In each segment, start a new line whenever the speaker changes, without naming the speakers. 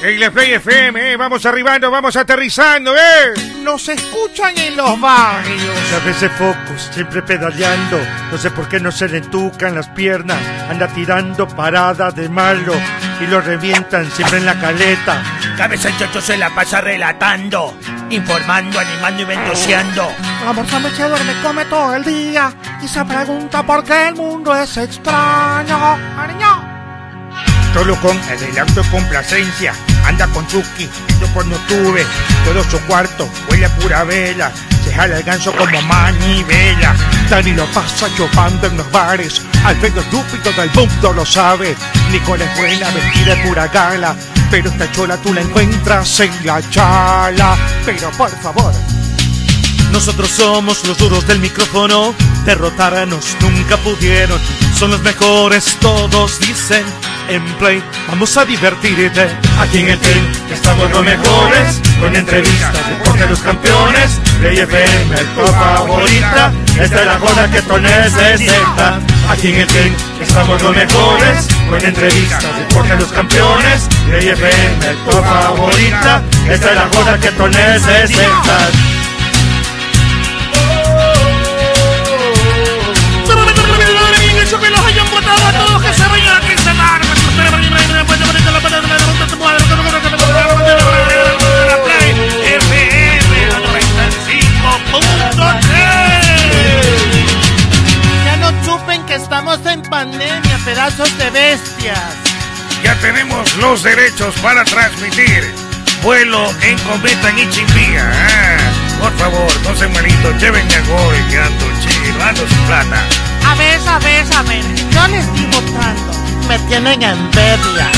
En la Play FM, eh, vamos arribando, vamos aterrizando, ¿eh?
Nos escuchan en los barrios.
A veces focos, siempre pedaleando. No sé por qué no se le entucan las piernas. Anda tirando parada de malo y lo revientan siempre en la caleta.
Cabeza el chocho se la pasa relatando, informando, animando y ventoseando.
La morsa se duerme, come todo el día y se pregunta por qué el mundo es extraño. Ariño.
Solo con adelanto y complacencia, anda con Chucky, yo cuando tuve todo su cuarto, huele a pura vela, se jala el ganso como manivela.
Dani lo pasa chupando en los bares. Alfredo estúpido del mundo lo sabe. Nicole es buena, vestida de pura gala. Pero esta chola tú la encuentras en la chala. Pero por favor,
Nosotros somos los duros del micrófono, derrotarnos nunca pudieron. Son los mejores, todos dicen. En Play, vamos a divertirte.
aquí en el team estamos los mejores. Con entrevistas, deporte de los campeones. Play FM, tu favorita. Esta es la joda que tú necesitas. Aquí en el team estamos los mejores. Con entrevistas, deporte de los campeones. Play FM, tu favorita. Esta es la joda que tú necesitas.
Ya no chupen que estamos en pandemia, pedazos de bestias.
Ya tenemos los derechos para transmitir vuelo en cometa en Ichimbía.
¿eh?
Ah, por favor, no sean malitos, llévenme a Gore, que ando chido, ando sin plata.
A ver, a ver, a ver. Yo les estoy votando. Me tienen envidia.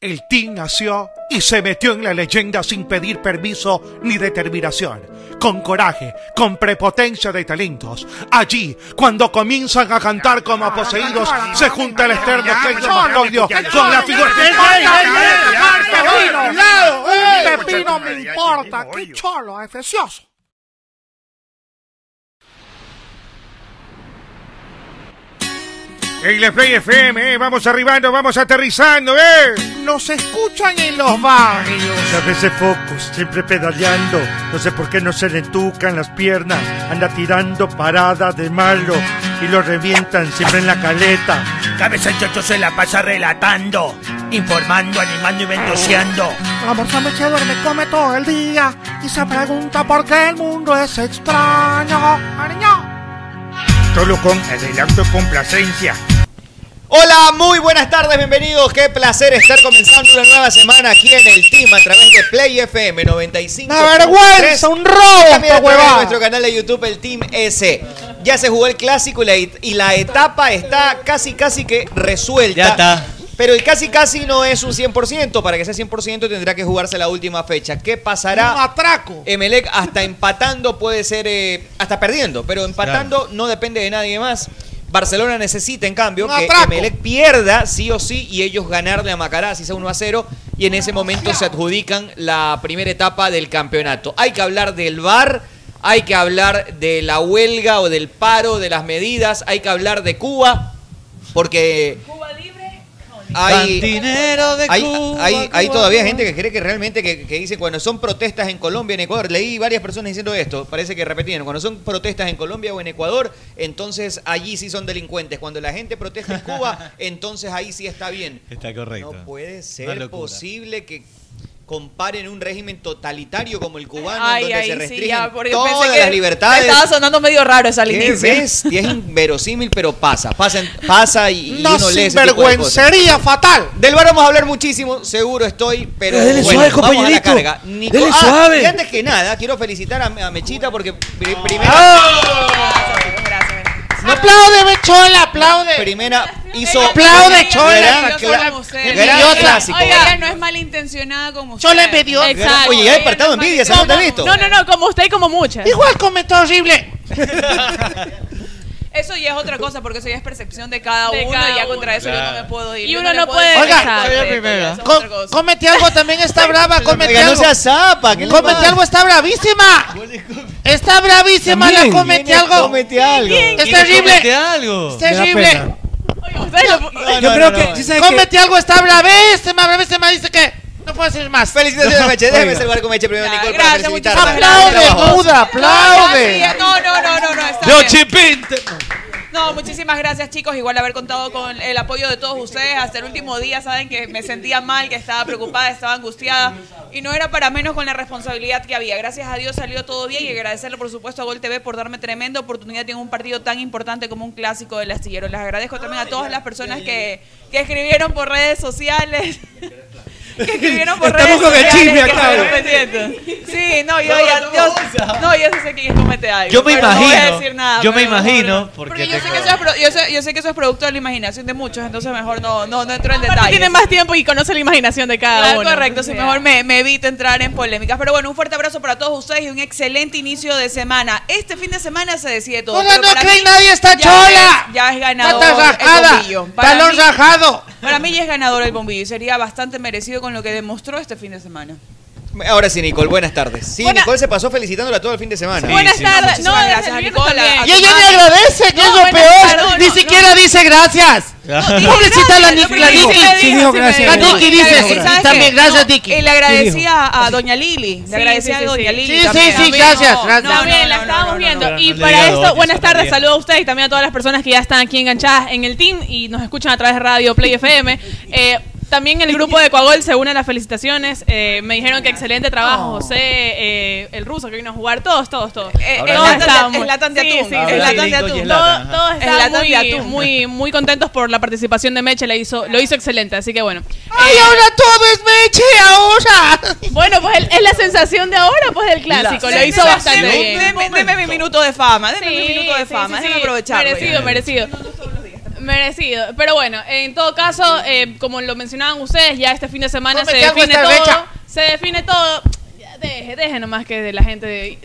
El Team nació y se metió en la leyenda sin pedir permiso ni determinación. Con coraje, con prepotencia de talentos. Allí, cuando comienzan a cantar como poseídos, se junta el externo Sergio Maclovio con la figura. ¡Ey, ey, ey!
Un lado, un pepino me importa. Qué cholo, es precioso.
En la Play FM, eh, vamos arribando, vamos aterrizando, ¿eh?
Nos escuchan en los barrios.
A veces focos, siempre pedaleando. No sé por qué no se le entucan las piernas. Anda tirando parada de malo y lo revientan siempre en la caleta.
Cabeza el chocho se la pasa relatando, informando, animando y ventoseando.
La morsa se duerme, come todo el día y se pregunta por qué el mundo es extraño. Ariño.
Solo con adelanto y complacencia,
Hola, muy buenas tardes, bienvenidos. Qué placer estar comenzando una nueva semana aquí en el Team a través de Play FM 95.
Una vergüenza, un robo
También
esta
a través de
huevada.
nuestro canal de YouTube, el Team S. Ya se jugó el clásico y la, y la etapa está casi, casi que resuelta.
Ya está.
Pero el casi, casi no es un 100%. Para que sea 100% tendrá que jugarse la última fecha. ¿Qué
Un
pasará?
atraco.
Emelec hasta empatando puede ser, eh, hasta perdiendo, pero empatando no depende de nadie más. Barcelona necesita, en cambio,
Un
que
atraco.
Emelec pierda sí o sí y ellos ganarle a Macará, si sea 1 a 0, y en ese momento se adjudican la primera etapa del campeonato. Hay que hablar del VAR, hay que hablar de la huelga o del paro, de las medidas, hay que hablar de Cuba, porque... Cuba libre. Hay,
Cantinero de
hay,
Cuba,
hay- hay
Cuba,
todavía
Cuba.
gente que cree que realmente que, que dice cuando son protestas en Colombia, en Ecuador, leí varias personas diciendo esto, parece que repetían, cuando son protestas en Colombia o en Ecuador, entonces allí sí son delincuentes, cuando la gente protesta en Cuba, entonces ahí sí está bien.
Está correcto.
No puede
Una
ser
locura.
posible que comparen un régimen totalitario como el cubano en
Ay,
donde
ay,
se
sí,
restringen
ya, porque
todas
pensé que
las libertades.
me Estaba sonando medio raro esa al
Qué
inicio.
bestia, es inverosímil, pero pasa, pasa, en- pasa y, y
Una
uno lee ese tipo de cosas.
sinvergüencería fatal.
Del bar vamos a hablar muchísimo, seguro estoy, pero
Pero dele suave,
vamos a la
compañerito.
carga. Nico-
Dele
Ah,
suave.
Y antes que nada, quiero felicitar a, a Mechita porque pri- primera,
Ah. Gracias, gracias, gracias.
Apláudeme, chola, aplaude.
primera hizo
Aplaude, Chola.
gran,
Envidiosa
cla-
como usted.
gran
Envidiosa.
clásico.
Oiga, ella no es malintencionada como usted.
Yo la envidiosa.
Exacto.
Oye, ya he despertado
Ella no es
envidia, ¿se nota
malinten-
esto?
No, no, no, como usted y como muchas.
Igual comentó horrible.
Eso ya es otra cosa, porque eso ya es percepción de cada
De
uno
cada
y ya
uno.
contra eso yo no me puedo ir.
Y
Yo
uno
le
no
puedo
puede
decir
Oiga,
nada,
soy la
pero
primera.
eso es
Co-
otra cosa.
cómete algo también está brava, Comete
Verga, no
algo.
sea zapa. ¿qué le
Comete
pasa?
algo, está bravísima. Está bravísima la
También.
comete
Viene,
algo.
Comete algo.
Es
Viene,
terrible.
Comete algo.
Es terrible.
Ustedes lo-
No,
Yo
no,
creo
no,
que.
no.
¿sí sabes qué?
Comete algo, está bravísima, bravísima. Dice que no puedo decir más.
Felicitaciones, Meche. Déjame
Oiga.
saludar con Meche primero,
Ya,
Nicole, para
gracias,
felicitar.
muchísimas gracias.
Aplaude, Buda, aplaude.
No, no, no, no, no. Está
Yo
bien.
chipín. te-
No, muchísimas gracias chicos, igual haber contado con el apoyo de todos ustedes. Hasta el último día saben que me sentía mal, que estaba preocupada, estaba angustiada y no era para menos con la responsabilidad que había. Gracias a Dios salió todo bien y agradecerle por supuesto a Gol TV por darme tremenda oportunidad en un partido tan importante como un clásico del astillero. Les agradezco también a todas las personas que, que escribieron por redes sociales. Que escribieron por
Estamos
redes
con el
sociales.
chisme
que
acá,
estuvieron
¿eh?
pendientes. Sí, no, yo ya yo, no, yo sí sé quién comete algo.
Yo me
pero no voy a
imagino,
decir nada,
yo me
pero mejor
imagino,
no.
porque
yo, sé
tengo-
que eso es pro- yo, sé, yo sé que eso es producto de la imaginación de muchos, entonces mejor no, no, no entro en
Aparte
detalle.
tiene más tiempo y conoce la imaginación de cada uno.
Correcto, sí,
O sea,
mejor me, me evito entrar en polémicas. Pero bueno, un fuerte abrazo para todos ustedes y un excelente inicio de semana. Este fin de semana se decide todo.
Hola,
pero
no
para
cree
mí
nadie, está
ya
chola.
es- Ya es ganador.
Pata
el
rajada.
bombillo. Para
Talón
mí-
rajado.
Para mí ya es ganador el bombillo y sería bastante merecido con lo que demostró este fin de semana.
Ahora sí, Nicole, buenas tardes. Sí,
Buena-
Nicole se pasó felicitándola todo el fin de semana.
Sí.
Buenas tardes.
Muchísimas
No, desde
gracias,
el viernes
Nicole,
también.
a-
Y ella ni agradece, que
No,
es lo
bueno,
peor.
perdón,
Ni
no,
siquiera dice gracias. Pobrecita la Nick, la
Sí,
Nick.
le
Sí,
dijo,
dijo
sí,
gracias.
me
La
dijo.
Nicky
y
dice,
le- y
sí,
¿sabes
también
qué?
gracias,
No,
Nicky.
Y le agradecía a Doña Lili. Le
Sí,
agradecía
sí,
a
sí,
Doña
sí.
Lili.
Sí, sí,
también.
sí, gracias, gracias.
No,
También
no,
la
no,
estábamos
no,
viendo.
no, no.
y
no.
para
Le diga
esto,
dos,
buenas
que se
tardes,
ría.
saludos a ustedes y también a todas las personas que ya están aquí enganchadas en el team y nos escuchan a través de Radio Play FM. Eh, también el grupo de Coagol se une a las felicitaciones. Eh, me dijeron que excelente trabajo, José, eh, el ruso que vino a jugar, todos, todos, todos.
Oh. Eh,
Ahora
eh,
no.
Zlatan de-
estábamos.
Zlatan de
Sí,
atún.
sí,
Ahora
sí,
Zlatan
sí,
de
Nico y
atún.
Zlatan,
Todo-
ajá.
todos
El
estaban
Zlatan de
muy,
atún.
muy, muy contentos por la participación de Meche, le hizo, lo hizo excelente, así que bueno.
Ay,
Eh,
ahora todo es meche, ahora.
bueno, pues el- es la sensación de ahora, pues del clásico,
Deme-
lo hizo
deme-
bastante
deme-
bien.
deme- Deme mi minuto de fama, deme mi minuto de
sí,
fama,
sí,
déjame
sí.
aprovechar.
Merecido, merecido. Merecido. Pero bueno, en todo caso, eh, como lo mencionaban ustedes, ya este fin de semana
Come,
se
te hago
define
esta
todo.
brecha.
Se define todo. Ya, Deje, deje nomás que de la gente. de-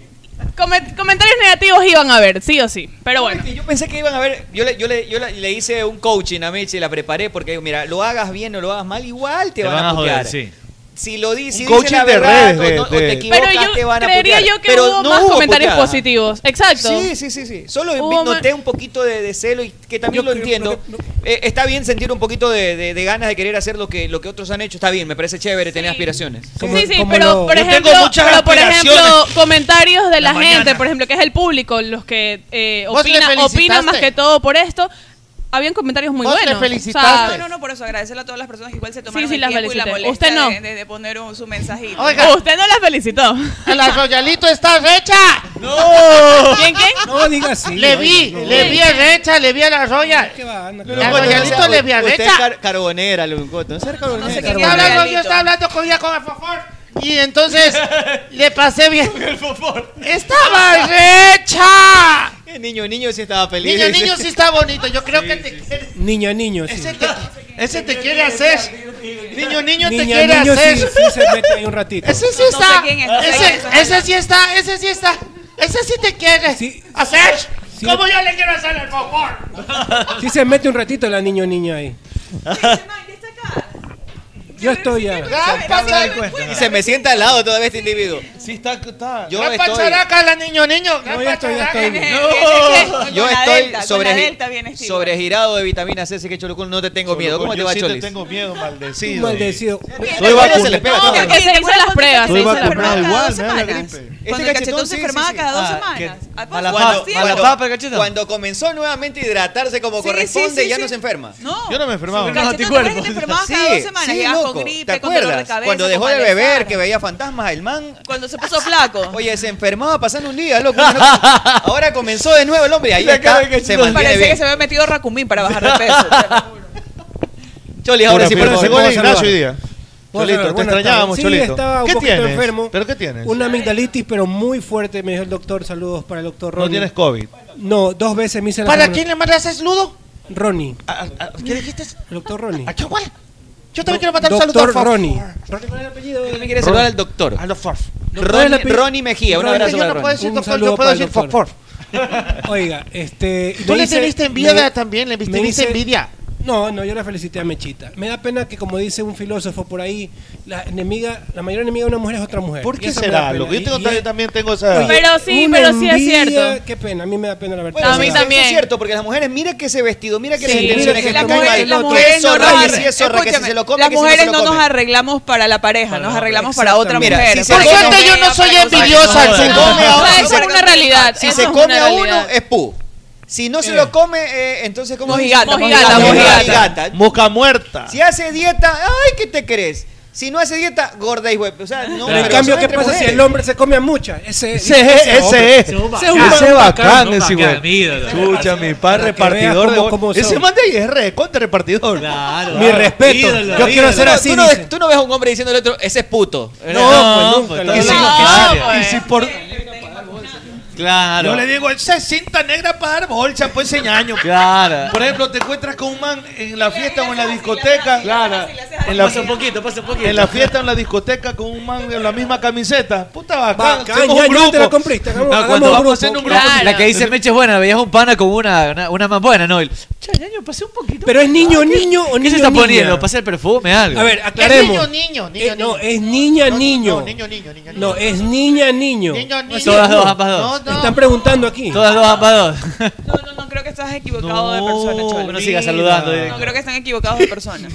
Comen- comentarios negativos iban a ver, sí o sí. Pero bueno.
Yo pensé que iban a ver, yo le, yo le, yo le, le hice un coaching a Meche, la preparé porque digo, mira, lo hagas bien o lo hagas mal, igual te,
Te
van, a putear.
joder, sí.
Si lo dices, si
Un
dices la
coaching de
verdad
redes, de-
o, no- o te
de-
equivocas,
Pero yo
te van a
creería
putear.
yo que
Pero
hubo
no
más comentarios
puteada.
positivos. Exacto.
Sí, sí, sí, sí. Solo vi-
Hubo
noté
ma-
un poquito de, de celo y que también lo entiendo. Eh, está bien sentir un poquito de, de- de ganas de querer hacer lo que, lo que otros han hecho. Está bien, me parece chévere tener aspiraciones.
sí, sí,
como
pero,
lo-
por
Yo tengo
ejemplo,
muchas
pero por
aspiraciones.
ejemplo, comentarios de la,
La
gente,
mañana.
por ejemplo, que es el público, los que eh,
¿Vos le
opinan, opinan más
felicitaste?
que todo por esto. Habían comentarios muy
¿Vos le
buenos. o sea,
felicitaste?
No, no, no, por eso agradecerle a todas las personas que igual se tomaron
sí,
el
las
tiempo y la
felicité.
molestia
Usted no.
de, de- de poner un- su mensajito.
Oiga.
Usted no la felicitó.
A la Royalito está recha.
¿Quién, quién?
No digas así.
Le vi, le vi a recha, le vi a la Royal. La
O sea,
Royalito le vi a
usted es
recha.
car- carbonera, Luncoto. No ser carbonera.
No sé
Y
quién
ahora
Royalito.
cuando yo estaba hablando con ella con el fofor. Y entonces le pasé bien. ¡Estaba recha!
El niño, el niño sí estaba feliz.
Niño,
Dice,
niño, sí está bonito. Yo creo que te quiere.
Niño, niño.
Ese te, ese te quiere hacer. Niño, niño, te
Niña,
quiere
niño,
hacer.
sí, sí se mete ahí un ratito.
Ese sí
No sé
está.
quién es, no sé quién es.
ese, ese sí está, ese sí está. Ese sí te quiere
Sí.
hacer.
Sí.
Como yo le quiero hacer el favor.
Sí se mete un ratito la niño, niño ahí. Yo estoy ya.
Gran pacharaca.
Y se me sienta al lado todavía este individuo.
Sí, está. está.
Yo
gran
estoy,
pacharaca la niño, niño. Gran
No, ya estoy, ya
pacharaca.
estoy.
yo
Con la
estoy
Delta, con
sobre-
la Delta viene este Steve.
sobregirado de vitamina C, así que Cholucul no te tengo miedo. ¿Cómo te va, Cholis?
miedo, maldecido.
Maldecido.
Soy vacunado. Se le pega todo.
Que se hizo las pruebas. se
Estoy
hizo las
vacunado
pruebas.
igual, me da la
cada dos semanas.
gripe.
Este
Cuando el
cachetón,
cachetón se
sí,
enfermaba
sí, sí.
cada dos
Ah,
semanas.
que-
Ah, pues,
mala
cuando-
papa,
sí,
mala
cuando-
papa, el cachetón.
Cuando comenzó nuevamente a hidratarse como
Sí, sí,
corresponde,
sí,
ya
sí.
no se enferma.
No.
Yo no me enfermaba.
El cachetón, ¿te acuerdas que te enfermabas cada dos semanas?
sí,
Llegabas
loco.
con gripe,
¿Te
con dolor de
acuerdas?
cabeza.
Cuando dejó
con
de beber,
malestar.
que veía fantasmas, el man.
Cuando se puso flaco.
Oye, se enfermaba pasando un día, loco. No- Ahora comenzó de nuevo el hombre. Ahí está, se mantiene
Parece que
bien.
se había metido racumín para bajar de peso.
Choli, ahora sí, por
pero
favor.
se gol
vamos a
Ignacio
saludar.
hoy día.
Vamos
Cholito,
a ver,
te
buenas
extrañábamos,
tardes.
Cholito.
Sí, estaba un
¿Qué
poquito
tienes?
enfermo.
¿Pero qué tienes?
Una amigdalitis, pero muy fuerte, me dijo el doctor. Saludos para el doctor Ronnie.
No tienes COVID.
No, dos veces me hice la
¿Para
semana-
quién le mandas ese saludo?
Ronnie.
¿Qué dijiste?
El doctor Ronnie.
¿A qué cuál? Yo también quiero mandar un saludo
doctor
al favor.
Ronnie. Ronnie, ¿cuál es el apellido?
Yo me quiere saludar al doctor.
A los forf.
¿Cuál es el
Ronnie,
apellido?
Ronnie Mejía, un
Ronnie,
abrazo
Yo no
para
puedo
Ronnie.
decir
Un
doctor,
saludo
yo puedo
para el
decir
doctor.
favor.
Oiga, este.
Tú
me
le
hice-
teniste
me-
envidia también, le
me
teniste
hice-
envidia.
No, no, yo la felicité a Mechita. Me da pena que, como dice un filósofo por ahí, la enemiga, la mayor enemiga de una mujer es otra mujer.
¿Por
Y
qué
eso me da
será?
pena.
Lo que yo, tengo,
Y-
yo también tengo esa.
Oye,
Pero sí,
una
pero sí es
envidia,
cierto.
Qué pena, a mí me da pena la verdad.
Bueno,
a mí
sí,
también.
Eso es cierto, porque las mujeres, mira que ese vestido, mira que
Sí,
las intenciones
mira
que
que
las
la mujer-
mujeres,
la
que
mujer
es
no
zorra,
nos
que si es zorra, que si
escúchame,
se lo come,
las
que si no
mujeres no,
se lo come.
nos arreglamos para la pareja, nos arreglamos para otra
Mira,
mujer.
si se
Para
come-
que
Por
suerte yo no soy envidiosa,
al
se
se
come a
O
uno,
sea,
si
eso
se-
es una realidad.
Si
eso
se
es una
come a
realidad.
uno, es pu. Si no se lo come, eh, entonces como
Mojigata,
mojigata,
mojigata. Mosca muerta.
Si hace dieta, ay, ¿qué te crees? Si no hace dieta, gorda y huevo. O sea, no,
Pero en
pero
cambio,
son
¿qué
entre
pasa si
mujeres.
el hombre se come a muchas? Ese,
Ese es, ese es.
Ese es un
Ese es bacán,
bacán,
ese
bacán,
güey.
ídolo.
Chucha, mi par
Para que veas
repartidor de
cómo- cómo
bo- Ese
son.
man de ahí es re, contra repartidor.
Claro.
Mi respeto.
Ídolo,
yo quiero
ídolo.
ser así.
Tú no,
dice.
tú no ves a un hombre diciendo al otro, ese es puto.
No, pues, nunca, la
y si,
verdad.
y si- y
pues.
si por.
Claro.
Yo le digo, esa es cinta negra para dar bolsa, pues señaño. Claro. Por ejemplo, te encuentras con un man en la fiesta o en la discoteca.
Claro.
En la,
Pasa un poquito, pasa un poquito.
en la fiesta o en la discoteca con un man en la misma camiseta. Puta bacán.
Bacán,
hacemos
ya,
un
ya
grupo.
te la compriste, hagamos-
Ah,
hagamos
cuando
un
vamos
grupo.
haciendo un grupo.
Claro.
La que dice Meche es buena, veías un pana con una, una, una más buena, ¿no? El, "Che, ñaño, pasé un poquito.
Pero es niño, niño o
¿Qué
niño.
se está
niña?
poniendo? ¿Pasé el perfume, algo?
A ver,
niño,
aclaremos.
niño, niño,
Eh, no,
niño.
es niña,
No,
niño.
No, niño, niño, niño.
No, es niña, niño.
Niño, niño.
Todas dos, ambas dos.
No, no.
Están preguntando aquí.
Todas dos, ambas dos.
No, no, no, creo que estás equivocado de persona, Cholo.
no sigas saludando. eh.
No creo que están equivocados de persona.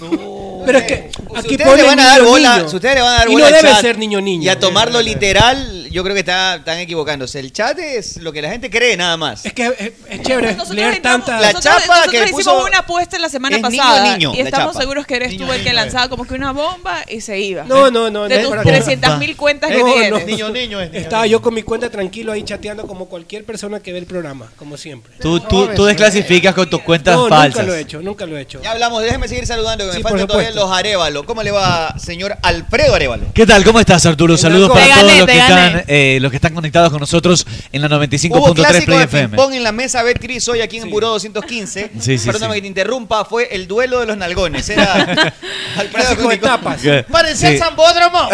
Pero es que aquí
ustedes
pone
le van a dar
niño,
bola,
niño.
si ustedes le van a dar
Y
bola
no
al
debe
chat
ser niño, niño.
Y a tomarlo literal, yo creo que está, están equivocándose. El chat es lo que la gente cree nada más.
Es que es, es chévere
Nosotros
leer
entramos-
tanta.
La
nosotros-
chapa que
nosotros hicimos
puso-
una apuesta la semana
es niño,
pasada
niño,
y
la
estamos
chapa.
seguros que eres
Niño,
tú el que
niño,
lanzaba como que una bomba y se iba.
No, no, no,
De
no,
tus
para-
300 mil cuentas que
No, no.
tienes.
Niño, niño es niño.
Estaba yo con mi cuenta tranquilo ahí chateando como cualquier persona que ve el programa, como siempre.
Tú, tú, tú desclasificas con tus cuentas
No, nunca
falsas.
lo he hecho, nunca lo he hecho.
Ya hablamos, déjeme seguir saludando, que me
Sí,
faltan
por
todavía
supuesto.
los Arevalo. ¿Cómo le va, señor Alfredo Arevalo?
¿Qué tal? ¿Cómo estás, Arturo? Saludos
Te
para
gané,
todos los
te
que,
gané.
están, eh, los que están conectados con nosotros en la
Hubo
95.3
clásico
Play
de
FM.
ping-pong en la mesa Betcris hoy aquí en Buró 215.
Sí, sí,
Perdóname
sí.
que te interrumpa, fue el duelo de los nalgones. Era Alfredo
Clásico de
Cutico.
tapas.
¿Qué?
Parecía
Sí.
Zambódromo.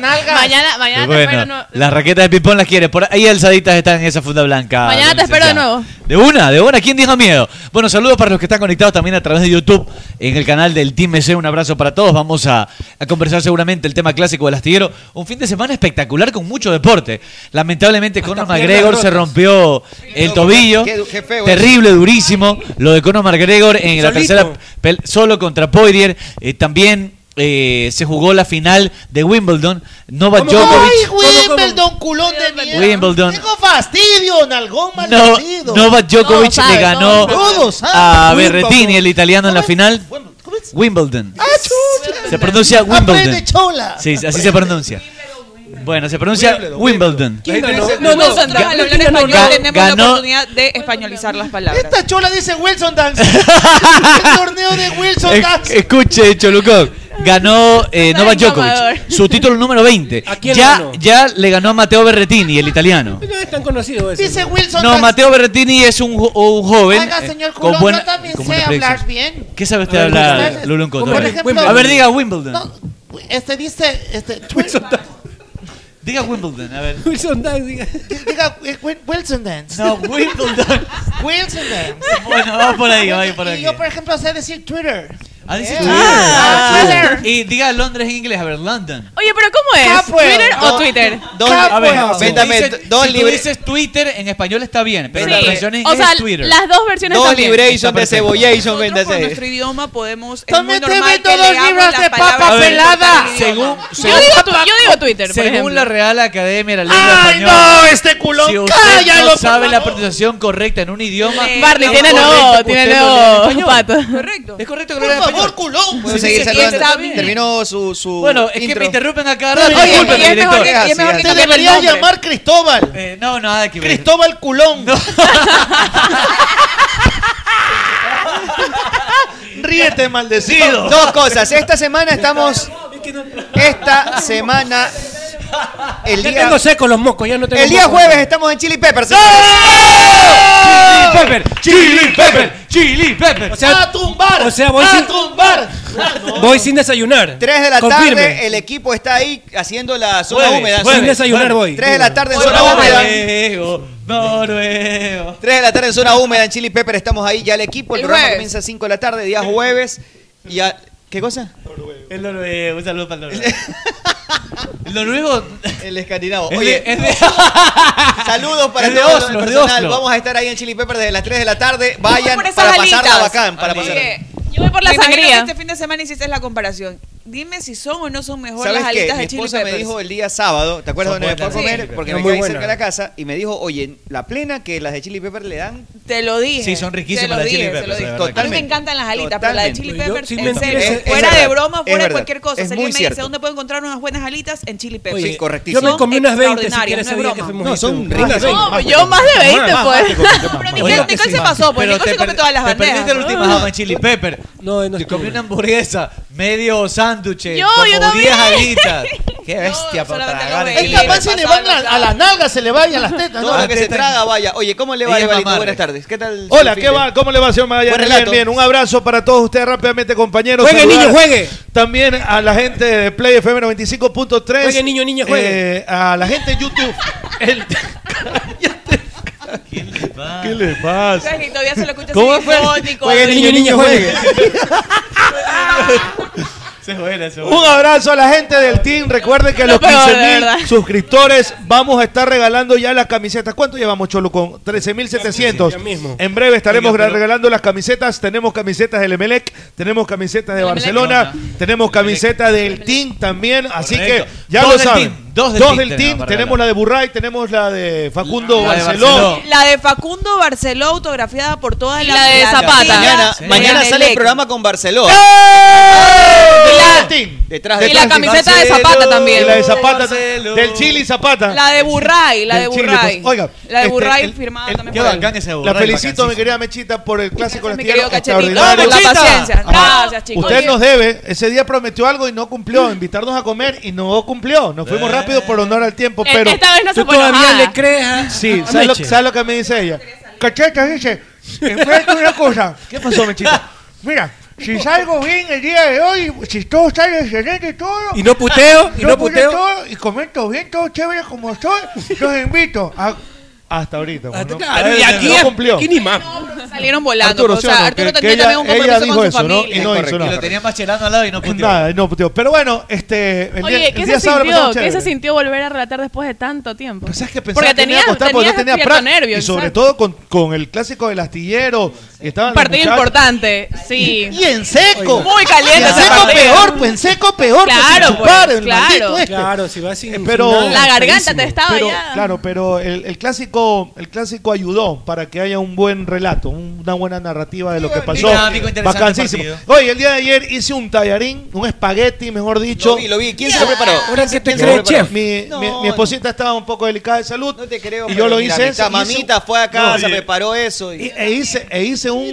Nalgas.
Mañana, mañana te
Bueno,
espero. no-
las raquetas de ping-pong las quieres. Por ahí alzaditas están en esa funda
Ah,
blanca.
Mañana te espero de
licenciada.
nuevo.
De una, de una. ¿Quién dijo miedo? Bueno, saludos para los que están conectados también a través de YouTube en el canal del Team EC. Un abrazo para todos. Vamos a, a conversar seguramente el tema clásico del astillero. Un fin de semana espectacular con mucho deporte. Lamentablemente, Conor McGregor se rompió el tobillo.
Qué du- qué feo
Terrible, durísimo. Lo de Conor McGregor en la
Solito.
tercera pel- solo contra Poirier. Eh, también eh, se jugó la final de Wimbledon. Novak
¿Cómo, cómo?
Djokovic.
Ay,
¿Cómo, cómo?
Wimbledon, culón de mierda.
Wimbledon.
Tengo fastidio, nalgón
No,
maldecido.
Novak Djokovic
No, sabe,
le ganó
Todos,
a
ah,
Berretini,
Wimbledon.
el italiano, en la
¿Cómo es?
final.
¿Cómo es?
Wimbledon.
Ah, chucha.
Se pronuncia Wimbledon.
Aprende chola.
Sí, así se pronuncia. Bueno, se pronuncia Wimbledon.
¿Quién ganó?
No, no, nosotros al hablar español
Ga-
tenemos la
ganó-
oportunidad de españolizar las palabras.
Esta chola dice Wilson Dance. el torneo de Wilson
Es-
Dance.
Escuche, Cholucón. Ganó eh,
Está
Novak
bien, Amador.
Djokovic, su título número 20.
¿A quién
Ya,
ganó?
ya le ganó a Matteo Berretini, el italiano.
No es tan conocido ese.
Dice Wilson
No,
Dance.
Matteo Berretini es un, jo- un joven
Oiga,
eh,
señor
con
Culón,
buena-
yo también
con
sé
buena predicción.
hablar bien.
¿Qué sabe usted
A ver,
hablar,
ustedes-
Lulun Coto?
Por
A ver.
ejemplo-
A ver, diga Wimbledon.
No, este dice, este,
Diga Wimbledon, a ver.
Wilson Dance, diga.
diga eh, Wil- Wilson Dance.
No, Wimbledon.
Wilson Dance.
Bueno, vamos por ahí, vamos por
Y
ahí.
yo, por ejemplo, sé decir Twitter.
Ah, dice
Eh,
Twitter.
ah,
Ah,
Twitter.
Y diga Londres en inglés, a ver, London.
Oye, pero ¿cómo es?
Capwell.
¿Twitter
Ah, pues, No.
o Twitter? pues.
Dos,
Capo.
a ver,
Bueno,
Si tú
véndame
dices,
dos
si tú
libre-
dices Twitter, en español está bien, pero
Sí.
la traducción en
o
inglés
sea,
es Twitter.
las dos versiones
dos
también.
libration de
Está perfecto.
cebollation,
Nosotros por nuestro
véndase.
idioma podemos. es
También
muy
te
normal
vendo
que
dos
leamos
libras
las
de
palabras
papa
que nos
pelada.
gusta del
Según,
idioma.
Yo digo, tu- yo digo Twitter, por
según
ejemplo.
la Real Academia de la Lengua
¡Ay,
Española,
no! Este culón,
si usted
cállalo,
no
por
sabe la
favor.
pronunciación correcta en un idioma,
Eh,
Barney,
no,
tiene
correcto,
nuevo,
usted
tiene
no lee
nuevo
español.
pato.
Correcto.
es correcto
Por
que lo lean en español.
favor, culón.
Puedo seguir
sí,
saludando.
está bien.
Terminó su, su
Bueno, es que
intro.
me interrumpen a cada rato.
Oye,
y
Discúlpeme,
es mejor
director.
que, y es mejor que
Te
Así
cambie el
deberías
nombre.
llamar Cristóbal.
Eh, no, nada que ver.
Cristóbal Culón.
Ríete, maldecido.
Dos cosas. Esta semana estamos. Esta semana. El
Ya
día,
tengo seco los mocos, ya no tengo.
el día
mocos.
jueves estamos en Chili Peppers.
Chili Pepper, Chili Pepper, Chili Pepper.
O sea,
a tumbar.
o sea, voy
a
sin-
tumbar.
Voy sin desayunar.
3 de la
Confirme.
tarde, el equipo está ahí haciendo la zona
Jueves,
húmeda.
jueves, Sin desayunar jueves. voy.
3 de la tarde en
Hoy
zona
vamos
húmeda.
a
3 de la tarde en zona húmeda en Chili Pepper. Estamos ahí ya el equipo. El,
El
programa
jueves.
comienza a 5 de la tarde, día jueves. Y a- ¿Qué cosa?
El noruego, un saludo para el noruego.
El noruego. El escandinavo.
Es de-
Oye,
es de-
saludos para
Es de
todo el
Oslo, es de
personal.
Oslo.
Vamos a estar ahí en Chili Pepper desde las 3 de la tarde.
Voy
Vayan
por esas
para pasarla
alitas.
bacán. Para
Oye,
pasarla.
Yo voy por la
Me imagino
sangría.
que
Este fin de semana hiciste la comparación. Dime si son o no son mejor
¿Sabes
las
qué?
alitas
Mi
de Chili
esposa me dijo el día sábado, ¿te acuerdas
Son
dónde me fue a
buenas,
comer?
sí.
Porque
Son
me
muy
quedé ahí cerca
buenas.
de la casa y me dijo, oye, la plena que las de Chili Pepper le dan.
Te lo dije.
Sí, son riquísimas
Te lo
las
dije,
Chili
te lo
Peppers,
dije.
de verdad que
A mí me
sí.
encantan las alitas, pero las de
Totalmente.
Chili
Yo,
Peppers,
sin
en
mentir,
serio.
es- es
fuera de
verdad,
broma,
es
fuera de
verdad,
cualquier cosa.
es
Si alguien
muy
me dice
cierto.
dónde puedo encontrar unas buenas alitas, en Chili Peppers.
Sí, correctísimo.
Yo me comí unas 20 si
extraordinarias,
quieres ese
no
día
es
que
broma.
fuimos. No, son
ricas.
No, pues yo más de 20, pues. Pero
Oye,
Nicole, Nicole se pasó, pues
Pero
Nicole
te
se come
per-
todas las
te perdiste
bandejas.
el último jama en Chili Pepper.
No,
Yo comí una hamburguesa, medio
Yo,
sándwich, como
yo
10
también.
alitas. Qué bestia para tragar en Chili
Es capaz
Pepper.
se le van a, a la nalga, se le va y a las tetas.
Todo
¿no?
lo que se traga, vaya. Oye, ¿cómo le va,
Ella es
Evalito?
mamarre.
Buenas tardes. ¿Qué tal? su
Hola,
fin
¿qué
de-
va? ¿Cómo le va, señor Magallanes?
Buen
Bien,
relato.
bien. Un abrazo para todos ustedes rápidamente, compañeros.
Juegue, niño, juegue.
También a la gente de Play FM 95.3.
Juegue, niño, niña, juegue.
Eh, a la gente de YouTube. El- ¿Qué le pasa?
Y todavía se lo escucha
¿Cómo
así,
fue?
oh, Nicole.
Juegue, niño, niña, juegue.
Se juega, se
Un abrazo a la gente del team. Recuerden que a
Lo
los
peor, de
15
verdad.
mil suscriptores vamos a estar regalando ya las camisetas. ¿Cuánto llevamos, Cholucón? 13,700.
Ya mismo.
En breve estaremos
Oiga, pero-
regalando las camisetas. Tenemos camisetas del Emelec, tenemos camisetas de Barcelona, tenemos camisetas del team también. Así que
Correcto.
ya
Dos
lo
del
saben.
team, dos del team tenemos
team.
para
Tenemos la de Burray, tenemos la de Facundo
Ah, La de
Barceló.
La de Facundo Barceló autografiada por todas las
la de
las
Zapata.
tías
Mañana-
de
mañana
Emelec.
sale el programa con
¡Eh!
Barcelona.
¡Eh!
Detrás de
Y la de Zapata. Del Chile y Zapata.
La de Burray, la de
Del Chile,
Burray.
pues, oiga,
La de
este,
Burray
el-
firmada
el-
también
qué
por él.
bacán ese La
Burray,
felicito, mi querida Mechita, por el clásico
mi querido
lastillero
Cachetito.
extraordinario.
Por la paciencia.
Ah,
Ajá.
Gracias, chicos.
Usted
Oye. Mm.
nos debe. Ese día prometió algo y no cumplió. Invitarnos a comer y no cumplió. Nos fuimos rápido por honor al tiempo,
Eh,
pero...
esta vez no se
Eh. tú
fue
todavía
enojada.
le crees ¿ah? a- Sí,
a
¿sabes lo,
Meche?
sabes lo que me dice ella? Cacheta, dice, enfrente una cosa. ¿Qué pasó, Mechita? Mira,
Si salgo bien el día de hoy, si todo sale excelente y todo.
Y no puteo, y
yo
no
puteo
puteo.
todo y comento bien, todo chévere como soy. Los invito a
Hasta ahorita. pues, no-
claro, y aquí-
no cumplió.
aquí ni más.
Salieron volando.
Arturo,
o
¿sí
sea,
o no? Que-
Arturo
que
tenía
ella-
también un
ella
compromiso
dijo
con su
eso, ¿no?
familia.
Y no hizo
Correcto.
nada.
Y lo tenía machelando al lado y no puteó.
Nada, no puteó. Pero bueno, este. el día-
Oye,
el
¿qué
día
se
sábado lo
sintió?
pasamos
¿Qué se
chévere.
sintió volver a relatar después de tanto tiempo?
que
Porque
pensaba que me iba
tenía,
a costar porque no tenía
cierto
práctica.
nervio.
Y sobre
exacto.
todo con, con el clásico del astillero. que estaban
Un
los
partido
muchachos.
importante, sí.
Y en seco.
Muy caliente
En
ese
seco
partido.
peor, pues en seco peor. pues,
Claro,
sin chupar,
pues,
el
claro.
maldito este.
Claro, si vas sin.
Eh, Pero,
sin nada, feísimo.
pero, Claro, pero el, el clásico el clásico ayudó para que haya un buen relato, un- una buena narrativa de lo que pasó.
dinámico, interesante
Bacanísimo.
partido.
Oye, el día de ayer hice un tallarín, un espagueti, mejor dicho.
Lo vi, lo vi. ¿Quién se lo preparó?
Ahora que
te crees, chef?
Mi,
No,
mi- mi esposita estaba un poco delicada de salud. No te creo. Y yo
pero
lo
mira,
hice.
mi
hice-
mamita fue a casa,
oye,
preparó eso y- este
y- e hice, e hice un.
no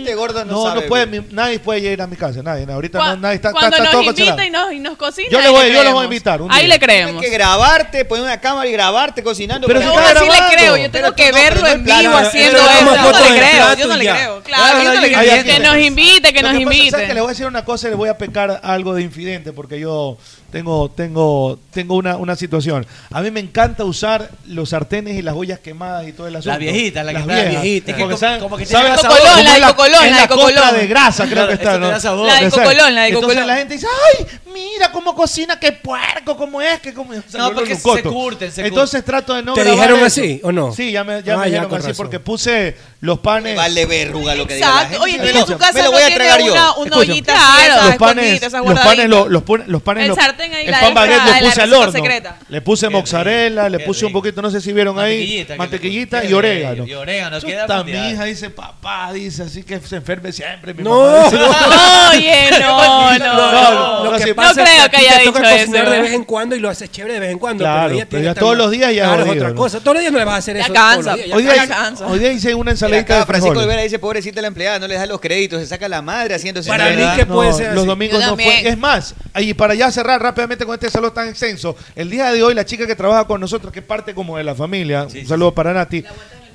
no,
sabe,
no puede, mi- nadie puede ir a mi casa, nadie. no, ahorita no, nadie está,
Cuando
está- está
nos
todo
invita
cacharado.
y nos, y nos cocina.
Yo le
ahí
voy- yo los
creemos.
voy a invitar un
Ahí
día.
le creemos.
Tienes que grabarte, poner una cámara y grabarte cocinando.
Pero
porque-
si está
Aún así
grabando.
le creo,
Tengo
yo tengo
que verlo en
plano,
vivo
no, no,
haciendo
no, no,
eso.
no,
Yo no
fotos
le
en
creo,
plato
yo no
y
le
ya.
creo. Claro, yo no le
Ahí
creo.
aquí
Que nos invite, que
Lo
nos
pasa, ¿sabe
invite.
que le voy a decir una cosa y le voy a pecar algo de infidente porque yo tengo tengo tengo una, una situación. A mí me encanta usar los sartenes y las ollas quemadas y todo el asunto.
viejita, la que está viejita. Es que
Porque
co-
saben-
como que tiene
saben
grasa
sabor-
Cocolón,
como
la de
es
Cocolón,
es
la de
costra
Cocolón.
de grasa creo
Claro,
que
eso
está,
te
¿no?
da sabor. La de
Exacto.
Cocolón, la de
Entonces
Cocolón.
la gente dice, "Ay, mira cómo cocina, qué puerco, cómo es, que cómo
No, porque se
Coto.
curten, se curten.
Entonces trato de no
¿Te
grabar
dijeron
eso.
así o no?
Sí, ya me ya
Ah,
me
ya,
dijeron
con
así
razón.
porque puse los panes
Vale verruga lo que diga la
Exacto.
gente.
Oye,
Me
tú
lo-
en tu casa
me lo
no
voy a
tiene
tragar yo.
una, una
Escucha,
ollita así, esas
los panes,
escondiditas, esas
los panes,
guardaditas.
lo- los, pon- los panes,
El
lo-
sartén ahí,
el
la
pan baguette lo
extra, de la
puse al
receta
horno,
secreta.
le puse mozzarella, le puse un poquito, no sé si vieron ahí,
Mantequillita que le
mantequillita
puse.
y orégano.
Y orégano, queda
Chuta, mi
fundida.
hija dice, papá, dice, así que se enferme siempre, mi
No.
mamá dice.
Oye, no, no, no.
Lo
sí,
que
pasa
pasa es
creo
es
que
que
a ti
haya
te toca
dicho
cocinar
eso.
de vez en cuando y lo haces chévere de vez en cuando.
Claro,
ella
pero
tiene
ya
que
todos
estar-
los días ya
Claro, es
jodido,
otra
¿no?
cosa. Todos los días no le vas a hacer
Ya
eso.
cansa,
todos los días,
Hoy día,
cansa.
hoy día hice una
Mira,
ensaladita
acá
de
Francisco
frijoles.
Olvera dice, pobrecita la empleada, no les da los créditos, se saca la madre haciéndose
Para mí
nada.
que puede
pues,
ser los
así.
domingos
Yo
no
también.
fue. Es más, y para ya cerrar rápidamente con este saludo tan extenso, el día de hoy la chica que trabaja con nosotros, que es parte como de la familia, un saludo para Nati,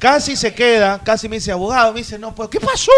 Casi se queda, casi me dice, abogado, me dice, no puedo. ¿Qué pasó?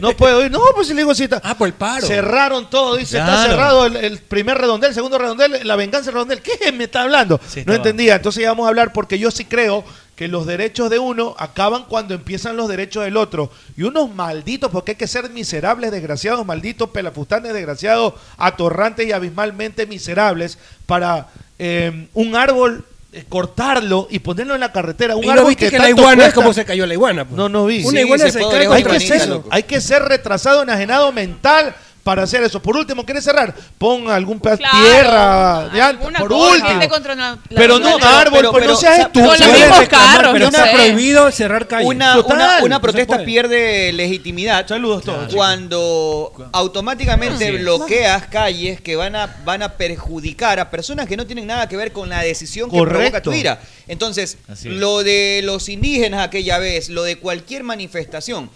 No puedo ir. No, pues si le digo cita. Ah, por el paro. Cerraron todo, dice, está
Claro.
cerrado el, el primer redondel, el segundo redondel, la venganza del redondel. ¿Qué me está hablando? no
estaba.
entendía. Entonces ya vamos a hablar porque yo sí creo que los derechos de uno acaban cuando empiezan los derechos del otro. Y unos malditos, porque hay que ser miserables, desgraciados, malditos, pelafustanes, desgraciados, atorrantes y abismalmente miserables para eh, un árbol eh, cortarlo y ponerlo en la carretera. Un
Y no
árbol
viste
que,
que la
tanto
iguana es
cuesta.
como se cayó la iguana. pues.
No, no vi.
Una iguana se, cae
hay
contra
que,
un
ser,
niño.
hay que ser retrasado, enajenado mental para hacer eso. Por último, ¿quieres cerrar? Pon algún pedazo de
Claro,
tierra de alto,
Alguna
Por
cosa.
último.
Este
Gente contra una- la
Pero no un
naturaleza.
árbol,
pero-
pues no
pero-
seas
o sea,
estúpido.
con los mismos carros,
pero
no
está
sé.
prohibido cerrar calles.
Una, una, una protesta
pierde.
pierde legitimidad. Saludos todos. Cuando automáticamente
Así es.
bloqueas calles que van a, van a perjudicar a personas que no tienen nada que ver con la decisión que provoca
Correcto.
tu ira. Entonces,
Así es.
lo de los indígenas aquella vez, lo de cualquier manifestación,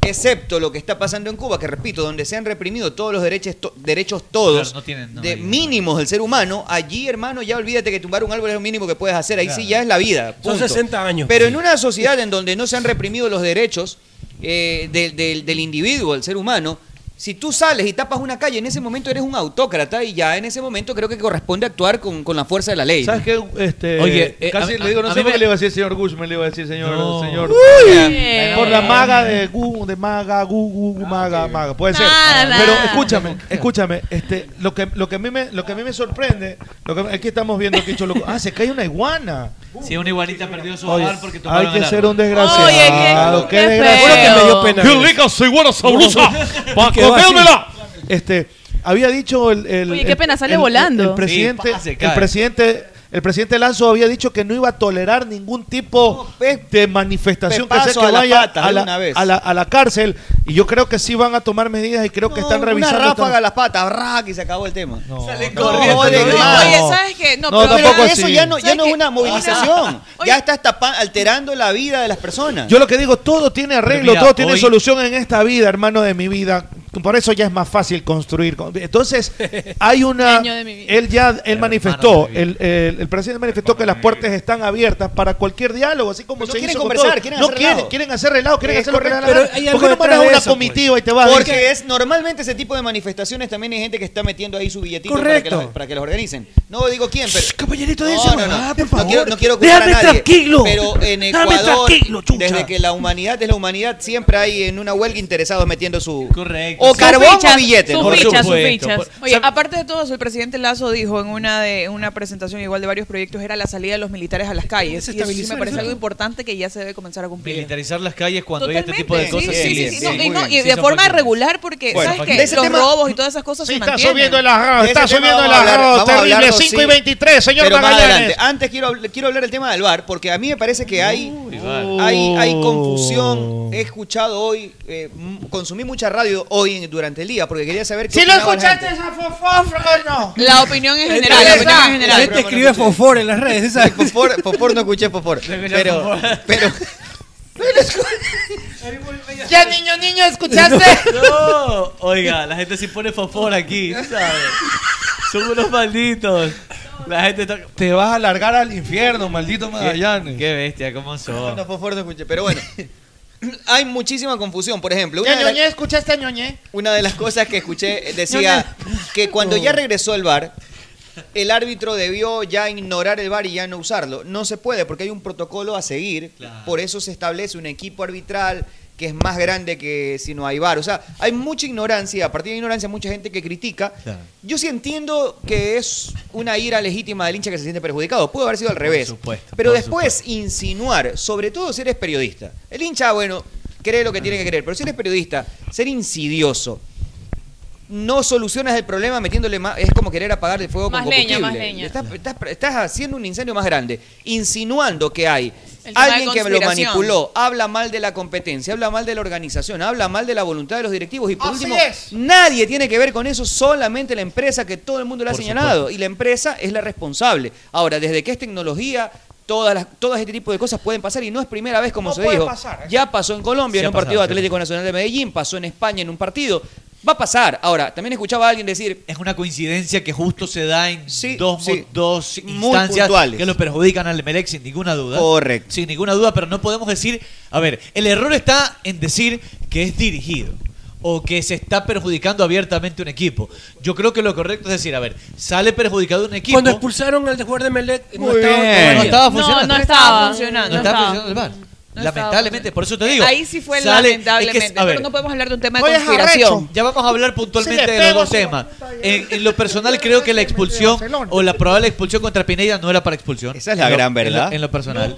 excepto lo que está pasando en Cuba, que repito, donde se han reprimido todos los derechos, to- derechos todos,
Claro, no tienen, no
de
hay-
mínimos del ser humano, allí, hermano, ya olvídate que tumbar un árbol es lo mínimo que puedes hacer. Ahí sí
Claro.
ya es la vida.
Son
punto.
60 años.
Pero
pues.
en una sociedad en donde no se han reprimido los derechos eh, del, del- del individuo, del ser humano, si tú sales y tapas una calle, en ese momento eres un autócrata y ya en ese momento creo que corresponde actuar con, con la fuerza de la ley.
¿Sabes qué? Este,
Oye,
Oye,
eh,
casi
a-
le digo,
a-
no
a
sé
mí
por qué
me-
le iba a decir señor Gush, me le iba a decir señor, señor.
Uy.
Por la maga de Gu, de maga, Gu, Gu,
Ah,
Gu, maga, maga. Puede ser.
Nada.
Pero escúchame, escúchame, este, lo que, lo que a mí me, lo que a mí me sorprende, lo que aquí estamos viendo que loco. Ah, se cae una iguana.
Si una iguanita perdió su
Oye,
hogar porque tomaron
hay que
el
ser
árbol.
un desgraciado. qué, desgraciado.
¡Qué rica soy buena sabrosa! ¡Para
Quedó así.
comérmela!
Este, había dicho el, el-
Oye, qué
el-
pena, sale
el- el-
volando.
El,
Sí,
presidente,
pa, se
el
cae.
presidente, el presidente Lazo había dicho que no iba a tolerar ningún tipo de manifestación que sea
pepazo
que
a la
vaya
pata,
a,
de
la,
una vez.
a la- a la cárcel y yo creo que sí van a tomar medidas y creo que están revisando.
Una ráfaga
todo.
a las patas, ¡brac! y se acabó el tema. Sale
corriendo. No,
Oye, ¿sabes qué? No,
No,
pero
tampoco
pero
eso ya no, ya no es una movilización. ya estás tapa- alterando la vida de las personas.
Yo lo que digo, todo tiene arreglo,
Pero mira,
todo tiene
hoy-
solución en esta vida, hermano de mi vida. Por eso ya es más fácil construir. Entonces, hay una... Él ya, él manifestó, el, el- el presidente manifestó que las puertas están abiertas para cualquier diálogo, así como se
quieren
hizo con
conversar,
todo.
quieren
no
hacer
quieren,
relajo.
quieren hacer relajo, quieren
Es
hacer lo que les da la
correcto. Pero
gana.
hay algo
¿Por qué no
detrás
mandas
de
una
eso, pues.
comitiva y te vas?
Porque es normalmente ese tipo de manifestaciones también hay gente que está metiendo ahí su billetito para que,
Correcto.
las, para que las organicen. No digo quién, pero.
Caballerito,
no,
déjese,
no, no,
ah,
no,
por favor.
quiero, no quiero culpar
Déjame
a nadie,
tranquilo.
Pero en
Déjame
Ecuador,
tranquilo, chucha.
desde que la humanidad es la humanidad, siempre hay en una huelga interesados metiendo su.
Correcto.
O carbón
fichas,
o billete.
sus
¿no?
fichas, sus fichas. Oye, aparte de todo eso, el presidente Lazo dijo en una de una presentación igual de varios proyectos era la salida de los militares a las calles. Y eso sí me
Desestabilizar,
parece
¿no?
algo importante que ya se debe comenzar a cumplir.
Militarizar las calles cuando hay este tipo de
Totalmente.
cosas.
Sí, sí, sí,
bien,
sí, no,
bien,
y,
muy
no,
bien,
y
sí,
de
son
forma
factibles.
regular porque,
Bueno,
¿sabes
de
qué?
ese
Los
tema-
robos y todas esas cosas se
está
mantienen.
subiendo el arroz,
De
está
ese tema
subiendo el
vamos a hablar,
arroz,
vamos a
terrible,
hablarlo,
5 y
sí.
23, señor
Pero más
Magallanes.
adelante. Antes quiero, habl- quiero hablar el tema del VAR, porque a mí me parece que hay, hay, hay
Oh.
confusión. He escuchado hoy, eh, m- consumí mucha radio hoy en- durante el día, porque quería saber qué
Si lo
opinaba la
escuchaste
gente.
a Fofofro, no.
La opinión es
Gente,
general, la opinión
ah,
es
esa-
general.
gente
escribe
Este fofor en las redes, ¿sabes?
Fofor, fofor no escuché fofor. Pero, pero
Ya, niño, niño, ¿escuchaste?
No, oiga, la gente sí pone fosfor aquí, ¿sabes? Son unos malditos. La gente está.
Te vas a largar al infierno, maldito Magallanes.
Qué, bestia, cómo son.
no fofor no escuché. Pero bueno, hay muchísima confusión. Por ejemplo, una
Ya,
de las-
ñoñé, ¿escuchaste a ñoñé?
Una de las cosas que escuché eh, decía que cuando ya regresó el VAR, el árbitro debió ya ignorar el VAR y ya no usarlo. No se puede porque hay un protocolo a seguir. Por eso se establece un equipo arbitral que es más grande que si no hay VAR. O sea, hay mucha ignorancia. A partir de ignorancia, mucha gente que critica. Yo sí entiendo que es una ira legítima del hincha que se siente perjudicado. Pudo haber sido al
Por
revés.
supuesto,
Pero
por
después insinuar, sobre todo si eres periodista. El hincha, bueno, cree lo que tiene que creer, pero si eres periodista, ser insidioso. No solucionas el problema metiéndole más. Es como querer apagar el fuego
Más
con
leña,
combustible.
más leña.
Estás, estás- estás haciendo un incendio más grande, insinuando que hay
El tema de
alguien que lo
conspiración.
manipuló, habla mal de la competencia, habla mal de la organización, habla mal de la voluntad de los directivos y por
Así
último,
es.
nadie tiene que ver con eso, solamente la empresa que todo el mundo le ha
Por
señalado
supuesto.
y la empresa es la responsable. Ahora, desde que es tecnología, todas las todas este tipo de cosas pueden pasar y no ¿eh? es primera vez como
No
se
puede
dijo.
pasar,
Ya pasó en Colombia
Sí
en
ha
un partido de
pasado, sí.
Atlético Nacional de Medellín, pasó en España en un partido.
Va a pasar. Ahora, también escuchaba a alguien decir.
Es una coincidencia que justo se da en dos, mo- dos
Muy
instancias
puntuales.
que lo perjudican al Emelec sin ninguna duda.
Correcto.
Sin ninguna duda, pero no podemos decir. A ver, el error está en decir que es dirigido o que se está perjudicando abiertamente un equipo. Yo creo que lo correcto es decir, a ver, sale perjudicado un equipo.
Cuando expulsaron al jugador de Melec, no estaba,
No estaba
No,
funcionando.
no estaba
funcionando.
No estaba
No
funcionando el VAR.
No estaba
lamentablemente, por eso te digo.
Ahí sí fue
sale- es que,
lamentablemente.
a ver,
pero no podemos hablar de un tema de
Oye, es
conspiración.
arrecho. Ya vamos a hablar puntualmente de los dos temas. En, en lo personal creo que la expulsión o la probable expulsión contra Pineda no era para expulsión. Esa
es la gran verdad.
En lo, personal.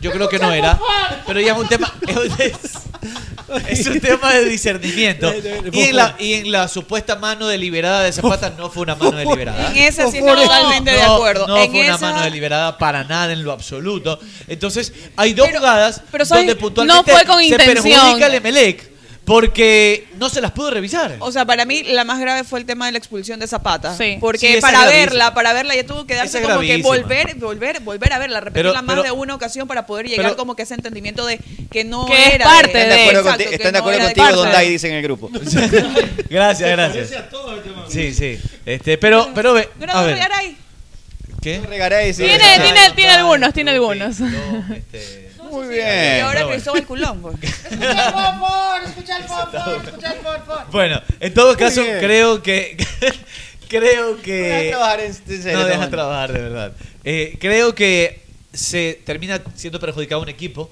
Yo creo que no era. Pero ya es un tema es, es un tema de discernimiento. Y en, la, y en la supuesta mano deliberada de Zapata no fue una mano deliberada.
En esa sí estoy totalmente de acuerdo.
No,
En
fue una
esa-
mano deliberada para nada en lo absoluto. Entonces, hay dos jugadas
pero, ¿sabes?
donde puntualmente
No fue con
se
intención.
perjudica al Emelec porque no se las pudo revisar.
O sea, para mí la más grave fue el tema de la expulsión de Zapata.
Sí.
Sí,
Porque
esa
para
es gravísima.
verla, para verla ya tuvo que
Esa
darse
es
como que
gravísima.
volver, volver, volver a verla, repetirla
Pero-
más
pero-
de una ocasión para poder llegar
pero-
como que a ese entendimiento de que no
Que es
era
parte
Están de acuerdo,
Exacto,
conti-
que
están
no
de acuerdo
era
contigo,
parte
Don
de-
Dai, dicen en el grupo.
Gracias, gracias. Sí, sí. Este, pero, pero ve,
Pero
a
no
ver,
Regaray.
¿qué?
Tiene, tiene, tiene algunos, tiene algunos.
Muy
bien.
Y ahora
Pero bueno.
Cristóbal pues. Colombo.
Escucha el favor, escucha el favor, escucha el favor.
Bueno, en todo caso,
bien.
creo que. creo que.
No deja trabajar en- en serio,
No deja
Tomás.
trabajar, de verdad. Eh, creo que se termina siendo perjudicado un equipo.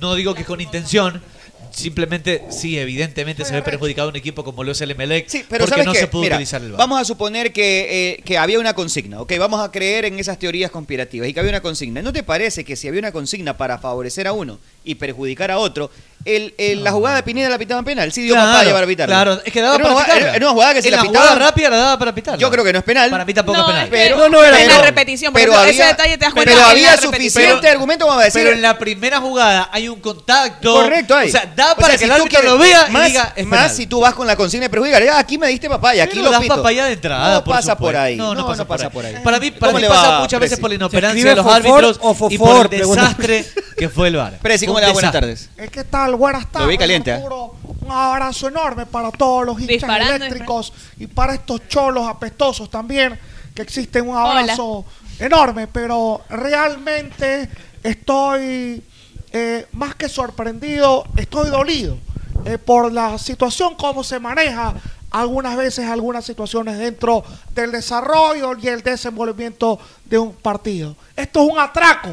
No digo que con intención. Simplemente, sí, evidentemente se ve perjudicado un equipo como lo es el Emelec.
Pero
porque
¿sabes
no
qué?
se pudo
Mira,
utilizar el VAR.
Vamos a suponer que, eh, que había una consigna, ¿ok? Vamos a creer en esas teorías conspirativas y que había una consigna. ¿No te parece que si había una consigna para favorecer a uno y perjudicar a otro, el, el- la jugada de Pineda la pitaban penal? Sí dio
Ah. Claro,
para llevar a pitarla.
claro. Es que daba
Era una
para
jugada-
pitarla.
Era una jugada que si
En
la,
la jugada
pitaban
rápida la daba para pitarla.
Yo creo que no es penal.
Para mí tampoco es penal.
Pero,
en la
pero-
repetición, por
Pero
ejemplo, ese
había,
detalle te das cuenta
pero
en la
había
repetición.
suficiente
Pero-
argumento como para decir...
Pero en la primera jugada hay un contacto.
Correcto, ahí.
O sea, da para que el árbitro lo vea y diga. es
más
penal.
si tú vas con la consigna de perjudicar. ah, Aquí me diste papaya, aquí
Pero
lo
das
pito.
papaya de entrada,
No
por
pasa por
supuesto.
ahí.
No, no pasa por ahí. Para mí, para
¿Cómo
mí
le
pasa
va,
muchas veces
Presi?
por la
¿Se
inoperancia
escribe
de los
Fofor
árbitros
o
y
Fofor?
por el
Pregunta.
desastre que fue el VAR.
Presi, ¿cómo
Fue
le
un
va? Buenas
desastre.
tardes.
¿Qué tal? Buenas
Lo
tardes.
vi caliente, ¿eh?
Arturo. Un abrazo enorme para todos los hinchas
Disparando,
eléctricos y para estos cholos apestosos también, que existen un abrazo enorme, pero realmente estoy eh, más que sorprendido, estoy dolido eh, por la situación, cómo se maneja algunas veces algunas situaciones dentro del desarrollo y el desenvolvimiento de un partido. Esto es un atraco.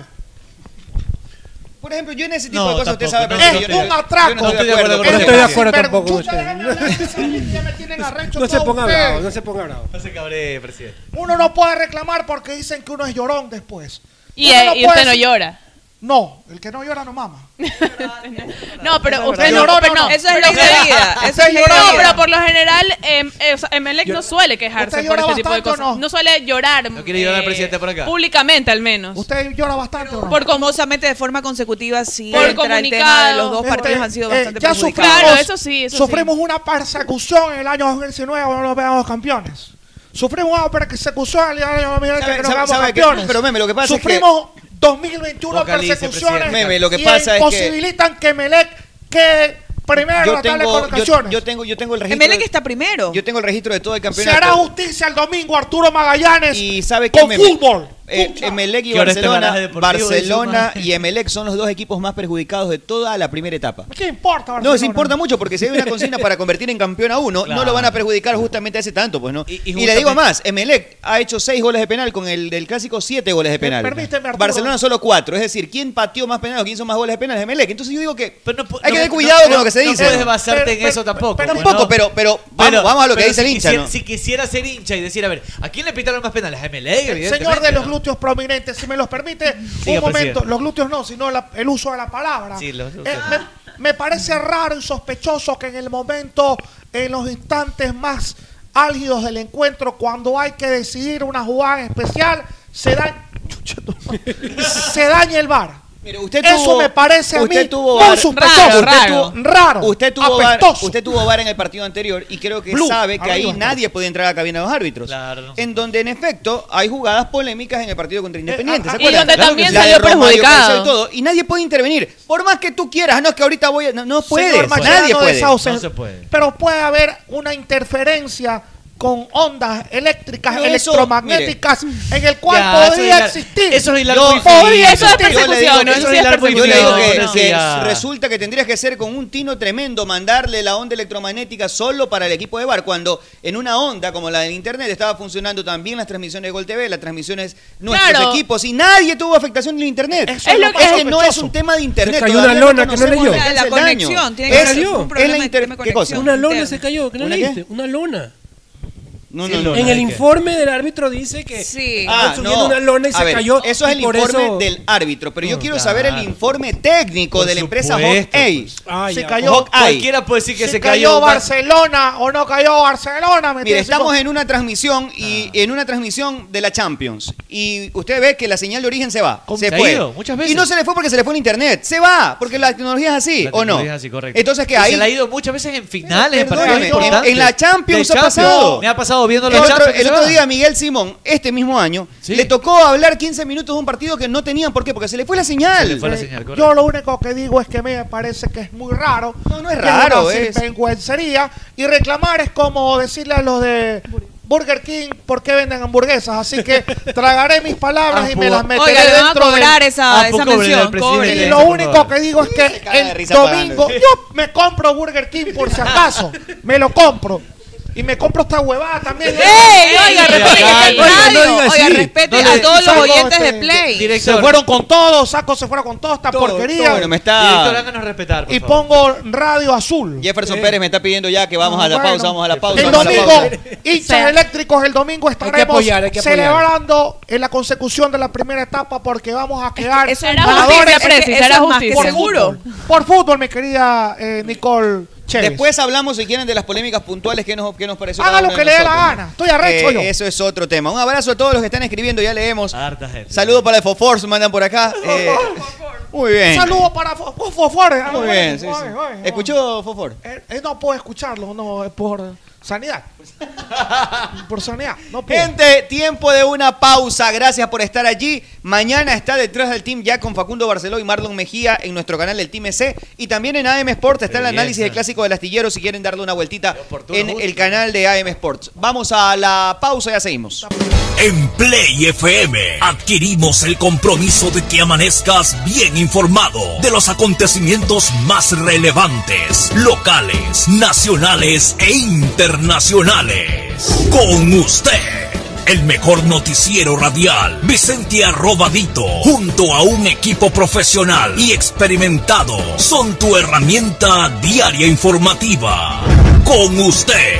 Por ejemplo, yo en ese
tipo
tipo
No,
de cosas usted sabe
tampoco, no,
perfecto.
no,
Yo-
no, no, no,
yo
no estoy de acuerdo con
usted.
usted. Estoy de acuerdo
Pero-
tampoco.
No se ponga bravo, no se ponga bravo.
No se cabree, presidente.
Uno no puede reclamar porque dicen que uno es llorón después.
Y,
Uno
eh, y usted
puede
no
decir-
llora.
No, el que no llora no mama.
No, pero
Usted
usted no,
lloró,
pero
no,
no.
no. Eso es
Pero-
ley de vida, eso es ley de
No,
vida.
pero por lo general, em, eh, o sea, Emelec no suele quejarse
¿Usted
por
llora
este tipo de
bastante o
cosas. No? suele llorar. No
quiere llorar el
eh,
presidente por acá?
Públicamente, al menos.
Usted llora bastante.
Por famosamente de forma consecutiva sí
Por
entra el tema de los dos
Este,
partidos han sido
eh,
bastante
ya
perjudicados.
sufrimos, sufrimos una persecución en el año 2019 cuando nos veamos campeones. Sufrimos una persecución en el año 2019 que nos
sabe-
veamos
sabe que-
campeones.
pero, Meme, lo que pasa es que-
Sufrimos 2021
Vocalice,
persecuciones
presidente. Meme, lo que
y
pasa es que-
imposibilitan que Melec quede primero en
Yo
la tabla de
tengo,
colocaciones.
yo, yo tengo, yo tengo el registro.
Emelec
está primero.
Yo tengo el registro de todo el
Se
campeonato.
hará justicia el domingo Arturo Magallanes
y sabe que
con
Emelec-
fútbol.
eh, Emelec y
Que ahora este
Barcelona,
baraje deportivo
Barcelona y Emelec son los dos equipos más perjudicados de toda la primera etapa.
¿Qué importa Barcelona?
No, se importa mucho porque si hay una consigna para convertir en campeón a uno, no
Claro.
lo van a perjudicar justamente a ese tanto, pues no. Y, le
justamente-
digo más, Emelec ha hecho seis goles de penal con el del clásico siete goles de penal.
permíteme, Arturo.
Barcelona solo cuatro, es decir, ¿quién pateó más penales o quién hizo más goles de penal? Emelec. Entonces yo digo que hay que
no-
tener cuidado
no-
con lo que se
no
dice.
puedes basarte en eso tampoco,
Pero,
pues,
tampoco,
¿no?
pero, pero vamos,
Pero-
vamos a lo que
pero
dice
si
el hincha,
quisiera-
¿no?
Si quisiera ser hincha y decir, a ver, ¿a quién le pitaron más penales? A Emelec,
El
evidentemente.
Eh, señor de los
¿no?
glúteos prominentes, si me los permite,
Siga,
un momento,
presidente.
los glúteos no, sino la- el uso de la palabra.
Sí, los-
Eh, me, me parece raro y sospechoso que en el momento, en los instantes más álgidos del encuentro, cuando hay que decidir una jugada especial, se, da, se dañe el bar.
Mire, usted
Eso
tuvo-
me parece a
usted
mí
tuvo
muy
VAR.
sospechoso.
Usted tuvo-
Raro,
Usted tuvo, VAR,
apestoso.
usted tuvo VAR en el partido anterior y creo que
Blue,
sabe que ahí
arriba.
nadie podía entrar a la cabina de los árbitros. En donde, en efecto, hay jugadas polémicas en el partido contra Independiente.
ah,
¿se
y
acuerdan?
donde
Claro
también
que sí. La de
salió
Romario, que
perjudicado.
salió todo, y nadie puede intervenir. Por más que tú quieras, no es que ahorita voy a... No, no puedes,
Señor Mascherano
nadie
de
puede.
Sauce,
No se puede.
Pero puede haber una interferencia con ondas eléctricas,
Yo eso,
electromagnéticas, en el cual
Ya, eso es
podría
hilar-
existir.
eso es hilar muy
podría
fino.
existir.
Yo le digo que eso es hilar muy fino. Yo le digo que-
no,
que
ya.
resulta que tendrías que ser con un tino tremendo mandarle la onda electromagnética solo para el equipo de bar, cuando en una onda como la del internet estaba funcionando también las transmisiones de Gol TV, las transmisiones nuestros
Claro.
equipos y nadie tuvo afectación en el internet.
es lo más
que no es un tema de internet.
Se cayó
todavía
una lona que no
conocemos
leyó.
el alcance
La
del daño.
conexión, tiene que
Es-
ser un
es
problema
la
de
inter- ¿Qué cosa?
Una lona se cayó, que no
¿Una
leíste. Una lona.
No,
Sí,
no, no. no,
en el
¿de qué?
informe del árbitro dice que
Ah,
estaban subiendo
no.
una lona y
A
se
ver,
cayó.
Eso es el
y por
informe
eso-
del árbitro, pero yo
Mm,
quiero saber el
claro.
informe técnico
Por
de la empresa
supuesto,
Hawkeye.
Ay,
pues.
Se
ya.
cayó.
Hawkeye.
Cualquiera puede decir que se
cayó, Barcelona o no cayó Barcelona. ¿me
Mire,
entiendes?
estamos en una transmisión y en una transmisión de la Champions y usted ve que la señal de origen se va, se
Se ha
fue.
ido, muchas veces.
Y no se le fue porque se le fue el internet, se va, porque la tecnología es así o no.
Es así, correcto.
Entonces que
Y
ahí
Se le ha ido muchas veces en finales, en partidos
Perdóname, en-
importantes.
en la Champions
De
ha pasado.
Me ha pasado viendo
el
la
otro,
Champions.
el
se
otro
va.
día Miguel Simón, este mismo año, le tocó hablar 15 minutos de un partido que no tenían por qué, porque se le fue la señal.
Se le fue la señal, correcto.
Yo lo único que digo es que me parece que es muy raro. No,
es raro, es-
es. sinvergüencería. Y reclamar es como decirle a los de Burger King por qué venden hamburguesas. Así que tragaré mis palabras y me las meteré
Oiga, le van a
dentro
cobrar
del-
esa- Ah, esa cóbrenle mención, al presidente cóbrenle.
Y
eso,
lo
por
único
favor.
que digo es que
caga de
el
risa
domingo
pagando.
yo me compro Burger King por si acaso. Me lo compro. Y me compro esta huevada también.
¡Ey! Oiga, respete
Oiga,
el radio.
no diga
Oiga,
así.
respete
No
a
le-
todos los
Saco,
oyentes de
este,
Play.
Se fueron con todo, saco se fueron con toda esta porquería.
todo. Bueno, me está- Director,
háganos respetar,
Y pongo radio azul.
Jefferson Pérez me está pidiendo ya que vamos a la
Bueno,
pausa, vamos a la pausa.
El
vamos a la
domingo,
pausa.
hinchas eléctricos, el domingo estaremos
apoyar, hay que apoyar.
celebrando en la consecución de la primera etapa porque vamos a quedar
eso era
ganadores.
justicia, Presi,
Es que
era
eso es más
justicia.
que
Seguro.
fútbol. Por fútbol, mi querida eh, Nicole Chévez.
Después hablamos, si quieren, de las polémicas puntuales que nos, que nos pareció.
Haga
cada
lo
uno
que
de
le dé la
nosotros. Eh,
gana. Estoy arrecho yo.
Eso es otro tema. Un abrazo a todos los que están escribiendo, ya leemos. Saludos para el Fofors, mandan por acá. Eh, muy bien.
Saludos para Fo- Fo- Fofores. Ah,
Muy
bueno,
bien, sí,
oye,
sí.
oye, oye.
¿Escuchó, Fofor?
Eh, eh, no puedo escucharlo, no, es por sanidad. por sanidad, no puedo.
Gente, tiempo de una pausa. Gracias por estar allí. Mañana está detrás del team ya con Facundo Barceló y Marlon Mejía en nuestro canal del Team EC. Y también en AM Sports está el
Belleza.
análisis del clásico del astillero si quieren darle una vueltita en
justo.
el canal de AM Sports. Vamos a la pausa, ya seguimos.
En Play FM adquirimos el compromiso de que amanezcas bien informado de los acontecimientos más relevantes, locales, nacionales e internacionales. Con usted, el mejor noticiero radial, Vicente Arrobadito, junto a un equipo profesional y experimentado, son tu herramienta diaria informativa. Con usted,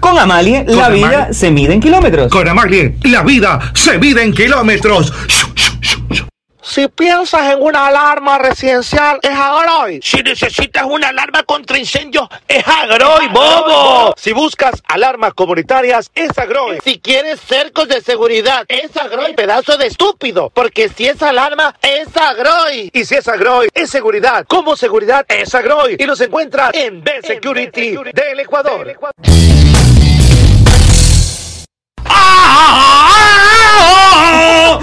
Con Amalie
Con
la
Amalie.
vida se mide en kilómetros.
Con Amalie, la vida se mide en kilómetros.
Si piensas en una alarma residencial, es ahora hoy.
Si necesitas una alarma contra incendios, es Agroy, bobo.
Si buscas alarmas comunitarias, es Agroy.
Si quieres cercos de seguridad, es Agroy, pedazo de estúpido. Porque si es alarma, es Agroy.
Y si es Agroy, es seguridad. Como seguridad, es Agroy. Y los encuentras en B Security del Ecuador.
Ah,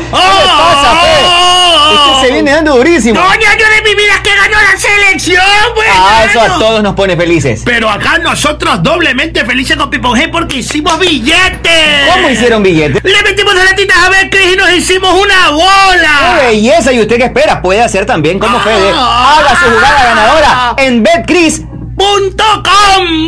¿Qué le pasa, Fe?
Este se viene dando durísimo.
¡Doña, yo de mi vida que ganó la selección, güey!
Ah, eso a todos nos pone felices.
Pero acá nosotros doblemente felices con Pipon G porque hicimos billetes.
¿Cómo hicieron billetes?
Le metimos a la tita a ver Cris y nos hicimos una bola.
¡Qué belleza! ¿Y usted qué espera? Puede hacer también
Ah.
como Fede. Haga su jugada ganadora en BetCris.com.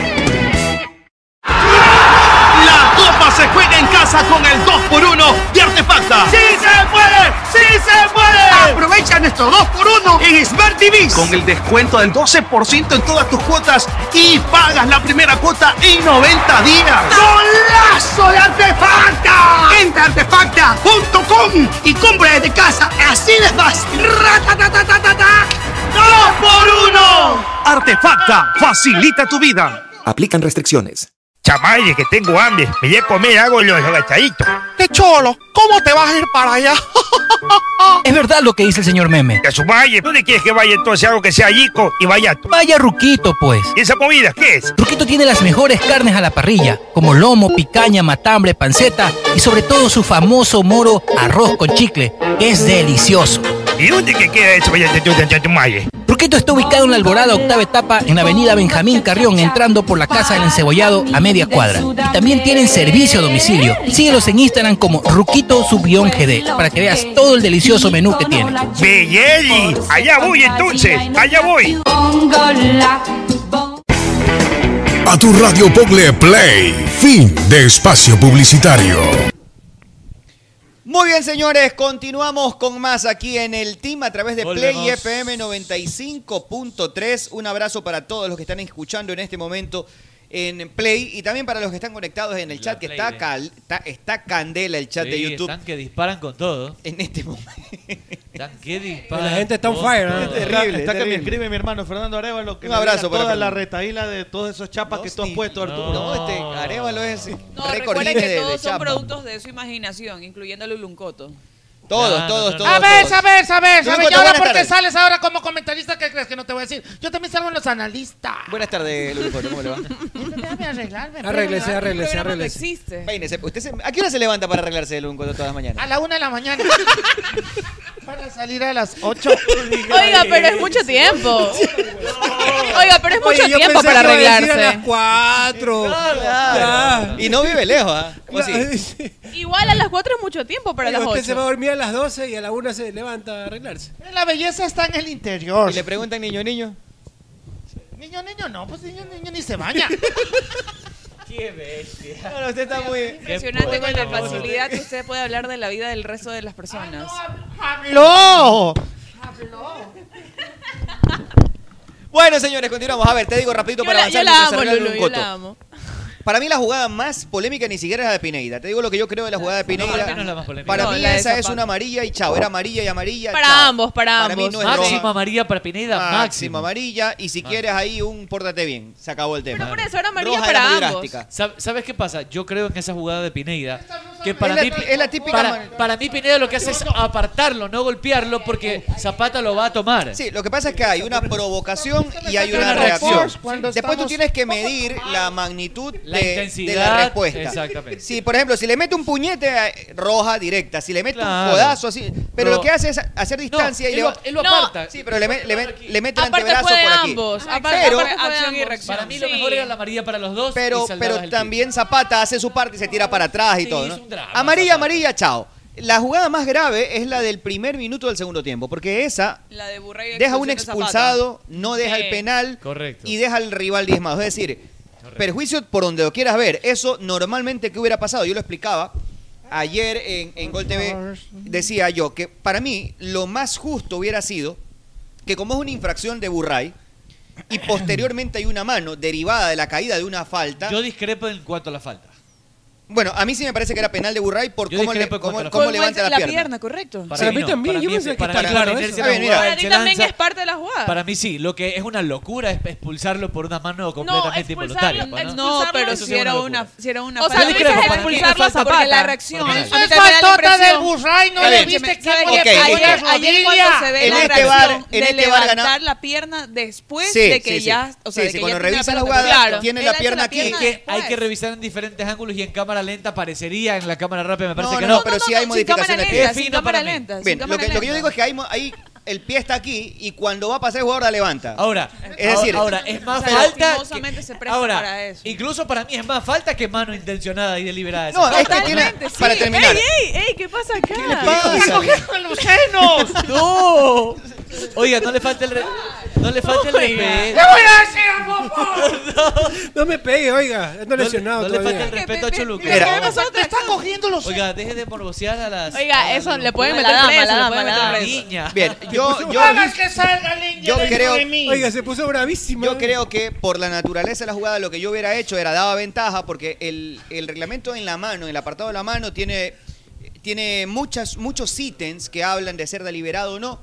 La copa se juega en casa con el 2x1 de Artefacta. ¡Sí se puede! ¡Sí se puede! Aprovecha nuestro 2x1 en Smart TV. Con el descuento del 12% en todas tus cuotas y pagas la primera cuota en 90 días.
¡Golazo de Artefacta! Entra a artefacta.com y compra desde casa. Así de fácil. ¡Ratatatatata! ¡Dos por uno!
Artefacta facilita tu vida.
Aplican restricciones.
Chamaye, que tengo hambre. Me voy a comer hago los agachaditos.
Te cholo, ¿cómo te vas a ir para allá?
Es verdad lo que dice el señor Meme.
A su valle. ¿Dónde quieres que vaya entonces? Algo que sea yico y vallato.
Vaya Ruquito, pues.
¿Y esa comida qué es?
Ruquito tiene las mejores carnes a la parrilla, como lomo, picaña, matambre, panceta y sobre todo su famoso moro arroz con chicle, que es delicioso.
¿Y dónde que queda eso? Vaya, de- de- de- de- de- malle?
Ruquito está ubicado en la Alborada Octava Etapa en la avenida Benjamín Carrión, entrando por la Casa del Encebollado a media cuadra. Y también tienen servicio a domicilio. Síguelos en Instagram como Ruquito Subión GD para que veas todo el delicioso menú que tiene.
Belleli, allá voy entonces, allá voy.
A tu radio Pogle Play, fin de espacio publicitario.
Muy bien, señores, continuamos con más aquí en el team a través de
Volvemos.
Play FM 95.3. Un abrazo para todos los que están escuchando en este momento en Play y también para los que están conectados en el chat, que está, cal- está, está candela el chat de
Sí,
YouTube.
Están que disparan con todo.
En este momento.
Están que disparan.
La gente está on fire, ¿no?
con todo.
Está- está que me escribe mi hermano Fernando Arevalo que
Un
me diga
abrazo para
toda la
Fernando.
retaíla de todos esos chapas que tú has puesto, Arturo.
No, este Arevalo es
No, recuerden que todos son productos de su imaginación, incluyendo Ah, el uluncoto.
Todos, todos, todos.
A ver,
pues,
todos.
a ver, a ver, a
Yo
ver.
encuentro-
¿Y ahora
buenas
por qué
tardes.
sales ahora como comentarista? ¿Qué crees que no te voy a decir? Yo también salgo en los analistas.
Buenas tardes, Luis, ¿cómo le va?
Déjame arreglarme.
pues,
Arréglese,
arréglame.
arréglese,
Programa que
arréglese.
existe.
Peínese. ¿Usted se- ¿A qué hora se levanta para arreglarse el lungo todas las mañanas?
A la una de la mañana. Para salir a las ocho.
Oiga, pero es mucho tiempo. Oiga, pero es mucho
Oye, yo
tiempo
pensé
para
que iba a decir a
arreglarse.
las
cuatro.
Claro. Y no vive lejos, ¿ah? ¿O sí?
Igual a las 4 es mucho tiempo para las
Digo, usted se va a
8.
dormir a las 12 y a la 1 se levanta a arreglarse.
La belleza está en el interior.
Y le preguntan niño, niño.
Niño, niño, no, pues niño, niño ni se baña.
Qué bestia.
No, no, usted está muy...
Qué
Impresionante con la
buena onda.
facilidad que usted puede hablar de la vida del resto de las personas.
¡Lo!
Bueno, señores, continuamos. A ver, te digo rapidito para avanzar. mientras se arregla el lungoto. Para mí la jugada más polémica ni siquiera es la de Pineida. Te digo lo que yo creo de la jugada de
No,
Pineida.
para mí no es la más polémica.
Para
No,
mí
la de
esa es
Zapata.
una amarilla y chao. Era amarilla y amarilla.
Para
chao.
ambos, para
mí
ambos.
no es
Máxima
roja.
amarilla para Pineda,
Máxima
máximo.
amarilla y si quieres ahí un pórtate bien. Se acabó el tema.
Pero por eso era amarilla
Roja
para
muy
ambos.
drástica.
Sab- ¿Sabes qué pasa? Yo creo en esa jugada de Pineda. Que para
la
mí,
tí- es la típica
para,
man-
para mí Pineda lo que hace es apartarlo, no golpearlo, porque Zapata lo va a tomar.
Sí, lo que pasa es que hay una provocación y hay
Una
una
reacción.
reacción.
Cuando
Después tú
estamos-
tienes que medir la magnitud de
La
de
intensidad,
la respuesta.
exactamente.
Si, por ejemplo, si le mete un puñete eh, roja directa, si le mete un
Claro.
codazo así, pero,
Pero-
lo que hace es hacer distancia y
él
le
lo-
va-
él lo No. aparta.
Sí, pero le, me- le, me- le mete el
Aparte
antebrazo
fue de
por aquí.
ambos,
Ajá,
aparte-
pero
aparte fue de ambos.
Para mí lo
Sí.
mejor era la amarilla para los dos.
pero,
y salvabas
pero
el pie.
también Zapata hace su parte y se tira para atrás y
Sí,
todo.
hizo
¿no?
un drama,
amarilla, amarilla, chao. La jugada más grave es la del primer minuto del segundo tiempo, porque esa
La de Burrey
deja un
expulsión de
expulsado,
Zapata.
no deja
Sí.
el penal
Correcto.
y deja al rival diezmado. Es decir, perjuicio por donde lo quieras ver. Eso normalmente que hubiera pasado, yo lo explicaba ayer en, en Gol TV, decía yo que para mí lo más justo hubiera sido que como es una infracción de Burray y posteriormente hay una mano derivada de la caída de una falta,
Yo discrepo en cuanto a la falta.
Bueno, a mí sí me parece que era penal de Burray por cómo, le- cómo-
Cómo
cómo levanta la pierna.
correcto.
Para mí también, yo pensé que estaba claro eso.
Está bien, mira. Para ti también
Chelanza-
es parte de la jugada.
Para mí sí, lo que es una locura es expulsarlo por una mano completamente involuntaria. pues, ¿no?
No, pero
Eso sí
si
es
era
locura.
una, si era una
O sea, tú dices expulsarlo a
porque la
Zapata.
reacción.
Porque
A mí
eso es
también me da la
faltota
impresión-
del Burray, no
A
le
ver,
viste
me-
que
¿sabe
fue
qué?
que
Ayer,
fue
ayer
rodilla.
cuando se ve
En
la
este
reacción
bar-
de
en este bar
levantar
ganó-
la pierna después
Sí,
de que
sí, sí.
ya, o sea,
Sí,
de
sí,
que
cuando
ya tiene
revisa
la
la
pelota.
jugada,
Claro,
tiene
él
la
alza
pierna aquí. Es que
después.
hay que revisar en diferentes ángulos y en cámara lenta parecería, en la cámara rápida me parece
No,
que
no,
no.
no, pero sí hay modificación de pie.
Es fino para mí.
Bien, lo que, lo que yo digo es que ahí, mo- ahí el pie está aquí y cuando va a pasar el jugador la levanta.
Ahora,
es decir,
ahora es más
O sea,
falta.
lastimosamente se presta
ahora,
para eso.
incluso para mí es más falta que mano intencionada y deliberada.
No, es que tiene-
Totalmente, sí.
para terminar.
Ey, ey, ey, ¿qué pasa acá? ¿Qué
pasa? Está cogiendo
los senos?
¡No! Oiga, no le falta el, re- no le falta el
Oiga.
respeto.
¡Le voy
a decir a
No me pegue, oiga. Ando lesionado
No le falta
todavía.
el respeto a Choluca.
mira, ¿qué
Oiga,
Te está cogiendo los
Oiga, deje de morbosear a las.
Oiga, eso le pueden meter
dama,
preso,
la
le
dama,
pueden
la
meter
dama.
preso.
niña.
Bien, yo, yo,
Hagas que salga el indio
yo
dentro
creo,
de mí.
se puso bravísimo. ¿eh? Yo creo que por la naturaleza de la jugada lo que yo hubiera hecho era daba ventaja porque el, el reglamento en la mano, en el apartado de la mano tiene tiene muchas muchos ítems que hablan de ser deliberado o no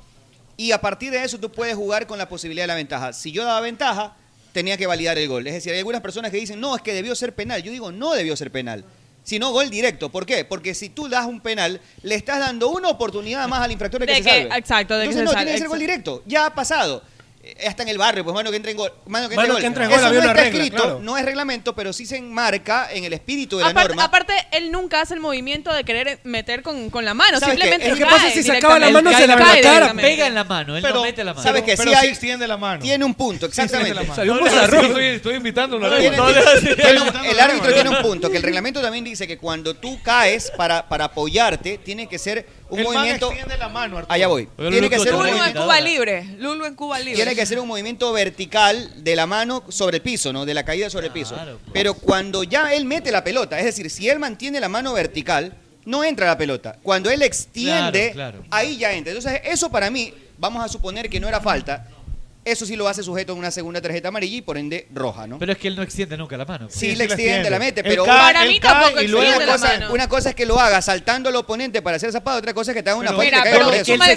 y a partir de eso tú puedes jugar con la posibilidad de la ventaja. Si yo daba ventaja tenía que validar el gol. Es decir, hay algunas personas que dicen, no, es que debió ser penal. Yo digo, no debió ser penal, sino gol directo. ¿Por qué? Porque si tú das un penal, le estás dando una oportunidad más al infractor de que
De
se
que-
salve.
exacto, de que
Entonces,
se
no,
salve,
tiene que ser gol
exacto.
directo. Ya ha pasado. Eh, Hasta en el barrio, pues mano que entra en gol. Mano que entra en
Mano
gol.
que entra en gol,
Eso
había
no
una
está
regla,
escrito,
claro.
no es reglamento, pero sí se enmarca en el espíritu de la
Aparte,
norma.
aparte, él nunca hace el movimiento de querer meter con, con la mano,
¿Sabes qué?
simplemente
Es que
cae
pasa si
directamente.
sacaba la mano,
Él
se
cae
la va a
directamente.
cara, pega
en la mano, él no mete la mano.
¿Sabes que
Pero
sí
sí
hay,
extiende la mano.
Tiene un punto, exactamente.
estoy invitando a una
Tiene-
No le hace-
tiene un- el árbitro tiene un punto, que el reglamento también dice que cuando tú caes para, para apoyarte, tiene que ser un
El man
movimiento.
extiende la mano, Arturo.
Allá voy.
Oye,
Tiene
Lulu,
que ser un
Lulu,
Lulu en
movimiento.
Cuba libre. Lulu en Cuba libre.
Tiene que ser un movimiento vertical de la mano sobre el piso, ¿no? De la caída sobre el piso.
pues.
Pero cuando ya él mete la pelota, es decir, si él mantiene la mano vertical, no entra la pelota. Cuando él extiende,
Claro, claro.
ahí ya entra. Entonces, eso para mí, vamos a suponer que no era falta. Eso sí lo hace sujeto a una segunda tarjeta amarilla y por ende roja, ¿no?
Pero es que él no extiende nunca la mano. pues.
Sí, le extiende la mete,
Él
pero
cae, Para él mí cae tampoco y luego-
una,
extiende la
cosa,
mano.
una cosa es que lo haga saltando al oponente para hacer zapado, otra cosa es que te haga una
Pero-
falta y
Mira,
te
pero
caiga
es
preso.
que él se
¿Sabes qué?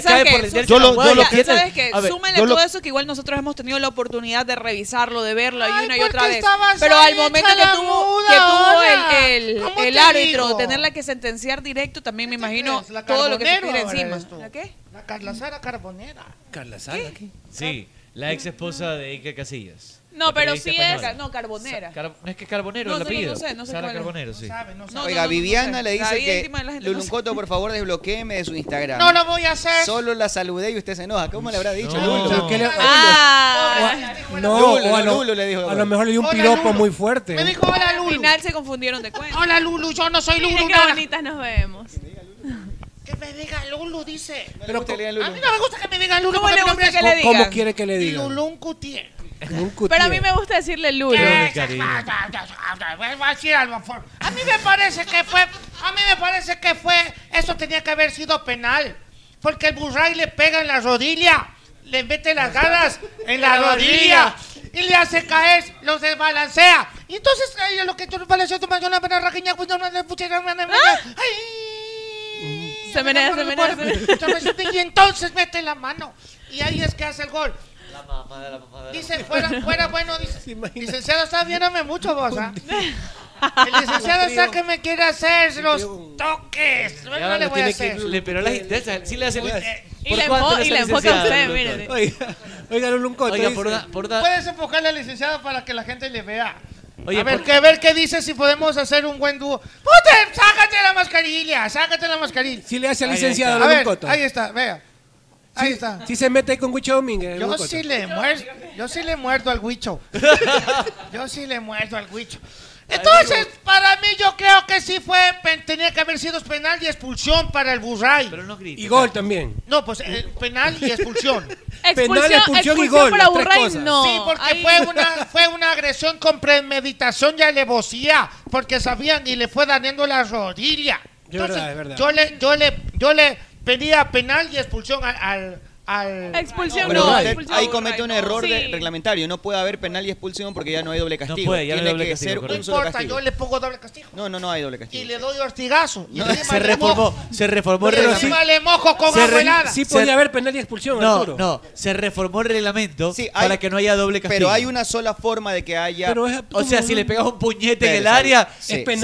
Súmale-
derecho a la guardia.
Ya, ¿Sabes qué?
A ver,
Súmenle
yo lo-
todo eso que igual nosotros hemos tenido la oportunidad de revisarlo, de verlo y una y
¿por
otra
qué
vez.
estabas
Pero
ahí
al momento
hecha
que
la
tuvo,
muda
que tuvo
ahora?
el, el-
¿Cómo
el
te
árbitro,
digo?
tenerla que sentenciar directo, también me imagino todo lo que se tira
Carbonero ahora
encima.
eres tú.
¿La qué?
La Carla Sara Carbonera.
Carla Sala. ¿qué?
Sí, la ex esposa de Iker Casillas.
No,
la
pero
periodista
sí
española.
es. No, carbonera.
Car- no es que es Carbonero
No,
el
no, no,
apellido.
no sé, no sé
Sara
cuál es.
Carbonero, sí.
No,
Oiga,
no, no, no
Viviana
sé.
le
La
dice
vida
que
íntima de la gente no sé.
Luluncoto, por favor, desbloquéeme de su Instagram.
No lo voy a hacer.
Solo la saludé y usted se enoja. ¿Cómo le habrá dicho?
No.
Lulu?
¿Qué le-
Ah.
No,
Lulo,
o a, lo,
Lulo le dijo.
a lo mejor le dio un
Hola,
piropo
Lulo.
muy fuerte.
Me dijo hola Lulu. Al final se confundieron de cuenta.
Hola Lulu, yo no soy Lulu.
Miren qué
nada.
bonitas nos vemos.
Que me diga Lulu, dice.
Pero co-
A mí no me gusta que me digan Lulu.
¿Cómo
porque
le
mi nombre
gusta
es-
que le
¿Cómo
digan?
quiere que le diga?
Lulún Cutier.
Pero a mí me gusta decirle Lulo.
Voy a decir algo, por favor. A mí me parece que fue, a mí me parece que fue, eso tenía que haber sido penal, porque el Burray le pega en la rodilla, le mete las garras en la rodilla y le hace caer, los desbalancea. Y entonces eh, lo que tú pareció tu mayor la pena raquiña cuando no le pusieron una
¿Ah? Se menea, se menea, se menea.
y entonces mete la mano y ahí es que hace el gol.
La mamá de la mamá de la
Dice, fuera, fuera bueno, dice. Licenciado, está viéndome mucho vos, ¿ah? El licenciado está que me quiere hacer los toques.
Ya
Bueno, no le
lo
voy a
tiene que-
hacer.
le- pero las intensas, sí le hace.
Y
¿Por
le
cuánto
enfo-
hace
y le enfoca
licenciado,
usted,
Lulu?
mírele.
Oiga, oiga, Luluncoto.
Oiga,
dice-
por una- por una-
Puedes enfocarle al licenciado para que la gente le vea.
Oye,
a ver,
por-
que, a ver qué dice si podemos hacer un buen dúo. ¡Puta! ¡Sácate la mascarilla! ¡Sácate la mascarilla!
Si le hace al
Ahí
licenciado
está. A ver,
Luluncoto.
ahí está, vea. Ahí está.
Si se mete ahí con Wicho Domínguez.
Yo
Luluncoto.
sí le muerto, yo sí le muerto al huicho. yo sí le muerto al huicho. Entonces, para mí yo creo que sí fue, pen- tenía que haber sido penal y expulsión para el Burray. Pero
no
Y gol también.
No, pues eh, penal y expulsión.
Penal, expulsión y gol.
para
las tres
Burray,
cosas.
no.
Sí, porque fue una, fue una agresión con premeditación y alevosía, porque sabían y le fue dañando la rodilla.
Es verdad, es verdad.
Yo le, yo le, yo le pedía penal y expulsión al, al,
al...
Expulsión
Pero
no.
usted
pues,
expulsión
ahí
no,
comete un
Ray, no.
error de-
Sí.
reglamentario. No puede haber penal y expulsión porque ya no hay doble castigo.
puede, ya no hay
Tiene
doble
que
castigo,
ser
correcto.
un
No
solo
importa,
castigo.
yo le pongo doble castigo.
No, no, no hay doble castigo.
Y le doy hostigazo. Y encima
Se
le mojo.
reformó, se reformó el
Pero
reglamento.
encima le mojo con
Se re-
abuelada.
se-
penal y expulsión,
no,
Arturo.
No, se reformó el reglamento
hay-
para que no haya doble castigo.
Pero hay una sola forma de que haya.
Pero es- O sea, si le pegas un puñete en el
Pero,
área,
sí.
sí, sí, pues,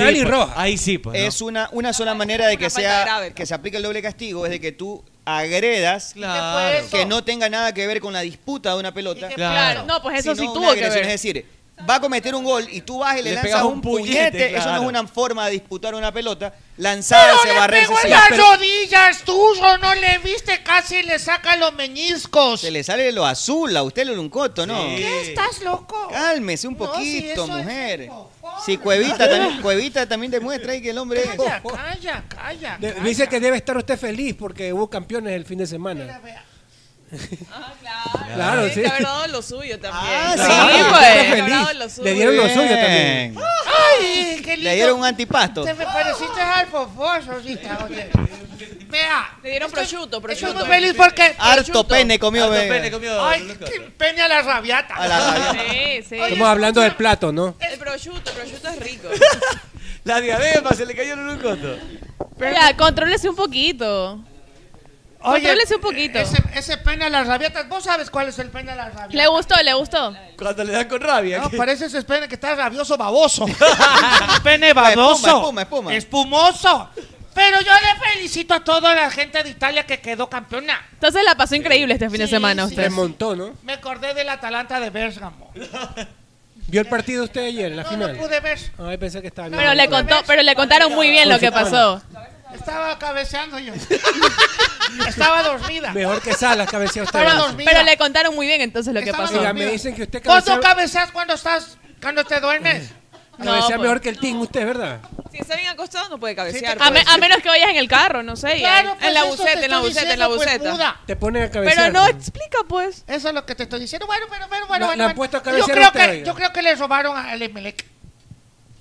Ahí sí, pues. ¿no?
Es una, una sola manera de que sea que se aplique el doble castigo es de que tú agredas
Claro.
que no tenga nada que ver con la disputa de una pelota.
Claro. Claro. No, pues eso
sino
sí
una
tuvo que
agresión.
ver.
Es decir, va a cometer un gol y tú vas y le,
Le
lanzas
pegas
un
un
puñete.
puñete,
Eso no
claro.
es una forma de disputar una pelota. Lanzada se
le
barre
pegó
se
en
saca.
las rodillas, tuyo, no le viste, casi le saca los meñiscos.
Se le sale lo azul a usted, lo luncoto, ¿no?
¿Qué estás loco?
Cálmese un
No, si
poquito,
eso es
mujer. Si Cuevita también, Cuevita también demuestra ahí que el hombre es.
Calla, calla, calla.
De-
calla.
dice que debe estar usted feliz porque hubo campeones el fin de semana.
Ah, Claro,
Claro,
tiene
sí.
que haber dado lo suyo también.
Ah,
Tiene
sí,
que
pues.
haber
Está feliz.
dado lo suyo.
Le dieron lo
Bien.
suyo también.
Ay, qué lindo.
Le dieron un antipasto.
Te me pareciste al fofoso, ahorita, oye. Vea.
Le dieron prosciutto,
Estoy
prosciutto.
muy feliz porque...
Harto pene comió,
Harto
venga.
pene comió. Ay, qué pene a la rabiata.
A la rabiata.
Sí, sí.
Estamos hablando del plato, ¿no?
El prosciutto, el prosciutto es rico.
La diadema se le cayó en un coto.
Ya, contrólese un poquito. Contrólese un poquito.
Ese, ese pene a las rabietas, vos sabes cuál es el pene a las rabietas.
Le gustó, le gustó.
Cuando le dan con rabia.
No,
que-
parece ese pene que está rabioso baboso.
pene
baboso.
Espuma,
espuma, espuma.
Espumoso. Pero yo le felicito a toda la gente de Italia que quedó campeona.
Entonces la pasó increíble este fin de
Sí,
semana
sí,
usted.
Remontó, ¿no?
Me acordé del Atalanta de Bérgamo.
¿Vio el partido usted ayer, la
No
final?
lo pude ver.
Ay, pensé que estaba bien.
Pero le contó, pero le contaron muy bien lo que pasó.
Estaba cabeceando yo. Estaba dormida.
Mejor que Salas cabeceó usted.
Estaba
¿verdad?
dormida.
Pero le contaron muy bien entonces lo que
Estaba
pasó.
dormida. Oiga, me dicen que usted
Vos no
cabeceaba-
cabeceas cuando estás, cuando te duermes.
Cabecea
No, pues.
mejor que el team usted, ¿verdad?
Si está bien acostado, no puede cabecear.
A, me-
pues.
a menos que vayas en el carro, no sé. y
Claro,
en-
pues,
en la
eso te
buceta, en la
estoy
buceta, en la
diciendo, pues,
buceta.
muda.
Te ponen a
Pero
cabecear.
no explica, pues.
Eso es lo que te estoy diciendo. Bueno, pero, pero bueno,
La-
bueno.
la
bueno.
han puesto a
yo,
cabecear
creo
usted,
que,
oiga.
yo creo que le robaron a- al Emelec.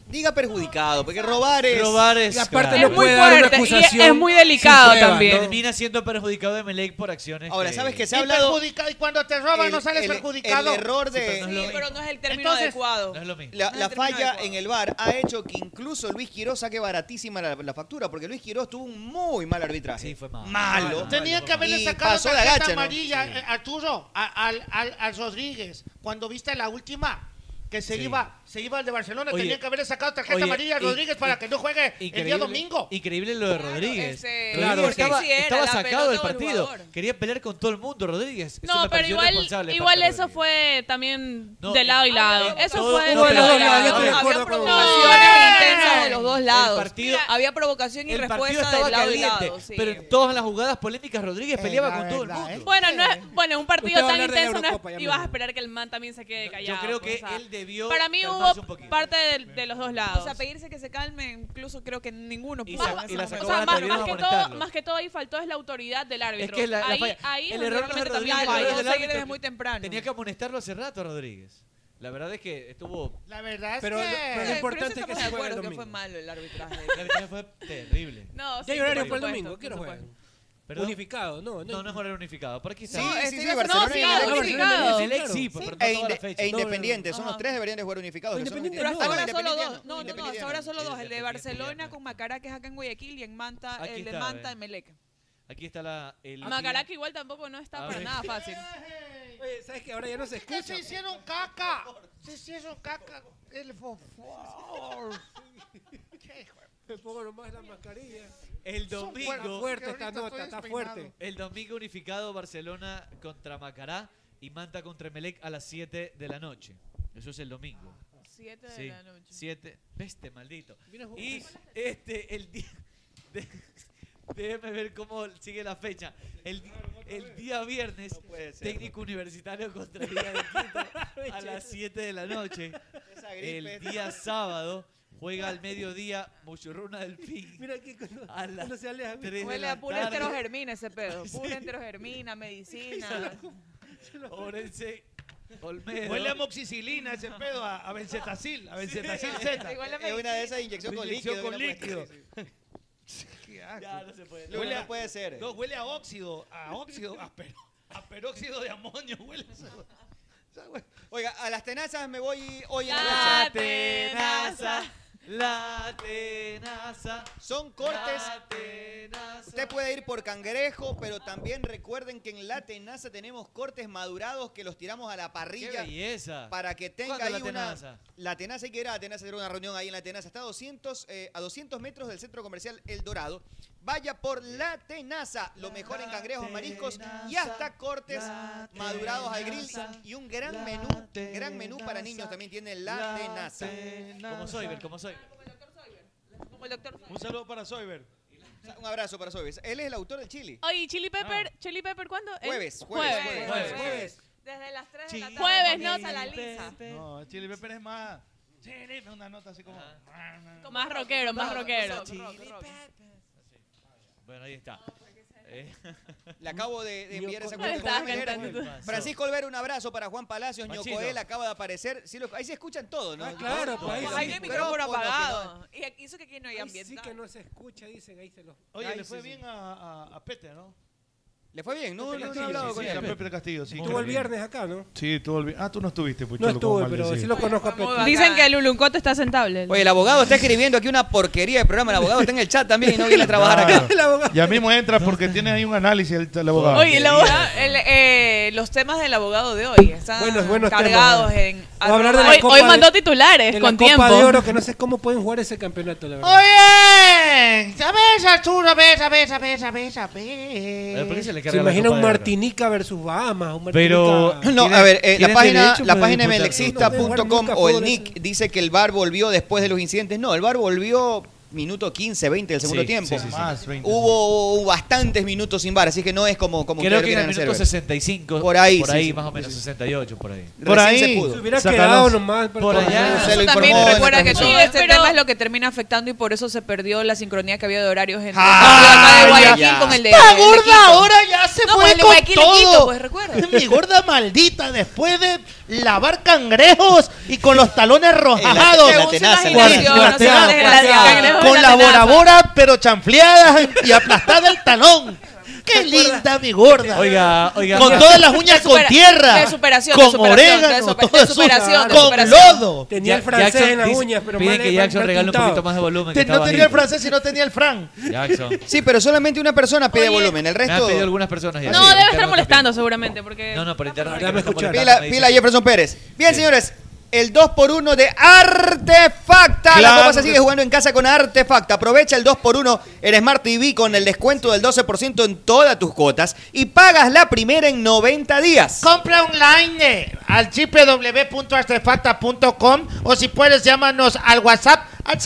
Diga perjudicado, porque robar es.
Robar es.
Y aparte
claro.
no puede dar una acusación sin pruebas, ¿no?
Termina siendo perjudicado de Melec por acciones.
Ahora, ¿sabes qué? Se
Y
ha hablado.
perjudica- y cuando te roban
el-
no sales
el-
perjudicado.
El error de.
Sí, pero no es el término
Entonces-
adecuado.
No es lo mismo.
La,
No
la
termina
falla
adecuado.
en el bar ha hecho que incluso Luis Quirós saque baratísima la, la factura, porque Luis Quirós tuvo un muy mal arbitraje.
Sí, fue malo.
Malo.
Tenía que haberle
Y
sacado
pasó la
tarjeta
gacha, ¿no?
amarilla eh, a Arturo, a- al, al, al Rodríguez, cuando viste la última que se
Sí.
iba se iba al de Barcelona,
Oye,
tenía que haberle sacado tarjeta
oye,
amarilla a
y-
Rodríguez para que no juegue el día domingo.
Increíble lo de Rodríguez.
ese-
Rodríguez
Claro,
estaba,
este, sí era,
estaba
la
sacado
pelota
del
del
partido.
jugador.
Quería pelear con todo el mundo, Rodríguez. Eso
No,
me
pero
pareció
igual,
irresponsable de
igual
parte de
eso fue también
No,
de lado y lado. Eso
todo-
fue
todo
de
de
lado
lado
y
y lado,
lado.
yo estoy de
No, había
acuerdo con usted.
provocaciones intensas de los dos lados.
partido-
había provocación y
El partido
respuesta
estaba
del lado y
caliente,
lado. sí.
pero en todas las jugadas polémicas Rodríguez peleaba con todo el mundo.
Bueno, no es, bueno, un partido
Usted va a
tan
hablar de la
intenso no
Eurocopa, ya
es, ibas a
mismo.
esperar que el man también se quede callado.
creo
pues,
que
o sea,
él debió
Para mí
calmarse un
hubo
poquito.
parte de, de los dos
O
lados.
sea, pedirse que se calme, incluso creo que ninguno
Y
pudo
sa-
en ese
y la
momento.
sacó
O sea,
Barata
más,
vino
más
a
que todo,
molestarlo.
más que todo ahí faltó es la autoridad del árbitro.
Es que la- la
ahí,
falla-
ahí es
el
donde
error no es
realmente
de Rodríguez,
también
el error
falla.
es del árbitro.
es muy temprano.
Tenía que amonestarlo hace rato Rodríguez. La verdad es que estuvo.
La verdad es
Pero-
que...
pero lo
Eh,
importante
pero
es que
estamos
se
de
juegue el
acuerdo que
domingo.
fue malo el arbitraje.
La verdad Este fue terrible.
No,
Ya hay
sí,
horario
por
para el
supuesto,
domingo. ¿Qué
por
hora
supuesto.
juegan? Unificado, no, no.
No, no es horario unificado. Por aquí
Sí,
está.
sí,
No,
sí,
estoy de acuerdo.
Barcelona y
No, sí,
Melec.
claro, unificado.
Melec sí, pero no
E,
todas las
inde-
fechas.
e
No, no, no.
Independiente, son los
Ajá.
tres deberían de jugar unificados. que son los-
Independiente
Pero hasta
no.
Ah,
ahora
no,
solo
Independiente
dos. No, no, no, hasta ahora solo dos. El de Barcelona con Macará, que es acá en Guayaquil, y en Manta,
Aquí
el de
está,
Manta
eh.
en Melec.
Aquí está la. El
Macaraca igual tampoco no está
A
para
ver.
nada fácil.
Oye, ¿sabes que ahora ya no se
que
escucha?
se hicieron caca. Se hicieron caca el fofor. Qué hijo de-
Me pongo nomás la mascarilla.
El
Son
Está
domingo.
fuerte esta
ahorita
nota,
estoy
está
despeinado.
fuerte.
El domingo unificado Barcelona contra Macará y Manta contra Melec a las 7 de la noche. Eso es el domingo.
Siete
Sí,
de la noche.
7. Veste, maldito.
Mira, vos.
Y este, el día. de- déjeme ver cómo sigue la fecha. El, di- el día viernes, técnico universitario contra Liga de Quito a las 7 de la noche. El día sábado juega al mediodía Muchurruna del Pin.
Mira aquí cuando,
A la-
cuando se aleja. mira.
tres de
Huele
la
a pura
tarde.
enterogermina ese pedo. Pura enterogermina, medicina.
Orense, Olmedo.
Huele a moxicilina ese pedo, a, a benzetacil, a benzetacil Z.
Igual la
Es una de esas
Una
inyección con
inyección
líquido.
con
que no puede-
líquido.
sí,
Qué asco.
Ya, no se puede.
sí. Lo que
Huele
no
a-
puede ser.
No, huele a óxido, a óxido áspero.
A peróxido de amonio huele Oiga, a las tenazas me voy hoy en
La
noche.
tenaza,
la tenaza. Son cortes.
Usted puede ir por cangrejo, pero también recuerden que en la tenaza tenemos cortes madurados que los tiramos a la
¡Qué
parrilla.
belleza!
Para que tenga
¿Cuándo
ahí
la
una.
tenaza?
La tenaza hay que ir a la tenaza hacer una reunión ahí en la tenaza. Está a 200, eh, a 200 metros del centro comercial El Dorado. Vaya por la tenaza, lo mejor en cangrejos, mariscos y hasta cortes madurados al grill. Y un gran menú, gran menú para niños también tiene la tenaza.
Como Soyber, como Soyber.
Como el doctor
Un saludo para Soyber.
Un abrazo para Soyber. Él es el autor del chili.
Oye, Chili Pepper, Chili Pepper, ¿cuándo? ¿El?
Jueves, jueves, jueves, jueves,
jueves.
Desde las 3 de la tarde.
Jueves,
no,
no,
a la
Chili
lisa.
No, Chili Pepper es más. Chili Pepper, una nota así
Ah.
como. ah,
Más rockero, más rockero.
Bueno, ahí está. Eh.
Le acabo de, de enviar esa cuenta.
Estabas
Olvera.
cantando tú.
Francisco Olvera, un abrazo para Juan Palacios.
Machito.
Ñocoel acaba de aparecer. Sí, lo- ahí se escuchan todo, ¿no?
claro,
No,
pues, ahí
no,
sí.
hay
Ahí el
micrófono apagado.
Y aquí- hizo que aquí no hay
Ahí
ambiente.
sí que no se escucha, dicen, ahí se los...
Oye,
Ahí
le
sí,
fue
sí.
bien a, Ah, a, a Peter, ¿no?
Le fue bien, ¿no?
Pepe
No, no he
Castillo,
hablado
sí,
con
sí,
él.
a Pepe Castillo, sí.
Estuvo
creo
el
que-
viernes acá, ¿no?
Sí, tú olvi- Ah, tú no estuviste,
No
Pucholo.
estuve,
como
pero
maldecido.
sí lo conozco a Pepe.
Dicen que el Uluncoto está sentable.
Oye, el abogado está escribiendo aquí una porquería de programa. El abogado está en el chat también y no viene a trabajar acá. El abogado.
Ya mismo entras porque tienes ahí un análisis el, el abogado.
Oye, el abogado- el, eh, los temas del abogado de hoy están
Buenos, buenos
este
cargados
temas.
en.
Voy a hablar de la
Hoy-
Copa
hoy
de-
mandó titulares,
de la
con
Copa
tiempo.
de Oro, que no sé cómo pueden jugar ese campeonato, la verdad.
Oye, ¿sabes, Arturo? ¿Sabes, sabes, sabes, sabes, sabes?
se,
carga la
imagina
Copa de Oro?
un Martinica versus Bahamas, un
Pero-
Martinica-
No, a ver, eh, la
¿Tienen
página,
derecho
la
para
página
disputar?
melexista.com o el
fútbol ese.
nick dice que el bar volvió después de los incidentes. No, el bar volvió minuto 15, 20 del segundo
Sí,
tiempo.
sí, sí, sí. Más, 20.
Hubo bastantes minutos sin bar, así que no es como, como
Creo
ustedes lo
que en el
quieran
minuto
hacer ver.
65.
Por ahí,
Por
sí,
ahí,
sí.
más o menos, 68, por ahí.
Por Recién ahí. se pudo.
Se hubiera
Sácalos.
quedado nomás. pero-
Por allá.
Eso también
informó en
recuerda
la
que todo
transmisión.
este
Oye, pero-
tema es lo que termina afectando y por eso se perdió la sincronía que había de horarios entre
Ah,
el de Guayaquil
ya.
con el de
Esta
el de
gorda
Quito.
ahora ya se
No,
fue
pues el de
con
Guayaquil y Quito,
todo.
pues recuerda.
Mi gorda maldita, después de lavar cangrejos y con los talones rojados.
En la tenaza, en la
Cuarteada,
tenaza. No seas desgraciado.
cuarteada,
Cangrejos en
Con
la
la bora
tenaza.
bora, pero chanfleada y aplastada el talón. Qué linda mi gorda.
Oiga, oiga.
Con
oiga.
todas las uñas con
supera-
tierra.
de superación, de
Con
superación, de
orégano,
super-
todo
de
eso,
superación, de
Con
superación.
lodo.
Tenía el
Ya-
francés
Jackson
en las
dice-
uñas, pero
piden
mal-
que
mal-
Jackson
mal
regale un
pintado.
poquito más de volumen. que
Te-
está
no tenía el
bajito.
francés, sino tenía el Fran.
Jackson.
Sí, pero solamente una persona pide volumen, el
Me han
resto...
pedido algunas personas ya.
No, debe
Sí, interno
estar
también.
molestando seguramente, porque.
No, no, por interno. que
Dame
me está
escuchar.
molestando,
Pila,
me
pila
dicen.
Jefferson Pérez. Bien, señores, el 2x1 de Artefacta.
Claro
La Copa se
que
sigue jugando en casa con Artefacta. Aprovecha el 2x1 en Smart TV con el descuento del 12% en todas tus cuotas y pagas la primera en 90 días.
Compra online eh, al www.artefacta.com o si puedes llámanos al WhatsApp al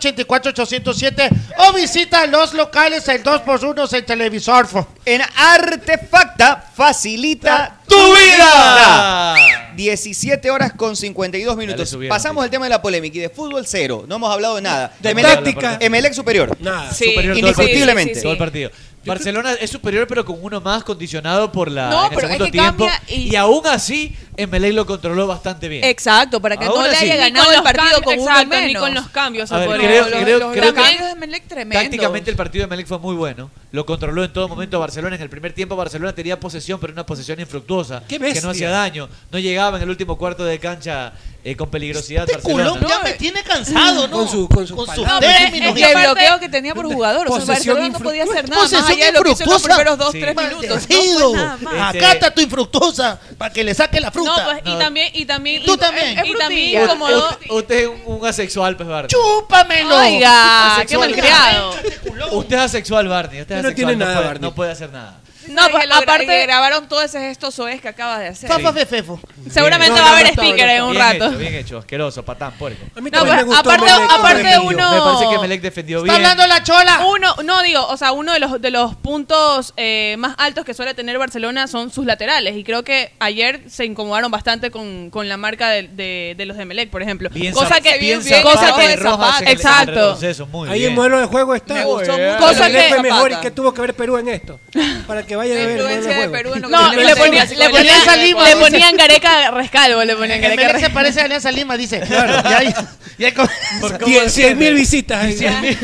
09803-84807 o visita los locales el 2x1 en Televisor.
En Artefacta facilita
¡Tu vida!
17 horas con 52
Ya le
minutos.
subieron,
Pasamos el tema de la polémica y de fútbol cero. No hemos hablado de nada.
De
Emelec-
táctica.
Emelec superior.
Nada.
Sí,
Superior todo el partido.
Indiscutiblemente.
Todo el partido. Barcelona es superior, pero con uno más condicionado por la
No,
en el
pero es
segundo
que
tiempo.
cambia y-
y... aún así, Emelec lo controló bastante bien.
Exacto, para que
Ahora
no le
sí.
haya
Ni
ganado
con
el
los
partido
cambios,
con uno
exacto,
menos.
ni con los cambios se
A ver,
podría-
creo-
los,
creo-
los
creo que-
cambios de Melec tremendos.
Tácticamente el partido de Melec fue muy bueno. Lo controló en todo momento Barcelona. En el primer tiempo Barcelona tenía posesión, pero una posesión infructuosa. que
¡Qué bestia!
no hacía daño. No llegaba en el último cuarto de cancha eh, con peligrosidad
Este
Barcelona.
culón ya me tiene cansado, ¿no?
Con su- con sus
sus
No, pero es- es
términos.
que el bloqueo que tenía por jugador, o sea,
Posesión
Barcelona no
infru-
podía hacer nada más
Posesión
allá de lo que hizo en los
infructuosa.
primeros dos,
Sí.
tres minutos. No fue
Maldecido.
nada más.
Este-
Acata tu infructuosa para que le saque la fruta.
No, pues, y
No.
también, y también.
Tú
y-
también.
Y también,
Usted-
como
usted-
dos.
Usted es un, un asexual, pues, Barney.
¡Chúpamelo!
Oiga, qué malcriado.
Usted es asexual, Barney. Usted es
No
asexual,
tiene nada,
puede,
Barney.
no puede hacer nada.
No, pues,
Y lo gra- y
aparte.
grabaron todo ese gesto soez que acabas de hacer.
Fafa fefefo.
Seguramente
No,
va a
no,
haber
no está,
sticker en
no está.
un
bien
rato.
Hecho, bien hecho, asqueroso, patán, puerco.
A mí
No,
también
pues,
me gustó
aparte-
Melec,
aparte
Melec.
uno-
Me parece que Melec defendió
Está
bien.
hablando la chola.
Uno, no digo, o sea, uno de los de los puntos eh, más altos que suele tener Barcelona son sus laterales y creo que ayer se incomodaron bastante con, con la marca de, de- de los de Melec, por ejemplo.
Bien
cosa
zap-
que
bien
cosa
zapado
que
de rojas en el- en el
exacto.
retroceso, muy
Ahí
bien.
el modelo de juego está.
Me gustó
Oye,
mucho
Cosa
lo de
que fue
Zapata.
mejor y que tuvo que ver Perú en esto. Para que vayan a ver.
Influencia
vean los
de
juegos.
Perú en lo que
No, le ponían, le ponían, le ponían Gareca Rescalvo, le ponían Gareca
Emelec se
Rescalvo.
parece a Alianza Lima, dice. Claro,
Cien- cien mil visitas. ahí.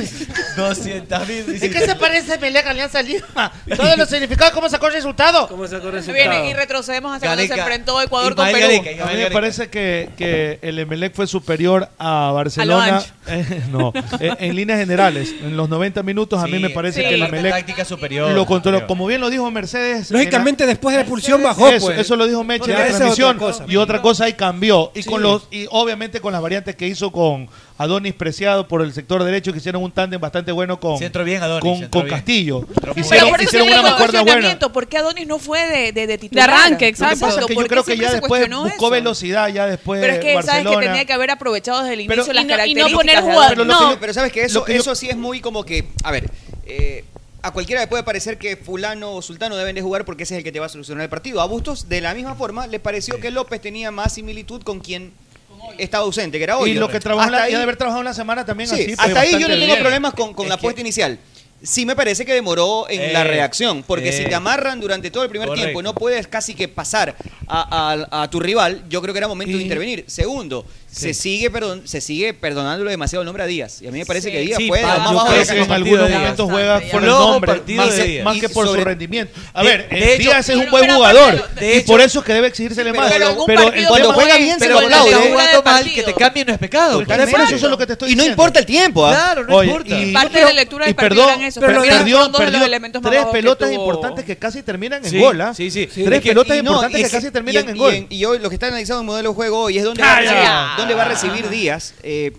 200 mil ¿De qué se parece Emelec a Alianza Lima? Todos los significados, ¿cómo sacó el resultado? ¿Cómo
sacó el
Viene y retrocedemos hasta cuando se
Gareca.
enfrentó Ecuador con Perú.
a mí me parece que, que el Emelec fue superior a Barcelona.
ancho.
Eh, no, eh, en líneas generales. En los 90 minutos, a mí
Sí,
me parece
sí.
que el
Parte
Emelec.
táctica superior,
Lo controló.
superior.
Como bien lo dijo Mercedes.
Lógicamente,
era-
después de la expulsión bajó.
Eso,
pues.
eso lo dijo Meche en
Ya,
la
esa es
transmisión.
otra cosa.
y otra cosa ahí cambió. Y
Sí.
con los y obviamente con las variantes que hizo con Adonis Preciado por el sector derecho, que hicieron un tándem bastante bueno con, con, con Castillo. Hicieron,
Pero por eso
hicieron
tiene
una mancuerna buena.
cuestionamiento. ¿Por qué Adonis no fue de, de, de titular?
Lo que pasa es que yo
¿Por qué
creo que
siempre
ya
se
después
cuestionó
buscó
eso?
velocidad, ya después
Pero es que
Barcelona.
sabes que tenía que haber aprovechado desde el inicio
Pero-
las
Y no- y
no
características.
poner
de
jugadores.
Adonis.
No,
pero, sabes que eso,
lo que yo-
eso sí es muy como que, a ver, eh, a cualquiera le puede parecer que fulano o sultano deben de jugar porque ese es el que te va a solucionar el partido. A Bustos, de la misma forma, le pareció que López tenía más similitud con quien estaba ausente, que era hoy.
y lo que trabajó, la, y de haber trabajado una semana también así. pues,
hasta ahí yo no
bastante
tengo
bien.
problemas con, con la apuesta inicial. Sí me parece que demoró en
Eh,
la reacción, porque
eh.
si te amarran durante todo el primer
Correcto.
tiempo, no puedes casi que pasar a, a- a tu rival, yo creo que era momento de intervenir. Segundo, se sigue perdon- se sigue perdonándolo demasiado el nombre a Díaz. Y a mí me parece
Sí.
que Díaz
Sí,
fue de
pa-
los más
yo
bajo
creo
de la
que en
campaña.
algunos momentos juega por el nombre, más, que- más que por su rendimiento. A ver, eh, Díaz es un buen jugador y por eso es que debe exigírsele más.
cuando juega
juegue-
bien,
pero
se lo
cuando
aplaude.
juega
Jugando mal,
partido.
que te cambien no es pecado.
Totalmente. Por eso es lo que te estoy
Y no importa el tiempo, ¿ah?
Claro, no importa.
y-
Parte de la lectura del
y
partido
perdón,
eran esos,
pero
pero eran-
perdió,
fueron dos de los
perdió
elementos más
tres
bajos que
pelotas
tuvo.
importantes que casi terminan en
Sí,
gol, ¿ah?
sí, sí.
Tres
Es que-
pelotas
y no,
importantes
y
que
es-
casi terminan
y-
en
y
gol.
Y hoy lo que está analizando el modelo de juego hoy es dónde va, a
¡Calla!
recibir, dónde va a recibir Díaz. eh,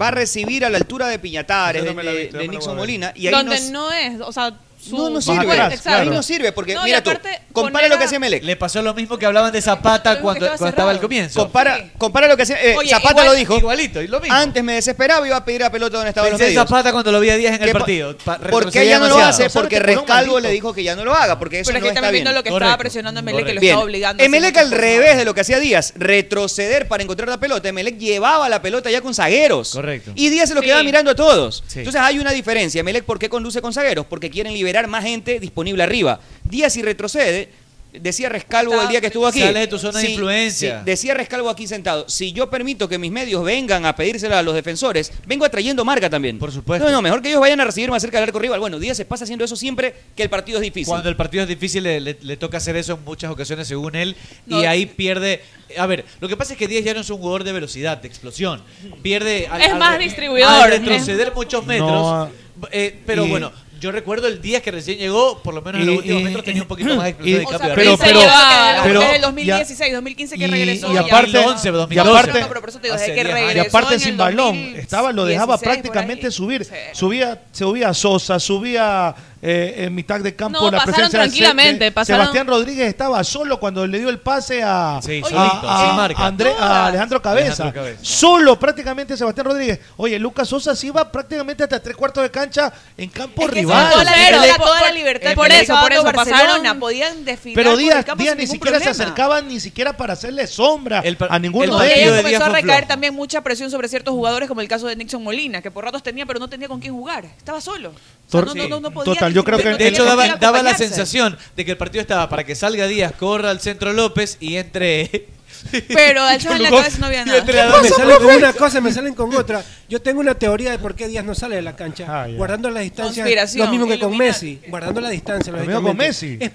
va a recibir a la altura de Piñatares, de, de Nixon Molina. Y ahí
Donde
no,
no es, o sea, su
no, no
Más
sirve.
atrás,
Exacto.
claro.
Ahí no sirve porque,
No, y
mira tú,
aparte,
compara
poner
lo que
a-
hacía Melec.
Le pasó lo mismo que hablaban de Zapata cuando, cuando estaba al comienzo.
Compara, compara lo que hacía. eh,
Oye,
Zapata
igual-
lo dijo.
igualito, y lo mismo.
Antes me desesperaba y iba a pedir a pelota donde estaba los
Pensé en
medios.
Zapata cuando lo vi a Díaz en el
¿Qué pa-
partido. Pa-
¿Por qué
retrocedía
ya no lo
demasiado.
hace? Porque Rescalvo le dijo que ya no lo haga, porque eso
Pero es
no
que
está
también
bien.
viendo lo que estaba presionando a Melec, que lo
Bien.
estaba obligando. a hacer
Emelec
mucho
al revés de lo que hacía Díaz, retroceder para encontrar la pelota. Emelec llevaba la pelota ya con zagueros. Correcto. Y Díaz se lo
Sí.
quedaba mirando a todos.
Sí.
Entonces hay una diferencia. Emelec, ¿por qué conduce con zagueros? Porque quieren liberar más gente disponible arriba. Díaz, si retrocede, decía Rescalvo el día que estuvo aquí.
Sales de tu zona de influencia.
sí, decía Rescalvo aquí sentado. Si yo permito que mis medios vengan a pedírsela a los defensores, vengo atrayendo marca también. Por supuesto. No, no, mejor que ellos vayan a recibir más cerca del arco rival. Bueno, Díaz se pasa haciendo eso siempre que el partido es difícil.
Cuando el partido es difícil, le, le- le toca hacer eso en muchas ocasiones, según él,
No.
y ahí pierde. A ver, lo que pasa es que Díaz ya no es un jugador de velocidad, de explosión. Pierde. Al,
Es
al-
más distribuidor,
Al retroceder
es-
muchos metros.
No, ah,
eh, pero
y-
bueno, yo recuerdo el Díaz que recién llegó, por lo menos en los
y-
últimos
y-
metros tenía un poquito más de
y-
explosión
o
de
sea,
cambio
pero-
de ritmo.
pero-
Desde
pero-
el
ya-
2016, 2015 que
y-
regresó.
y
ya.
aparte,
2011,
y
2012.
aparte-
No, pero por
eso te digo, desde
hace
que
10 años. y
regresó
aparte
en
sin
el
balón, estaba, lo dejaba
16 por
prácticamente subir. Subía, se subía Sosa, subía eh, en mitad de campo
No,
la
pasaron
presencia de-
tranquilamente,
de-
pasaron-
Sebastián Rodríguez estaba solo cuando le dio el pase a, a-
solito,
a-
sin marca.
a André- a Alejandro Cabeza.
Alejandro Cabeza.
Solo prácticamente Sebastián Rodríguez. Oye, Lucas Sosa se iba prácticamente hasta tres cuartos de cancha en campo
Que se
rival.
toda la
Pero-
libertad, toda la libertad.
el- por eso, por eso,
Barcelona
pasaron-
podían desfilar.
Pero
por el
Díaz,
campo
Díaz
sin
ni
ningún
siquiera se
problema.
acercaban ni siquiera para hacerle sombra a ninguno
No, y
de
ahí
ellos.
comenzó a recaer también mucha presión sobre ciertos jugadores, como el caso de Nixon Molina, que por ratos tenía, pero no tenía con quién jugar. Estaba solo. O sea, no,
Tor-
no, no, no
sí.
podía
Total, yo creo
distribuir,
que-
no
De
tenía
hecho,
con
daba,
quién
daba la
acompañarse.
sensación de que el partido estaba para que salga Díaz, corra al centro López y entre.
Pero al chaval en la
Lucó-
cabeza no había
y
nada.
entre
Me
la- me
salen con
profe?
una cosa, me salen con otra. Yo tengo una teoría de por qué Díaz no sale de la cancha,
Ah,
guardando la distancia.
Conspiración,
Lo mismo que con
Illuminati.
Messi, guardando la distancia.
Lo mismo con
lógicamente.
Messi.
Es-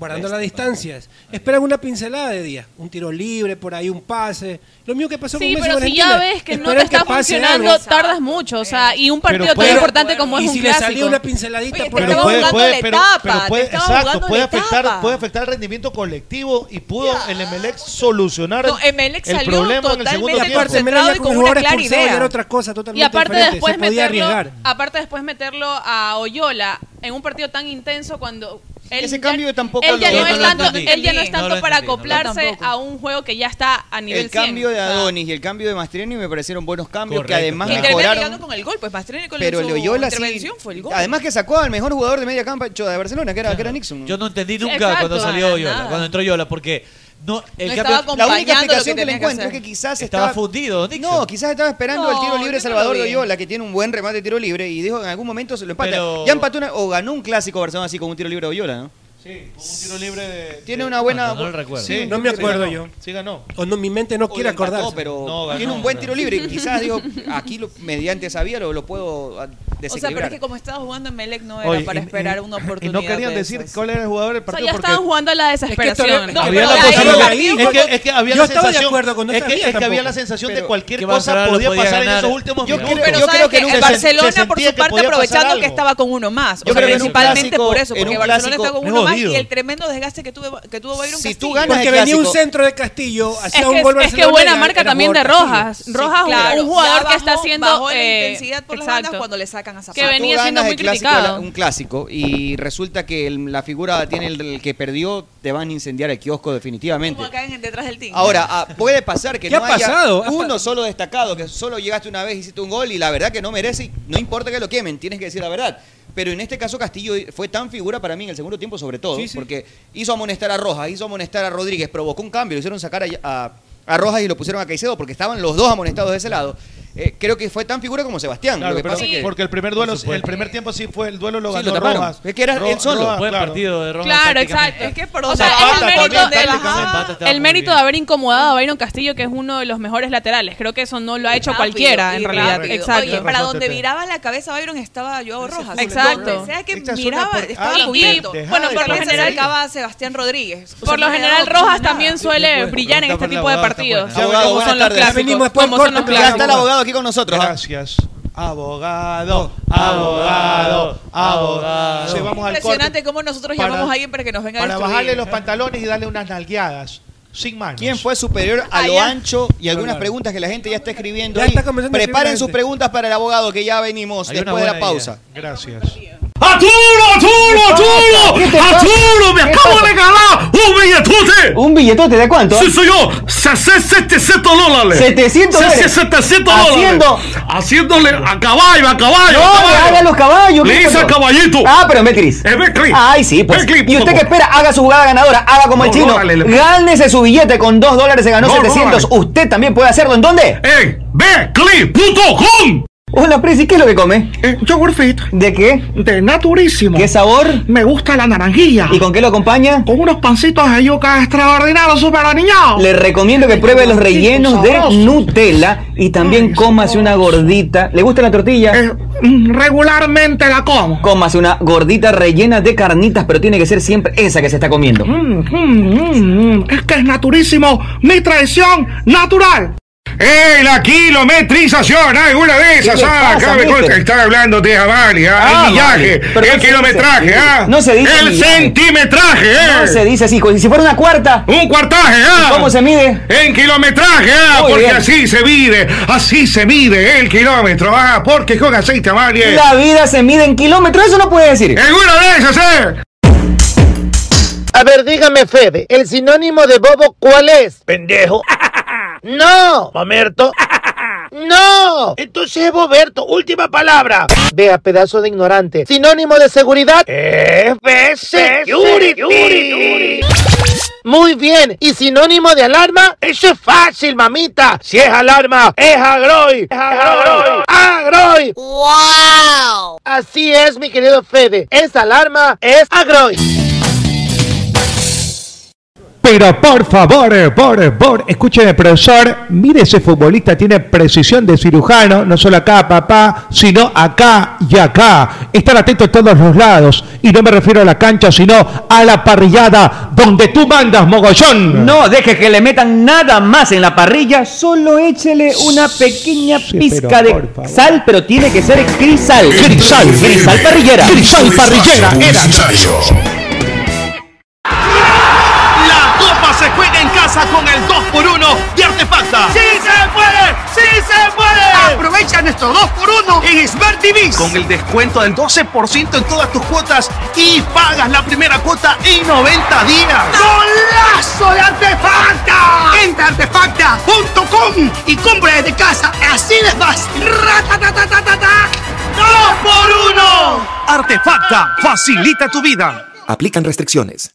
guardando las distancias. Esperan una pincelada de Díaz, un tiro libre, por ahí un pase. Lo mismo que pasó
Sí,
con Messi.
pero
con
si ya
Argentina.
ves que no te
Esperan
está
pase
funcionando,
algo.
tardas mucho. O sea, y un partido
Pero
tan
puede-
importante como es
y
un
si le
clásico.
salía una pinceladita
Oye,
por
pero
ahí.
puede-
Pero
puede, pero,
etapa,
pero
te
puede,
estaba
exacto,
jugando
puede
la
afectar,
etapa.
puede afectar el rendimiento colectivo y pudo el Emelec solucionar
No, Emelec
el
salió
problema en el segundo
totalmente
tiempo.
concentrado y con una clara idea.
era otra cosa totalmente
y aparte
diferente,
después
se podía
meterlo,
arriesgar.
aparte después meterlo a Oyola en un partido tan intenso cuando él
Ese
ya-
cambio yo tampoco
él ya no,
lo- Yo no
es
lo
tanto,
entendí.
él ya no es
No lo
tanto para
entendí, no lo
acoplarse
entendí.
a un juego que ya está a nivel
el cambio
100,
de
o
Ah.
sea,
Adonis y el cambio de Mastriani me parecieron buenos cambios
Correcto,
que además
Que termina
mejoraron.
llegando con el gol, pues Mastriani con
Pero
su
Loyola sí-
intervención fue el gol.
Además que sacó al mejor jugador de media campo de Barcelona, que era, que era Nixon.
Yo no entendí nunca
Exacto.
cuando salió
Nada,
Yola,
nada.
cuando entró Yola, porque No, el
No
cambio-
estaba La única explicación que, le encuentro es que quizás
Estaba fundido,
No, quizás estaba esperando
No,
el tiro
yo
libre
creo
Salvador de
bien.
Oyola, que tiene un buen remate de tiro libre, y dijo en algún momento se lo empata.
Pero-
Ya empató una- o ganó un clásico Barcelona así con un tiro libre de Oyola, ¿no?
Sí, con un tiro libre de.
Tiene una buena.
Sí,
no me acuerdo
sí
yo.
ganó, Sí ganó.
O no, mi mente no
O
quiere
lo empató,
acordarse.
pero
No, ganó,
tiene un buen
ganó.
tiro libre. y Quizás digo, aquí lo- mediante esa vía lo, lo puedo
O
ah,
sea, pero
desequilibrar.
es que como estaba jugando en Melec no era
Oye,
para
y-
esperar
y-
una
y no
oportunidad.
querían
de
decir
esas.
cuál era el jugador del
O sea,
partido
ya
porque
estaban jugando a la
había-
desesperación.
no, había la posibilidad- es que, es que había la sensación es que, es que había la sensación de cualquier cosa podía, pasar en esos últimos
yo
minutos.
creo, Pero ¿sabes que el Barcelona, por su parte, aprovechando que estaba con uno más. O sea,
Yo creo que en un
principalmente
clásico-
por eso,
en
porque
un
Barcelona
clásico
está con
es
uno más y
jodido.
el tremendo desgaste que tuvo, que tuvo Bayron
Si
Castillo.
tú ganas el
Porque venía un
clásico-
centro de Castillo,
Es
hacía
que-
un gol
es que
Barcelona
buena
y era-
marca
era
también de
jugador Castillo.
Rojas. Rojas, un- un jugador que está haciendo.
bajó la
eh,
intensidad por las
exacto.
bandas cuando le sacan a Zapata.
Que venía
Tú
siendo
ganas
muy
el clásico de la-
criticado.
un clásico y resulta que el- la figura tiene el, el que perdió, te van a incendiar el kiosco definitivamente.
Como caen detrás del team.
Ahora, ah, puede pasar que
¿Qué
no
ha pasado?
haya uno solo destacado, que solo llegaste una vez, hiciste un gol y la verdad que no merece, y no importa que lo quemen, tienes que decir la verdad. Pero en este caso Castillo fue tan figura para mí en el segundo tiempo sobre todo,
Sí, sí.
porque hizo amonestar a Rojas, hizo amonestar a Rodríguez, provocó un cambio, lo hicieron sacar a, a- a Rojas y lo pusieron a Caicedo porque estaban los dos amonestados de ese lado. Eh, creo que fue tan figura como Sebastián.
Claro,
lo que
pero
pasa
sí,
es que-
porque el primer duelo, el primer tiempo sí fue el duelo lo
Sí,
ganó
lo taparon.
Rojas.
Es que era él solo. Buen partido
de
Claro, exacto.
Es que por
o
donde
sea,
Zapata
es el mérito,
también,
del-
tácticamente.
Ajá.
Zapata estaba
el
muy
mérito
bien.
de haber incomodado a Byron Castillo, que es uno de los mejores laterales. Creo que eso no lo ha hecho
Rápido,
cualquiera,
y
en realidad.
rápido.
Exacto.
Oye, para donde viraba la cabeza Byron estaba Joao Rojas.
Exacto.
O sea que
Esta es una
miraba,
por-
estaba
Ah,
cubierto.
dejada
Bueno,
de
por lo
cabeza
general
de ahí.
acaba Sebastián Rodríguez. O sea,
Por lo
no le ha
general,
dado como
Rojas
nada.
también suele brillar en este tipo de
pues.
partidos.
Abogado,
como
buenas
son los
tardes.
clásicos.
después
Como son los
corto, ya está el
clásicos.
abogado aquí con nosotros. ¿ah?
Gracias. Abogado, abogado, abogado. Sí, vamos al corte
Impresionante cómo nosotros
Para-
llamamos a alguien para que nos venga a
para
destruir.
bajarle los pantalones y darle unas nalgueadas sin manos.
¿Quién fue superior a lo ancho? Y algunas preguntas que la gente ya está escribiendo.
Ya
ahí.
está comenzando a escribir la
Preparen sus
gente.
preguntas para el abogado que ya venimos
Hay una
después de la
buena
pausa.
idea. Gracias.
¡Arturo, Arturo,
¿Qué te
Arturo!
pasa?
¡Arturo, me
¿Qué
acabo
pasa?
de ganar un billetote!
¿Un billetote de cuánto?
Sí, soy yo. Se- se- 700 dólares.
700
Se- se-
dólares.
700 dólares.
Haciendo-
Haciéndole a caballo, a caballo.
No,
a caballo.
le haga los caballos.
Le
¿qué
hice
pasó?
a caballito.
Ah, pero en Betcris.
En Betcris.
Ay, sí, pues.
Betcris,
y usted
punto
que
com.
espera, haga su jugada ganadora, haga como el
No,
chino.
no, dale, le-
Gánese su billete con 2 dólares, se ganó
No, no,
700. usted también puede hacerlo. ¿En dónde?
En Betcris.com.
Hola, Prezi, ¿qué es lo que come?
Yogurt fit.
¿De qué?
Eh, De naturísimo.
¿Qué sabor?
Me gusta la naranjilla.
¿Y con qué lo acompaña?
Con unos pancitos de yuca extraordinarios, super aniñados.
Le recomiendo que pruebe los rellenos de Nutella y también cómase una gordita. ¿Le gusta la tortilla?
Eh, mm, regularmente la como.
Cómase una gordita rellena de carnitas, pero tiene que ser siempre esa que se está comiendo.
Mm, mm, mm, mm. Es que es naturísimo, mi traición natural.
¡Ey, la kilometrización! ¿Alguna de esas?
¿Qué le
Ah,
pasa,
acá me
mister?
consta- están hablando de Javali, ah,
Ah,
el millaje,
vale. Pero
el
no se
kilometraje,
dice así.
ah.
No se dice
El
millaje.
centimetraje, eh.
No se dice así, como si fuera una cuarta.
Un cuartaje, ah.
¿Cómo se mide?
En kilometraje, ah,
Muy
porque
bien.
así se mide, así se mide el kilómetro, ah, porque con aceite amarillo.
La vida se mide en kilómetros, eso no puede decir.
¡Alguna de esas, eh!
A ver, dígame, Fede, el sinónimo de bobo, ¿cuál es? Pendejo. no. Mamerto. no. Entonces es boberto. Última palabra. Vea, pedazo de ignorante. Sinónimo de seguridad. Eh, FC. Muy bien. ¿Y sinónimo de alarma? Eso es fácil, mamita. Si es alarma, es agroy. Es agroy. Agroy. ¡Wow! Así es, mi querido Fede. Es alarma, es agroy.
Pero por favor, eh, por, eh, por, escúcheme, profesor. Mire, ese futbolista tiene precisión de cirujano, no solo acá, papá, sino acá y acá. Estar atento a todos los lados. Y no me refiero a la cancha, sino a la parrillada donde tú mandas, mogollón.
No deje que le metan nada más en la parrilla, solo échele una pequeña pizca de sal, pero tiene que ser crisal.
Crisal.
Crisal parrillera.
Crisal parrillera, era.
La copa se juega en casa con el 2x1 de Artefacta.
¡Sí se puede! ¡Sí se puede! Aprovecha nuestro 2x1 en Smart TV.
Con el descuento del 12% en todas tus cuotas y pagas la primera cuota en 90 días.
¡Golazo de Artefacta! Entra a artefacta.com y compra desde casa. Así de fácil. ¡Ratatatatata! ¡Dos por uno!
Artefacta facilita tu vida.
Aplican restricciones.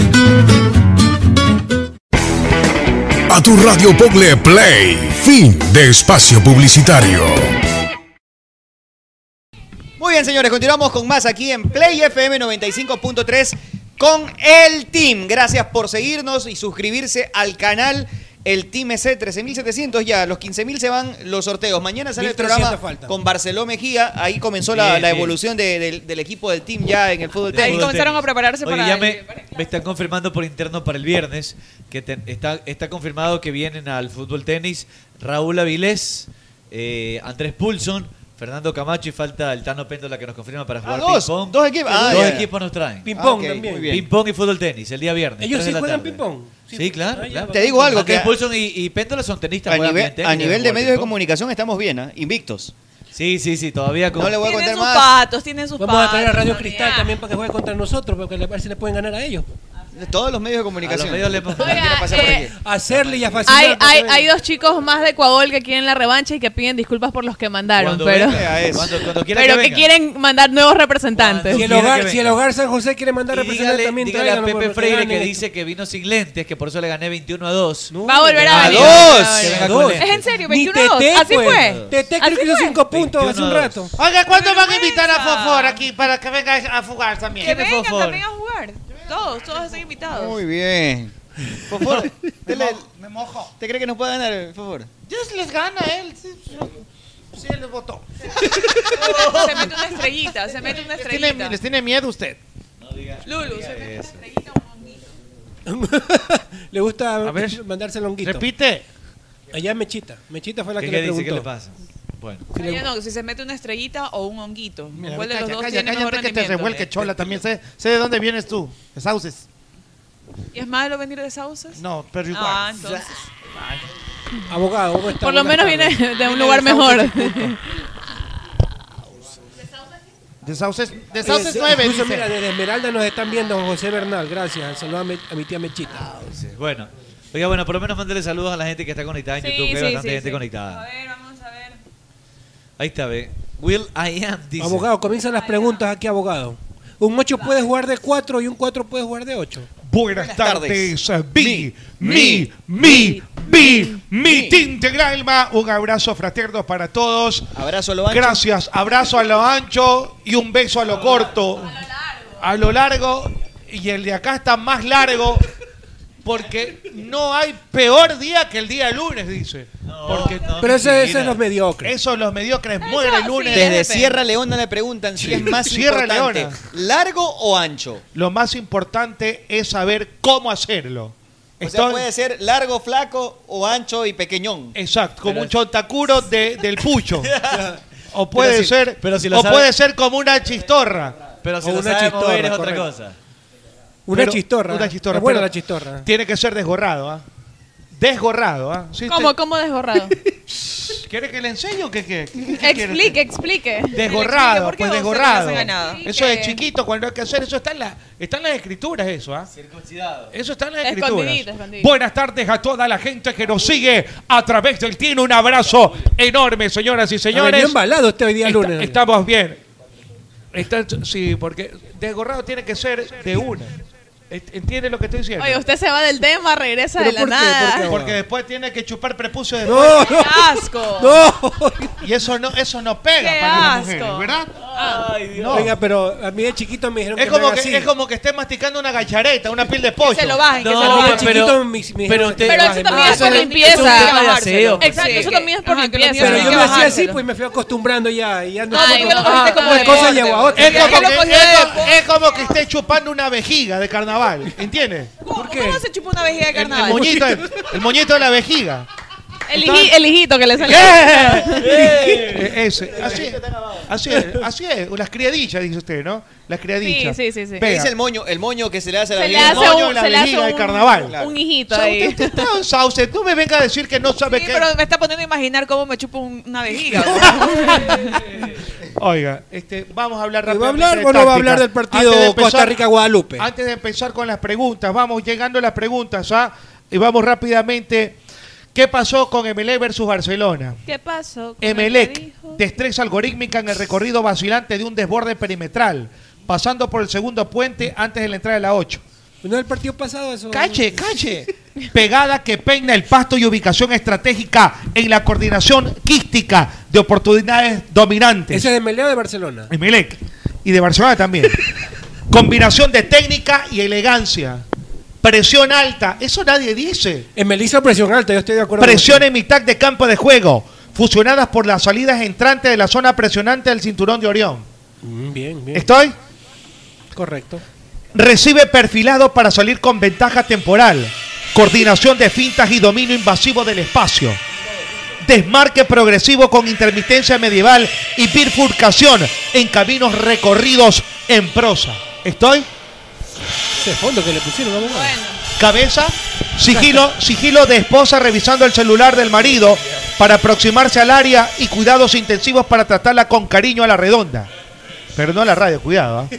A tu radio Pogle Play. Fin de espacio publicitario.
Muy bien, señores, continuamos con más aquí en Play FM 95.3 con el Team. Gracias por seguirnos y suscribirse al canal El Team EC 13700 ya, los 15000 se van los sorteos. Mañana sale el
1300
programa
falta.
con Barceló Mejía, ahí comenzó la,
Bien,
la
bien.
evolución de- del, del equipo del Team ya en el fútbol.
Del
tenis.
fútbol comenzaron
a prepararse
Oye,
para
ya
el-
me, me están confirmando por interno para el viernes que te- está, está confirmado que vienen al fútbol tenis Raúl Avilés, eh, Andrés Pulson, Fernando Camacho y falta el Tano Péndola que nos confirma para jugar
Ah, dos,
ping-pong.
dos equipos. Ah,
Dos
ya.
equipos nos traen.
Ping-pong Ah, ok, también. muy bien.
Ping-pong y fútbol tenis el día viernes.
Ellos
tres
sí
de la
juegan
tarde.
ping-pong.
Sí, claro, claro.
Te digo algo,
Andrés
que-
Pulson y, y Péndola son tenistas.
A
juegan
nivel,
bien tenis,
a nivel de
juegan
medios de
ping-pong.
comunicación estamos bien, ¿ah? invictos.
Sí, sí, sí, todavía
No le voy a
Tienen
contar
sus
más.
patos, tienen sus
Vamos
patos.
a traer a Radio
Sonia.
Cristal también para que juegue contra nosotros, porque a ver si le pueden ganar a ellos.
Todos los medios de comunicación.
medios le-
Quiero pasar por aquí.
Hacerle y a
Hay,
facilitar.
hay, hay dos chicos más de Ecuador que quieren la revancha y que piden disculpas por los que mandaron,
Cuando
pero,
venga a eso. Cuando- cuando quiera
pero
que
que,
venga.
quieren mandar nuevos representantes.
Si el, hogar, si el hogar San José quiere mandar
Y dígale,
representantes también,
dígale a
tráiganlo,
Pepe
porque
Freire que
ganen.
dice que vino sin lentes, que por eso le gané 21 a 2.
Va a volver a
Que
venir.
venga
Va a volver a venir.
con lentes. Que venga con este.
Es
lentes.
en serio,
Ni
21 a 2.
Teté,
Así
pues.
fue.
Teté creo que hizo 5 puntos hace un
21 a
rato.
Oiga, ¿cuándo van a invitar a Fofor aquí para que venga a jugar también?
Que vengan también a jugar. Todos, todos están invitados.
Muy bien. Por favor, dele-
Me mojo.
¿te cree que nos puede ganar, por favor?
Ya se les gana él. Sí, sí, sí, él les votó.
Se mete una estrellita, se mete una estrellita.
les Pues, tiene miedo usted.
Lulu, se mete una estrellita.
Le gusta mandarse longuito.
Repite.
Allá Mechita. Mechita fue la
¿Qué-
que
qué
le
dice?
preguntó.
¿Qué le pasa? Bueno.
Si le-
Yo no, si se mete una estrellita o un honguito.
Mira,
¿Cuál de los
calla,
dos
calla,
tiene mejor
cállate que te
rendimiento? eh.
revuelque, Chola, también sé, sé de dónde vienes tú, de Sauces.
¿Y es malo venir de Sauces?
No, pero igual.
Ah, entonces.
Abogado, ¿cómo está?
Por lo
Buenas
menos
tardes.
viene de un lugar mejor.
De Sauces, de
Eh,
Sauces
de-
9,
incluso,
dice.
mira, desde Esmeralda nos están viendo don José Bernal. Gracias. Saludos a, mi- a mi tía Mechita.
Ah, Bueno. Oiga, bueno, por lo menos mandele saludos a la gente que está conectada en
Sí,
YouTube, que hay
sí,
bastante
sí,
gente
sí.
conectada.
A ver, vamos a ver.
Ahí está, ve. Will I am, dice.
Abogado, comienzan las preguntas aquí, abogado. Un 8 puede jugar de 4 y un 4 puede jugar de 8.
Buenas tardes, mi, mi, mi, mi, mi Integralma. Un abrazo fraterno para todos.
Abrazo a lo ancho.
Gracias, abrazo a lo ancho y un beso a lo corto. A lo largo. Y el de acá está más largo porque no hay peor día que el día lunes, dice. Porque-
Pero ese- ese es los mediocres.
Eso es los mediocres. Muere el lunes.
Desde Sierra Leona le preguntan si
Sí.
es más
Sierra
importante,
Leona.
largo o ancho.
Lo más importante es saber cómo hacerlo.
O sea,
Estoy-
puede ser largo, flaco o ancho y pequeñón.
Exacto, como un chontacuro de- del pucho. o puede
Pero si-
ser
pero si lo
o
sabe-
puede ser como una chistorra.
Pero si
O
lo
una
sabe mover es
chistorra,
otra
correcto.
cosa.
Una
Pero-
chistorra.
Una chistorra.
Es buena
pero
la chistorra.
Tiene que ser desgorrado, ¿ah? Desgorrado, ¿ah? Sí,
¿Cómo,
te-
cómo desgorrado?
¿Quiere que le enseñe o qué? qué, qué- qué quiere usted?
explique, explique.
Desgorrado, pues desgorrado. Eso de
Explique.
chiquito, cuando hay que hacer, eso está en, la- está en las escrituras, eso, ¿ah? Eso está en las
Escondidito,
escrituras.
escondidito.
Buenas tardes a toda la gente que nos sigue a través del tiene un abrazo enorme, señoras y
Ha venido
señores.
embalado este hoy día
Está-
lunes.
estamos bien. Está- sí, porque desgorrado tiene que ser de una. Est- ¿Entiende lo que estoy diciendo?
Oye, usted se va del tema, regresa de la nada.
Porque después tiene que chupar prepucio de
No,
¡Qué asco!
Y eso no, eso no pega
¡Qué
para las
asco!
mujeres, ¿verdad?
Ay,
Dios. No.
Oiga, pero a mí de chiquito me dijeron
Es
que me
como
haga
que,
así.
es como que esté masticando una gachareta, una piel de pollo.
se lo bajen, que
se lo bajen. Pero- pero
usted-
Pero eso también es por
Ah, Eso es- eso es un tema de
limpieza.
aseo, pues.
Exacto,
Sí,
eso
que-
también es por
ajá, que los
limpieza.
Pero yo me hacía así, pues me fui acostumbrando ya. Y ya no
Ah,
fue
y
como-
lo cogiste
Ah,
como
una
deporte.
cosa llevó a otra.
Es como, que,
cogió
es
de
como- es como que esté chupando una vejiga de carnaval, ¿entiendes?
¿Cómo, cómo se chupó una vejiga de
El
carnaval?
moñito, el, el moñito de la vejiga.
El, hiji- el hijito que le sale.
Eh, Ese, así es, así es, así es. Las criadillas, dice usted, ¿no? Las criadillas.
Sí, sí, sí, sí.
Pega.
Es el moño, el moño que se le hace a la
Se le
vieja.
hace
El moño
un,
la
se le hace
vejiga de
un,
carnaval.
un hijito
O sea,
ahí.
usted está en sauce, no me venga a decir que no sabe
Sí,
qué.
pero me está poniendo a imaginar cómo me chupo un- una vejiga. o sea.
Oiga, este, vamos a hablar
¿Y
rápido.
va a hablar o no va a hablar del partido Costa Rica-Guadalupe?
Antes de empezar con las preguntas, vamos llegando a las preguntas, ¿ah? Y vamos rápidamente. ¿Qué pasó con Emelec versus Barcelona?
¿Qué pasó? con
Emelec, destreza algorítmica en el recorrido vacilante de un desborde perimetral, pasando por el segundo puente antes de la entrada de la 8.
No el partido pasado eso.
Cache, cache. Pegada que peina el pasto y ubicación estratégica en la coordinación quística de oportunidades dominantes.
Ese es de Meleo de Barcelona.
Emelec. Y de Barcelona también. Combinación de técnica y elegancia. Presión alta. Eso nadie dice.
Emelec hizo presión alta, yo estoy de acuerdo.
Presión en mitad de campo de juego. Fusionadas por las salidas entrantes de la zona presionante del cinturón de Orión.
Mm, Bien, bien.
¿Estoy?
Correcto.
Recibe perfilado para salir con ventaja temporal. Coordinación de fintas y dominio invasivo del espacio. Desmarque progresivo con intermitencia medieval y bifurcación en caminos recorridos en prosa. ¿Estoy?
Ese fondo que le pusieron, abogado.
Cabeza, sigilo, sigilo de esposa revisando el celular del marido para aproximarse al área y cuidados intensivos para tratarla con cariño a la redonda. Pero no a la radio, cuidado. ¿ah?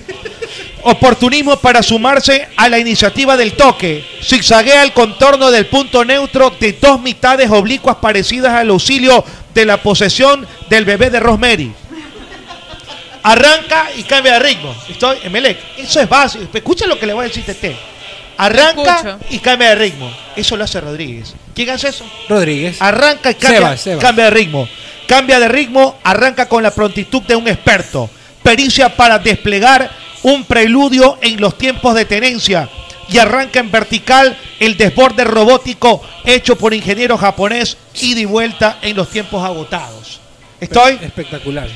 Oportunismo para sumarse a la iniciativa del toque. Zigzaguea el contorno del punto neutro de dos mitades oblicuas parecidas al auxilio de la posesión del bebé de Rosemary. Arranca y cambia de ritmo. Estoy, Emelec, eso es básico. Escucha lo que le voy a decir Tete. Arranca y cambia de ritmo. Eso lo hace Rodríguez. ¿Quién hace eso?
Rodríguez.
Arranca y cambia,
Sebas, Sebas.
cambia de ritmo. Cambia de ritmo, arranca con la prontitud de un experto. Pericia para desplegar un preludio en los tiempos de tenencia. Y arranca en vertical el desborde robótico hecho por ingeniero japonés, ida y vuelta en los tiempos agotados. ¿Estoy?
Espectacular.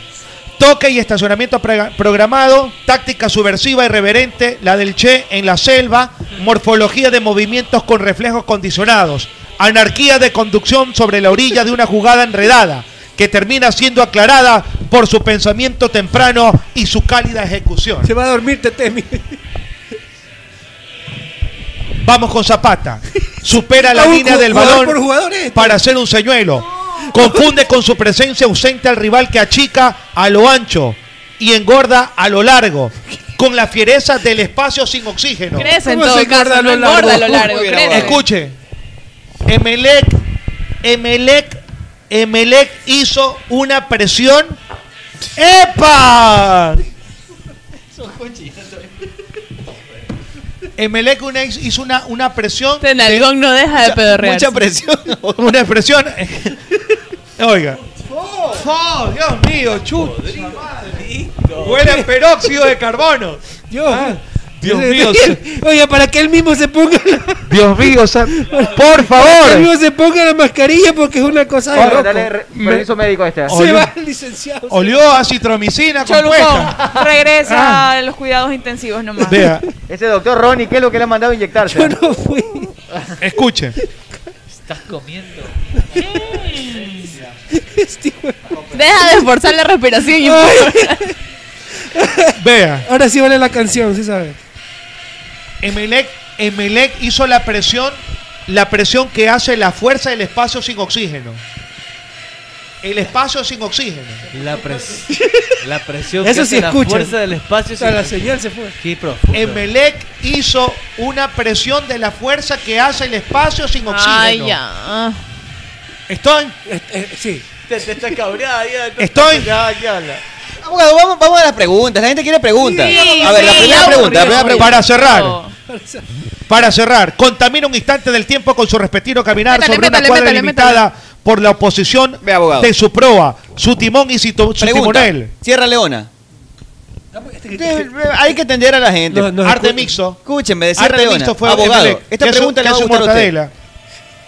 Toque y estacionamiento prega- programado, táctica subversiva irreverente, la del Che en la selva, morfología de movimientos con reflejos condicionados, anarquía de conducción sobre la orilla de una jugada enredada, que termina siendo aclarada por su pensamiento temprano y su cálida ejecución. Se
va a dormir, Tete.
Vamos con Zapata. Supera la
Está un
línea
ju-
del
jugador
balón
por jugador
este.
esto.
para hacer un señuelo. Confunde con su presencia ausente al rival que achica a lo ancho y engorda a lo largo. Con la fiereza del espacio sin oxígeno.
Crece en ¿Cómo todo se engorda caso, a lo no engorda largo? a lo largo,
Muy bien,
crece.
Escuche. Emelec, Emelec, Emelec hizo una presión. ¡Epa! Emelec una- hizo una, una presión.
Tenalgón Este no deja de pedorrear.
Mucha presión. una presión. Oiga. ¡Oh, Dios mío! ¡Chucha madre! Huele a peróxido de carbono. Ah,
Dios,
Dios mío. se-
Oiga, para que él mismo se ponga. la-
Dios mío, o sea, por
Para que él
favor.
mismo se ponga la mascarilla porque es una cosa de. loco. Me-
médico este.
Se va el licenciado.
Olió a citromicina
Cholucón,
compuesta.
regresa a los cuidados intensivos nomás.
Ah. Vea,
Ese doctor Ronnie, ¿qué es lo que le ha mandado a inyectarse? Yo
no fui.
escuche.
Estás comiendo.
Deja de esforzar la respiración y
Vea.
Ahora sí vale la canción, sí sabe.
Emelec, Emelec hizo la presión, la presión que hace la fuerza del espacio sin oxígeno. El espacio sin oxígeno.
La, pres- la presión
Eso
que
sí
hace
escucha.
la fuerza del espacio.
O sea, la
señal se fue.
Qué profundo.
Emelec hizo una presión de la fuerza que hace el espacio sin oxígeno.
Ay, ya.
¿Estoy? eh,
sí.
Te, te está cabreada, ya. no-
Estoy.
Ya, ya. la-
Abogado, vamos, vamos a las preguntas. La gente quiere preguntas.
Sí,
a ver, la
sí,
primera
ya
pregunta, la primera
aburrido.
pregunta.
Para cerrar. Para cerrar, contamina un instante del tiempo con su respectivo caminar
Métale,
sobre
métale,
una cuadra
métale,
limitada por la oposición
abogado.
de su proa, su timón y su, to- su
Pregunta.
timonel.
Sierra Leona.
Este
Hay que atender a la gente.
Arte mixto.
Escúchenme, de Sierra
Arte
Leona.
mixto fue
abogado,
Emelec,
esta
que es un-
pregunta
que
le va a
es un
gustar a usted.
mortadela.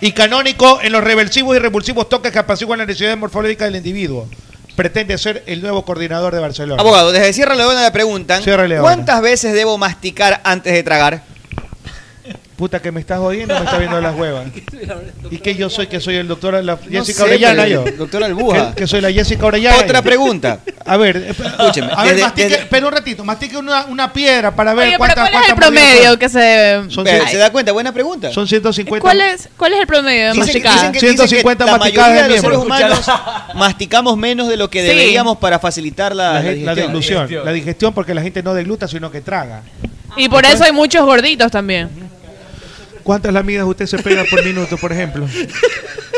Y canónico en los reversivos y revulsivos toques que apaciguan la necesidad morfológica del individuo. Pretende ser el nuevo coordinador de Barcelona.
Abogado, desde Sierra Leona le preguntan
Sierra Leona.
¿Cuántas veces debo masticar antes de tragar?
Puta, que me estás jodiendo, me está viendo las huevas. ¿Y que yo soy? que soy el doctor la Jessica
sé,
Orellana
pero
yo?
el doctor Albuja.
Que, que soy la Jessica Orellana.
Otra pregunta.
A ver, escúcheme. A ver,
desde-
mastique,
desde-
espera un ratito, mastique una, una piedra para ver
Oye, pero
cuántas
¿cuál es el
cuántas mordidas
promedio
son.
que se...
Son
Ay,
cien-
¿Se da cuenta? Buena pregunta.
Son 150.
¿Cuál es, ¿Cuál es el promedio de
Dicen-
masticada?
dicen que- dicen que
150
la
masticadas
mayoría
de
de los seres
miembro.
humanos masticamos menos de lo que
Sí.
deberíamos para facilitar
La,
la, la
la
digestión.
deglución, la digestión porque la gente no degluta sino que traga.
Y por eso hay muchos gorditos también.
¿Cuántas lamidas usted se pega por minuto, por ejemplo?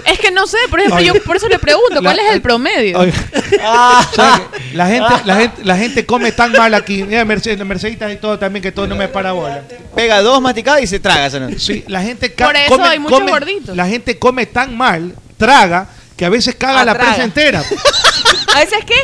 Es que no sé, por ejemplo,
Oye.
yo por eso le pregunto, ¿cuál
La-
es el promedio?
Oye,
Ah.
¿sabe qué? la, gente, la, gente, la gente come tan mal aquí. Mira, Mercedes, Merceditas y todo también, que todo no me para bola.
Pega dos masticadas y se traga. ¿sí?
Sí, la gente
Por eso hay muchos
gorditos. La gente come tan mal, traga, que a veces caga
Ah,
la
traga.
presa entera.
¿A veces qué?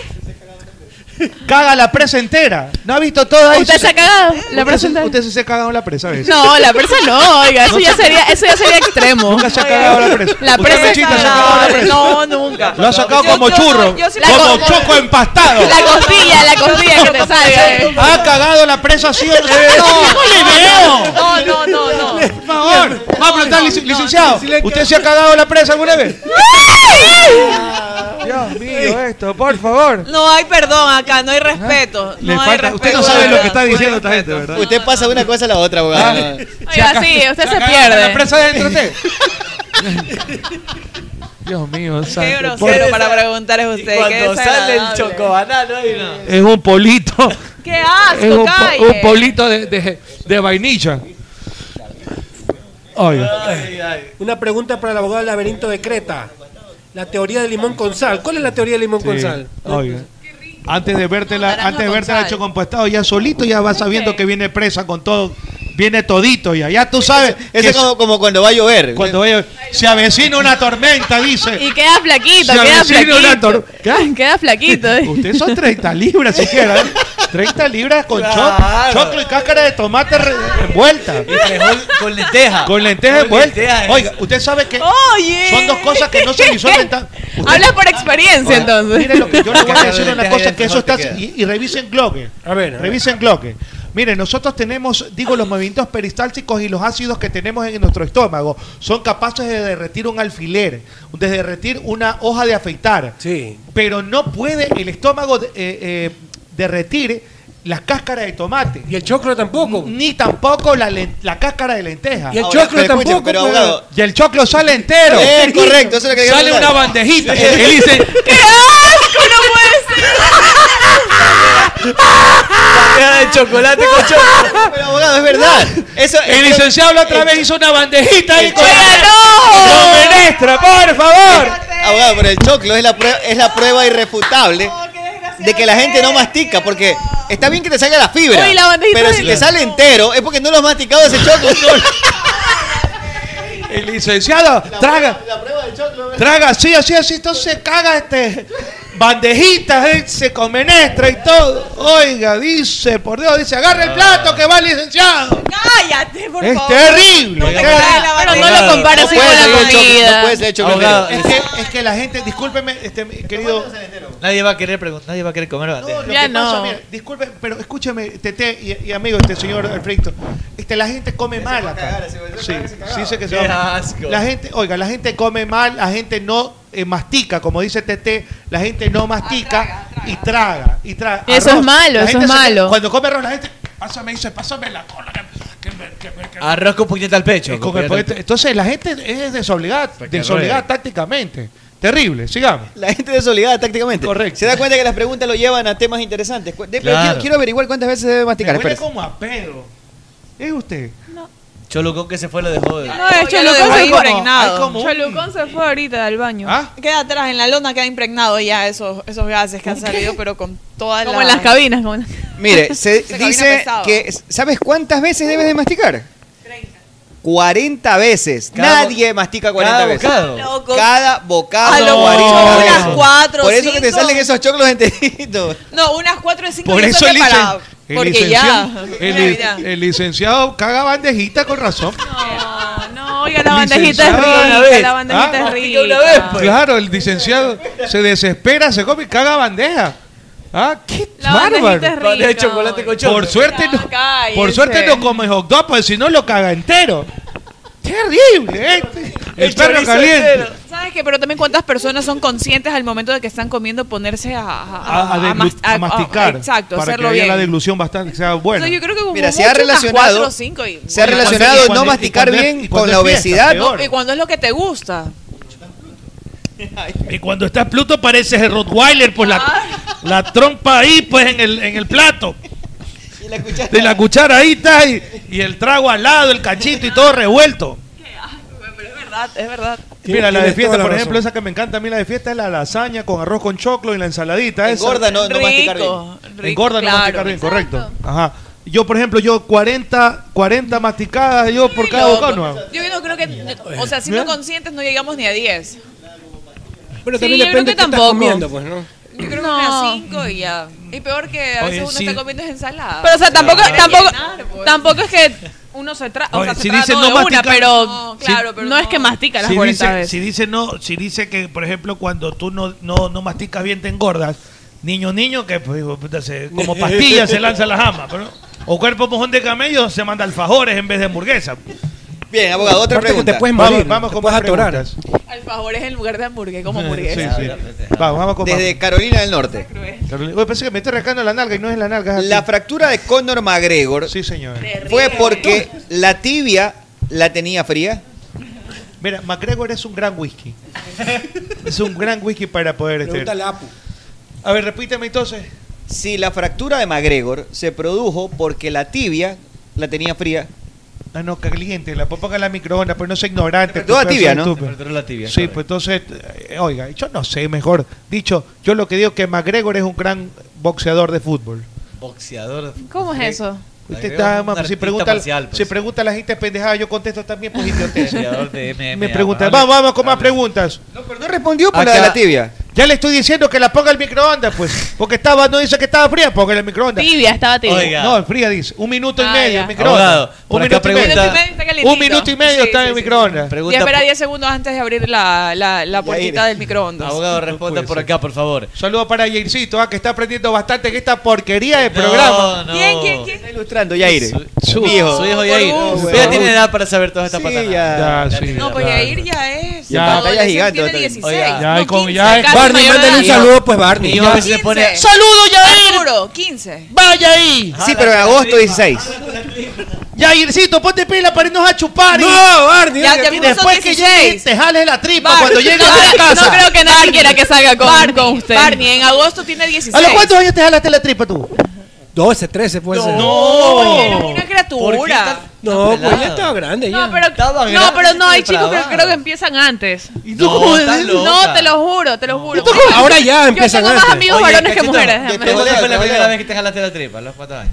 Caga la presa entera. ¿No ha visto todo ahí?
¿Usted se ha cagado la
¿Usted
presa
se-
entera?
¿Usted sí se ha cagado la presa a veces?
No, la presa no, oiga, eso
No
ya
se-
sería, eso ya sería extremo.
Nunca se ha cagado la presa.
La
¿Usted,
presa
Mechita, se ha cagado la presa?
No, nunca.
Lo ha sacado
Yo-
como
yo
churro,
no, yo sí- La
como
co-
choco empastado.
La costilla, la costilla que te salga. eh.
¿Ha cagado la presa sí o no?
No, no, no, no.
Por favor, vamos a preguntar, lic- licenciado. ¿Usted se ha cagado la presa alguna vez? Dios mío, eh. esto, por favor.
No hay perdón acá, no hay respeto.
Le
no hay
falta-
respeto.
usted no sabe lo que está diciendo esta gente, ¿verdad? Ah.
Usted pasa de una cosa a la otra, abogado.
Oiga, sí, usted se
¿La
pierde.
presa dentro de usted? Dios mío,
Qué
santo.
grosero para preguntar es usted.
cuando
qué
sale el
desagradable.
chocobanano ahí no.
Es un polito.
¡Qué asco,
Es un, po-
calle!
un polito de, de, de vainilla. Oiga.
Una pregunta para el abogado del laberinto de Creta. La teoría del limón con sal. ¿Cuál es la teoría del limón con
Sí,
sal?
oiga. Antes de verte la, antes de verte la chocompostado, ya solito ya vas sabiendo que viene presa con todo, viene todito ya. Ya tú sabes.
Ese es como, como cuando va a llover. ¿eh?
Cuando vaya, se avecina una tormenta, dice.
Y queda flaquito,
Se
queda
avecina una
flaquito.
tor- ¿Qué?
Queda flaquito. eh.
Usted son 30 libras siquiera. ¿eh? 30 libras con cho-
Claro.
choclo y cáscara de tomate re- envuelta.
con lenteja.
Con lenteja
Con
envuelta.
lenteja. eh.
Oiga, usted sabe que
Oye.
son dos cosas que no se disuelven tan.
Habla por experiencia entonces.
Mire lo que yo le voy a decir una
lenteja
cosa
y
que eso
lenteja
está
te queda.
y, y revisen Glocke.
A ver, a
revisen Glocke. Mire, nosotros tenemos, digo, los movimientos peristálticos y los ácidos que tenemos en nuestro estómago son capaces de derretir un alfiler, de derretir una hoja de afeitar.
Sí.
Pero no puede el estómago de- eh, eh, derretir la cáscara de tomate.
Y el choclo tampoco.
Ni tampoco la, len- la cáscara de lenteja.
Y el Ahora, choclo pero escuchen, tampoco, pero, pues. abogado.
Y el choclo sale entero.
Eh, correcto, eso es lo que quería
Sale
preguntar.
una bandejita.
Sí.
Él dice,
¡Qué asco! ¡No puede ser!
Bandeja de chocolate con chocolate.
Pero abogado, es verdad. Eso,
El licenciado la otra vez hizo una bandejita ahí con
¡Oiga, no!
¡Con menestra, por favor!
Abogado, pero el choclo es la prueba, es la prueba irrefutable
Oh,
de que la gente no mastica, porque está bien que te salga la fibra,
Oye, la bandejita
pero
de-
si te sale entero es porque no lo has masticado ese choclo.
El licenciado traga, traga así, así, así, entonces se caga este bandejitas, él se con menestra y todo. Oiga, dice, por Dios, dice, agarra el plato que va el licenciado.
¡Cállate, por
Es
favor!
terrible.
No te
es
caes la
terrible.
bandeja.
lo compares
No puede
con la
ser el choclo,
comida.
No puede ser el choclo
Abogado,
entero.
Es que, es que la gente, discúlpeme, este, mi querido.
Nadie va a querer pregun- nadie va a querer comer bandeja.
Oh, Lo
Ya
que pasa,
no.
mira, disculpe, pero escúchame, Tete y, y amigo, este señor Alfredo, este, la gente come mal acá. sí, sí, sé que se
Qué
va.
asco.
La gente, oiga, la gente come mal, la gente no eh, mastica, como dice Tete, la gente no mastica y traga, y traga.
Ah, Eso es malo,
La
eso
gente
es
se-
malo.
Cuando come arroz, la gente, pásame, dice, pásame la cola. que- que me- que me- que me-".
Arroz con puñeta al pecho.
Y con el
puñeta al
poeta- entonces la gente es desobligada,
que
desobligada
ruede.
tácticamente. Terrible, sigamos.
La gente desobligada tácticamente. Correcto. Se da cuenta que las preguntas lo llevan a temas interesantes. Cu- de- pero
Claro.
quiero, quiero averiguar cuántas veces se debe masticar.
Me huele
espérese.
como a pedo. ¿Es usted?
pecho. Cholucón que se fue lo dejó. de-
No,
Oye,
es
lo
Cholucón
dejó
se fue.
impregnado.
Cholucón se fue ahorita al baño.
¿Ah?
Queda atrás, en la lona queda impregnado ya esos, esos gases que han salido, pero con toda la...
Como en las cabinas. Como en las-
Mire, se
Se camina
dice
pesado.
que ¿sabes cuántas veces debes de masticar? 30. 40 veces.
Cada bo-
Nadie mastica 40
cada
veces.
bocado.
Loco.
Cada
A
bocado
lo
40
mucho,
veces.
unas cuatro,
Por eso que te
cinco.
salen esos choclos enteritos.
No, unas cuatro o cinco
Por
yo
eso
estoy
el, licen-
preparado,
el
Porque ya...
licenciado, el,
Mira,
li-
mira.
el licenciado caga bandejita con razón.
No, no, oiga, la bandejita es
Licenciado, una
rica.
vez.
La bandejita
Ah,
es rica.
Claro, el licenciado se desespera, se come y caga bandeja. Ah, qué
La bandejita es
bárbaro.
rica.
Bandeja de chocolate con choclo.
Por suerte no,
Ah,
pues,
cállese.
por suerte no come hot dog, porque si no lo caga entero.
Terrible, ¿eh?
El perro caliente.
¿Sabes qué? Pero también cuántas personas son conscientes al momento de que están comiendo ponerse a, a-
A, a
a- a
deglu-
mas- a-
a masticar.
oh, Ah, exacto,
para que
hacerlo
haya
bien.
la deglución bastante sea buena.
Entonces, yo creo que como
Mira, se
mucho
ha
unas
relacionado-
cuatro o cinco y-
se ha relacionado
Y cuando-
no
y
masticar
cuando es-
bien
y cuando
con
es
la
fiesta,
obesidad.
peor. Y cuando es lo que te gusta.
Y cuando estás Pluto pareces el Rottweiler, pues la, la trompa ahí, pues en el, en el plato. De la cuchara ahí está y, y el trago al lado, el cachito y todo revuelto.
Es verdad, es verdad.
Mira, la de fiesta, por ejemplo, esa que me encanta a mí, la de fiesta es la lasaña con arroz con choclo y la ensaladita. esa.
Engorda, no- no masticar
Rico,
bien.
rico,
Engorda, no
claro,
masticar bien, correcto. Ajá. Yo, por ejemplo, yo 40, 40 masticadas yo por cada
Loco.
bocado no hago.
Yo no creo que, o sea, siendo conscientes no llegamos ni a 10.
Pero
Sí,
también
yo creo
depende
que
de qué estás
tampoco.
comiendo, pues, ¿no?
Yo creo que una 5 y ya. Y peor que a
Oye,
veces uno
sí.
está comiendo es ensalada.
Pero, o sea, tampoco,
Para
tampoco,
llenar, pues.
tampoco es que uno se trata, o sea,
Oye,
se
si
trata
dice
todo
no
de una,
masticar-
pero,
No,
claro, pero no es que mastica las
Si
40
dice,
veces.
si dice no, si dice que, por ejemplo, cuando tú no, no, no masticas bien te engordas, niño, niño, que pues, hijo de puta, se- como pastillas se lanza la jama. pero- o cuerpo mojón de camello se manda alfajores en vez de hamburguesa.
Bien, abogado, otra
Aparte que
pregunta.
te puedes morir, Vamos- vamos te con puedes más atorar.
Alfajores en lugar de hamburguesa, como hamburguesa.
Sí, sí. Vamos, vamos con
Desde Carolina del Norte.
Carolina. Oye, pensé que me estoy arrancando la nalga y no es la nalga.
La fractura de Conor McGregor fue porque la tibia la tenía fría.
Mira, McGregor es un gran whisky. es un gran whisky para poder... este-
Pregúntale a Apu.
A ver, repíteme entonces.
Si la fractura de McGregor se produjo porque la tibia la tenía fría.
Ah, no, caliente, la puedo poner en la microondas, pero no soy ignorante.
Temperatura
pues,
tibia,
soy
¿no?
estúpido.
Temperatura tibia,
Sí,
correcto.
pues entonces, eh, oiga, yo no sé, mejor dicho, yo lo que digo es que McGregor es un gran boxeador de fútbol.
Boxeador.
¿Cómo es eso?
Usted está, mamá, si pregunta, si
pues.
pregunta a la gente pendejada, yo contesto también por idiotez.
Boxeador de MMA,
Me preguntan,
vale.
vamos, vamos con más preguntas. No,
pero no respondió
por la de la
tibia.
Ya le estoy diciendo que la ponga al microondas, pues, porque estaba, no dice que estaba fría, porque el microondas.
Tibia, estaba tibia.
Oiga. No, fría dice, un minuto y
Ah,
medio,
ya.
el microondas.
Abogado,
un
por acá
minuto y
pregunta-
medio.
Un minuto y medio está calentito.
Un minuto y medio
Sí,
está
sí,
en el
sí.
microondas.
Y espera 10 segundos antes de abrir la, la, la puertita del microondas.
Abogado, responda por acá, por favor.
Saludo para Jaircito, ah, que está aprendiendo bastante en esta porquería de programa.
no. ¿Quién, quién,
quién?
Está ilustrando, Yair.
Su, su hijo. Su hijo Yair.
Por
Usted ya
favor.
tiene edad para saber todas estas
Sí,
patadas.
ya. Ya, sí.
No, pues Yair ya es.
Ya.
adolescente,
Batalla gigante,
Tiene
batalla.
16.
Oiga.
no,
Ya, y como
15,
ya es-
casi
Barney,
mayor
mándale
de
un
edad.
saludo, pues, Barney.
No,
Y a veces
15.
pone-
¡Saludo, Yair! Arturo, 15.
¡Vaya ahí!
Sí, pero en agosto 16.
Jaircito, ponte pila para irnos a chupar. y-
No, Barney,
Ya, ya
y
puso
después que
16.
llegues te jales la tripa
Bar-
cuando llegues a la
Bar-
casa.
no creo que nadie quiera que salga con-
Barney,
con usted.
Barney,
en agosto tiene 16.
¿A los cuántos años te jalaste la tripa tú?
12, 13 puede ser.
No,
Era una criatura.
No, pues ya estaba grande ya.
No, pero no, pero no hay chicos que creo que empiezan antes.
tú No, cómo estás dices? loca.
No, te lo juro, te lo juro.
Ahora ya
Yo
empiezan
tengo más
antes.
amigos
Oye,
varones que
Cachito,
mujeres.
yo
déjame.
¿Cuándo
Coleo,
fue la
coleo.
primera vez que te jalaste la tripa? ¿A los cuatro años?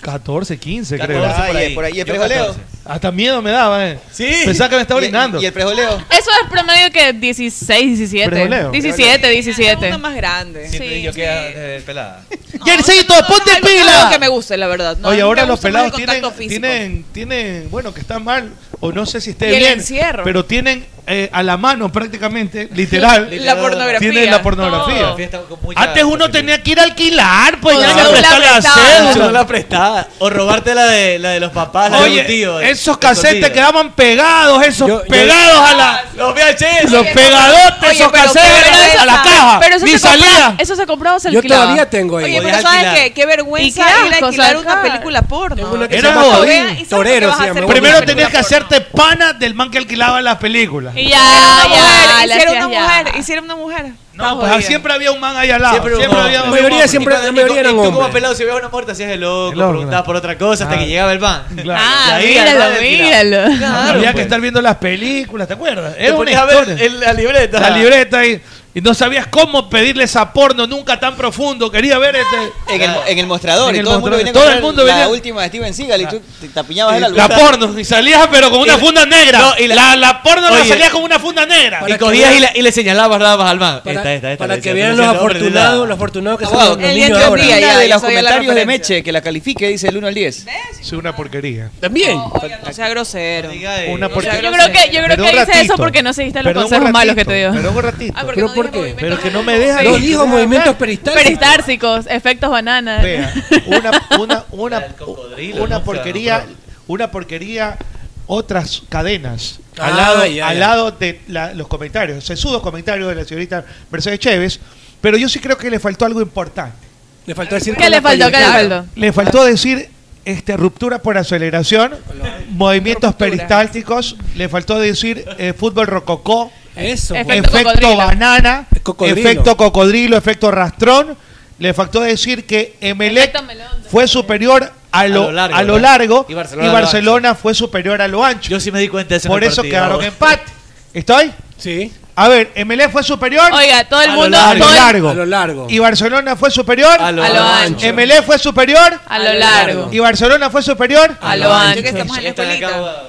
14, 15, creo.
14 por ahí.
por ahí. ¿Y el
Yo
frejoleo?
14.
Hasta miedo me daba, eh.
Sí.
Pensaba que me estaba
¿Y-
orinando.
¿Y el prejoleo?
Eso es promedio que 16, 17.
Prejoleo.
17, 17.
Uno más grande.
Siempre yo queda eh, pelada.
¡Yercito, ponte
No
pila!
que me guste, la verdad. No,
Oye,
a mí
ahora
me
los
gusta más
pelados
el
tienen,
contacto físico.
tienen, tienen, bueno, que están mal, o no sé si esté
Y el
bien,
encierro.
pero tienen eh, a la mano prácticamente, literal,
La pornografía,
tienen la pornografía.
La fiesta con mucha-
Antes uno tenía que ir a alquilar, pues
Con
ya se
celular
prestó la
prestada. Con
cédula.
celular prestada. O robarte la de, la de los papás, la de
Oye,
un tío.
esos casetes quedaban pegados, esos pegados a
Ah,
la.
Los VHS.
Los pegadotes,
Oye,
esos
pero
casetes
qué
a la
vergüenza.
caja.
Pero eso
ni
se compra-
salía.
Eso se compraba o se
Yo
alquilaba.
todavía tengo ahí.
Oye, pero
Podías
¿sabes
alquilar.
qué? Qué vergüenza
¿Y qué
ir a
asco
alquilar una
sacar?
película porno.
una
Una
que
Era jodido.
Torero se llama.
Primero tenías que hacerte pana del man que alquilaba las películas.
Y ya, ya. la
Hicieron
hacías
una
ya.
mujer. Hicieron una mujer.
No, pues, siempre había un man ahí al lado. Siempre,
Siempre un hombre.
había un
La mayoría
hombre.
siempre- la
Y-
mayoría
y-
eran
y tú como
hombres.
pelado,
Si veías una muerta, hacías el loco, preguntabas por otra cosa hasta que llegaba el van.
Ah,
Y ahí
míralo,
andaba alquilado.
míralo.
Claro,
había que
pues.
estar viendo las películas, ¿te acuerdas?
Te
Era una
ponías a ver
historia.
el- la libreta.
La libreta y, y no sabías cómo pedirle esa porno nunca tan profundo. Quería ver este.
En el, en el mostrador.
En
y
el
todo el mundo
mostrador.
venía a
Todo el
comprar
mundo venía.
La última de Steven Seagal y tú te tapiñabas el
La,
álbum.
porno, y salías pero con una funda negra.
No, y
la,
la-
la, porno la
Oye.
salías con una funda negra.
Y cogías y, le- y le señalabas nada más al man. Esta, esta, esta,
para
le
que
decías,
vean
tú
los
decías, "No, hombre,
afortunados,
de
los afortunados que
Abogado,
son los
el
niños
día
ahora.
que opina de
ya
los
sabía la
comentarios de
referencia.
Meche que la califique dice el 1 al 10.
Es una porquería.
También.
No sea grosero.
Una porquería.
Yo creo que, yo creo
Pero
que
un
hice
ratito.
eso porque no seguiste los
Pero un
consejos malos que te dio.
ratito, Pero un ratito.
Ah, porque
¿Pero
no
por
dijo
qué?
Pero que no me deja.
No
ir.
dijo movimientos peristálticos.
Peristárticos, efectos bananas.
Vea, una, una, una, una porquería, una porquería otras cadenas
Ah,
al lado,
ya,
al
ya.
lado de la- los comentarios, sesudos comentarios de la señorita Mercedes Chévez, pero yo sí creo que le faltó algo importante.
Le faltó decir
¿Qué le faltó? ¿Qué le faltó?
Le faltó decir este, ruptura por aceleración, movimientos peristálticos, le faltó decir eh, fútbol rococó,
Eso, pues.
efecto,
Efecto cocodrilo.
banana,
Cocodrilo.
efecto cocodrilo, efecto rastrón, le faltó decir que Emelec fue superior a lo, a lo largo,
Y
y
Barcelona
Barcelona,
a lo ancho.
fue superior a lo ancho. Yo
sí me di cuenta de eso en
Por
el
eso
partido.
quedaron empate. ¿Estoy?
Sí.
A ver, Emelec fue superior.
Oiga, todo el
a
mundo-
Lo largo,
todo el-
largo.
a lo largo.
Y Barcelona fue superior. A
lo A lo ancho. ancho.
Emelec fue superior.
A lo largo.
Y Barcelona fue superior.
A lo
este,
ancho. Estamos en la
Este
escuelita.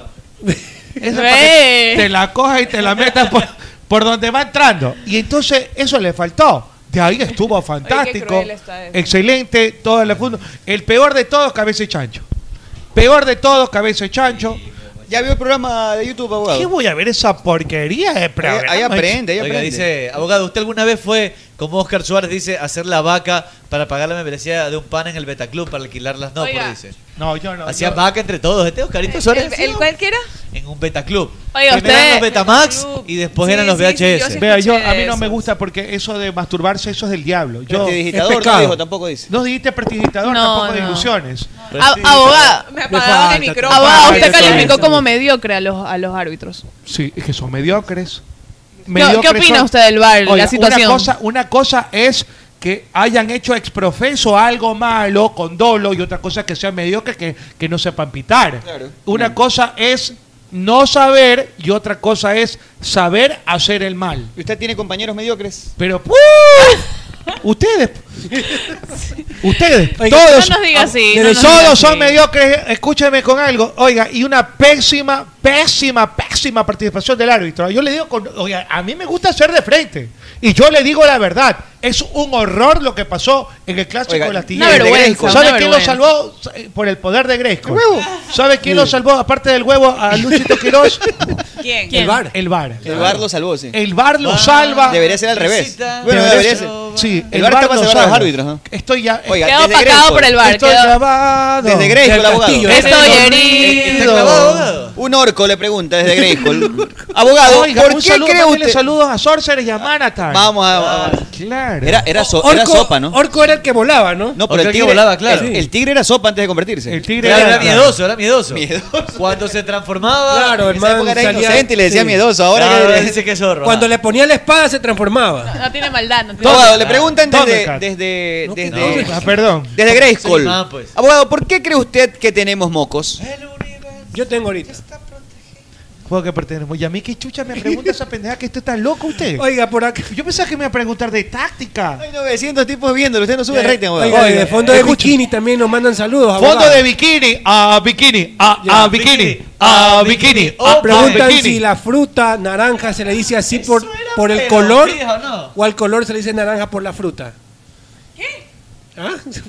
Esa para que te la coja y te la metas por, por donde va entrando. Y entonces eso le faltó. De ahí estuvo fantástico.
cruel está eso.
excelente, todo el fútbol. El peor de todos, cabeza y chancho. Peor de todos, cabeza y chancho.
Ya vio el programa de YouTube, abogado.
¿Qué voy a ver esa porquería de programa?
ahí aprende, ahí
Oiga, dice, abogado, ¿usted alguna vez fue, como Oscar Suárez dice, a hacer la vaca para pagar la membresía de un pan en el Betaclub para alquilar las no?
Oiga.
dice.
No, yo no.
Hacía
yo-
vaca entre todos. Este Oscarito
¿El,
Suárez hacía
el cualquiera?
en un Betaclub.
Oiga,
Primero
usted-
eran los Betamax y después
Sí,
eran los
sí, sí,
VHS.
yo sí
Vea, yo, a mí no me gusta porque eso de masturbarse, eso es del diablo. Yo,
este
Prestidigitador
es
este no
pecado.
dijo,
tampoco dice.
No dijiste prestidigitador,
No,
tampoco de
no.
ilusiones.
Ah, Pues
A- abogado. Me apagaron el micrófono. Abogado, usted calificó como mediocre a los, a los árbitros.
Sí, es que son mediocres.
qué opina
son-
usted del VAR, la
Oiga,
situación?
Una cosa, una cosa es que hayan hecho exprofeso algo malo con dolo y otra cosa es que sean mediocres que, que no sepan pitar. Una cosa es no saber y otra cosa es saber hacer el mal.
¿Y usted tiene compañeros mediocres?
Pero ¡puh! ¡Ah! ustedes, ustedes,
Oiga,
todos,
no nos diga así, no
todos
nos diga
son
así.
mediocres. Escúchame con algo, oiga, y una pésima, pésima, pésima participación del árbitro. Yo le digo, con- oiga, a mí me gusta ser de frente y yo le digo la verdad. Es un horror lo que pasó en el clásico
Oiga,
de las
una vergüenza,
Tigres.
una
¿Sabe quién lo
vergüenza.
salvó Eh, por el poder de Gresco? ¿Sabe quién lo salvó aparte del huevo a Luchito Quirós?
¿Quién?
El bar. El bar.
El bar lo salvó, sí. Ah,
El bar lo salva.
Debería ser al revés. Bueno, debería ser.
Sí,
El VAR está para
lo
salvar a los
salva.
árbitros, ¿no?
Estoy ya.
Oiga,
Queda
desde
opacado
Greyfall.
por el VAR,
Estoy
queda-
grabado. Desde Greyfall,
Del
abogado.
castillo. ¿eh?
Estoy
Está
herido.
clavado, abogado. Un orco le pregunta desde Greyfall. abogado,
Oiga,
¿por
un
qué
saludo,
cree
mándele
usted?
saludos a Sorcerer y a Manhattan.
Vamos a...
Claro.
Era, era, so-
Orco-
era sopa, ¿no?
Orco era el que volaba, ¿no?
No, porque el tigre El, el tigre era sopa antes de convertirse. El
tigre
Era, era miedoso, era miedoso. Cuando se transformaba,
Claro,
en esa
hermano.
época era
salía-
inocente y le decía
sí.
miedoso. Ahora que Ah, dice que es zorro.
Cuando le ponía la espada se transformaba.
No tiene maldad. No tiene
Abogado,
maldad.
le preguntan desde,
Thundercat.
desde, desde,
Ah, perdón.
desde Grayskull.
Sí, ah, pues.
Abogado, ¿por qué cree usted que tenemos mocos?
Yo tengo ahorita.
Juego que pertenecemos. Y a mí qué chucha me pregunta esa pendeja que usted está loco usted.
Oiga, por acá.
Yo pensaba que me iba a preguntar de táctica.
Hay 900 tipos viéndolo, usted no sube el rating, abogado.
Oiga, y de fondo de
escucha.
bikini también nos mandan saludos.
Fondo
abogado.
de bikini, a bikini, a, a bikini, a bikini,
Ah,
a
preguntan si
bikini.
la fruta naranja se le dice así por, por el color o al color se le dice naranja por la fruta.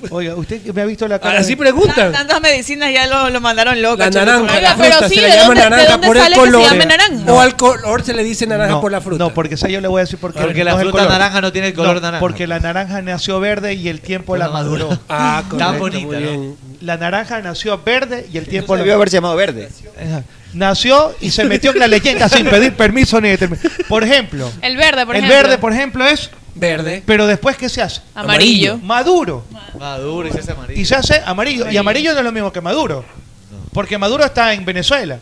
Oiga, usted que me ha visto la cara.
Así
de-
preguntan.
Tantas medicinas ya lo, lo mandaron loco.
La
chulo.
naranja,
Oiga,
la
pero
fruta,
sí,
se
¿de
le llama
dónde, de
naranja
dónde
por el
sale que
color.
se llame naranja?
O al color se le dice naranja por la fruta.
No, porque esa yo le voy a decir por qué.
Porque la
es el
fruta naranja no tiene el color naranja.
Porque la naranja nació verde y el tiempo la maduró.
Ah, correcto,
Tan bonita,
muy
¿no?
bien.
La naranja nació verde y el tiempo la
Debió haberse llamado verde.
Ajá. Nació y se metió en la leyenda sin pedir permiso ni determinación. Por ejemplo,
El verde, por
el
ejemplo.
verde, por ejemplo, es
verde.
Pero después, ¿qué se hace?
Amarillo.
Maduro.
Ah, Maduro y se hace amarillo.
Y se hace amarillo. Y amarillo no es lo mismo que Maduro. Porque Maduro está en Venezuela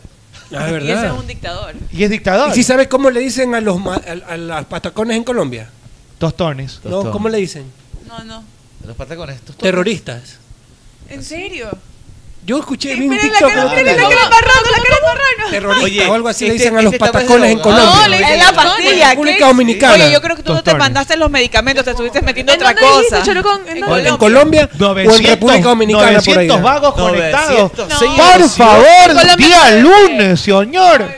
Ah, es
Y ese es
verdad.
un dictador.
y es dictador.
¿Y si sabes cómo le dicen a los ma- a, a las patacones en Colombia?
Tostones.
No, ¿cómo le dicen?
No, no.
Los patacones. estos todos.
Terroristas.
¿En serio?
Yo escuché vi un
Miren la
TikTok.
cara, miren la
¿no?
cara marrano, la cara marrano.
Terroristas
Oye,
o algo así le
este-
dicen a los
este está más de
patacones en
abogado.
Colombia.
No, le dicen la pastilla. ¿qué?
República Dominicana.
Oye, yo creo que tú no te
Doctores.
mandaste los medicamentos, te estuviste metiendo otra
dónde dijiste,
cosa.
Chorocón? ¿En dónde?
En Colombia o en
900,
República Dominicana por ahí. ¿eh?
900
¿no?
vagos conectados.
900,
Por
señores.
favor,
Colombia
día
no
lunes, señor.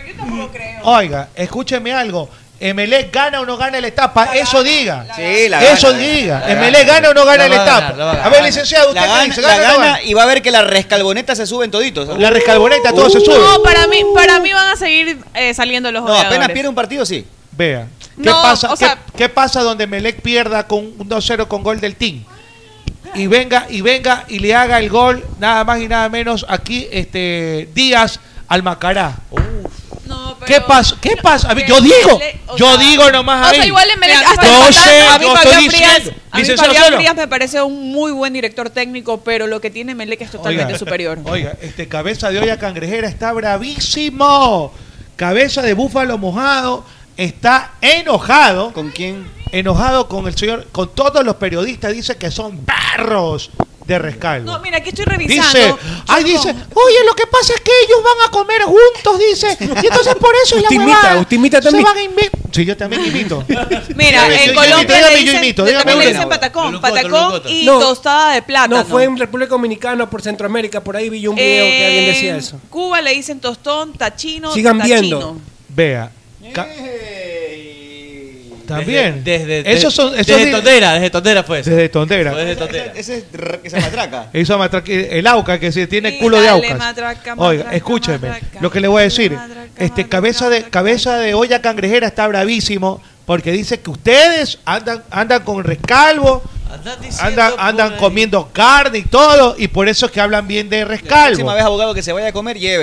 Oiga, escúcheme algo. Emelec gana o no gana la etapa, eso diga.
Sí, la
eso
gana.
diga.
La
Emelec gana o no gana la,
va a
etapa.
ganar, la va a
a ver,
ganar.
licenciado, usted
La
qué
gana,
dice,
la
gana o no
gana y va a ver que las rescalbonetas se suben toditos. Uh,
La rescalboneta, todo se sube.
No, para mí, para mí van a seguir eh, saliendo los
No, apenas
jugadores.
pierde un partido, sí.
Vea, ¿qué,
No,
pasa,
o
qué-
sea-
qué pasa donde Melec pierda con un 2-0 con gol del team? Y venga, y venga, y le haga el gol, nada más y nada menos, aquí este Díaz al Macará. ¿Qué pasó? ¿Qué pasó? A mí- yo
que
digo,
le- o sea,
yo digo nomás
o
ahí.
sea, igual le merece- hasta
yo
empatando.
sé,
A mí
yo
Fabián
estoy
Frías-
diciendo.
A mí
Licenciado
Fabián
Solo.
Frías me parece un muy buen director técnico, pero lo que tiene Melec es totalmente
Oiga,
superior.
Oiga, este cabeza de olla cangrejera está bravísimo. Cabeza de búfalo mojado está enojado.
¿Con quién?
Enojado con el señor, con todos los periodistas. Dice que son barros de rescaldo.
No, mira, aquí estoy
dice,
revisando.
ay, dice, oye, lo que pasa es que ellos van a comer juntos, dice. Y entonces por eso es la
Usted imita,
huevada.
usted imita
Se
también.
van a invi- Sí, yo también imito.
Mira,
Yo- yo-
en
yo imito,
Colombia le
dígame, yo
dicen,
imito,
le-
dígame
también le
una.
dicen patacón,
Locoto,
patacón
locoto.
y
No.
tostada de plátano. Eh,
No, fue en República Dominicana por Centroamérica, por ahí vi un video que alguien decía
En
eso.
Cuba le dicen tostón, tachino,
Sigan
tachino.
viendo.
Vea.
Eh,
ca- También.
Desde, desde,
Esos son- esos
desde
di-
Tondera, desde Tondera fue eso.
Desde Tondera.
Fue desde Tondera.
Ese es r- esa matraca.
Hizo matraca- eh, el auca que se tiene culo de
dale,
aucas.
matraca,
Oiga, escúcheme lo que le voy a decir. este cabeza de cabeza de olla cangrejera está bravísimo porque dice que ustedes andan andan con rescalvo, andan andan comiendo carne y todo y por eso es que hablan bien de
La próxima
rescalvo.
vez, abogado, que se vaya a comer, llévelo.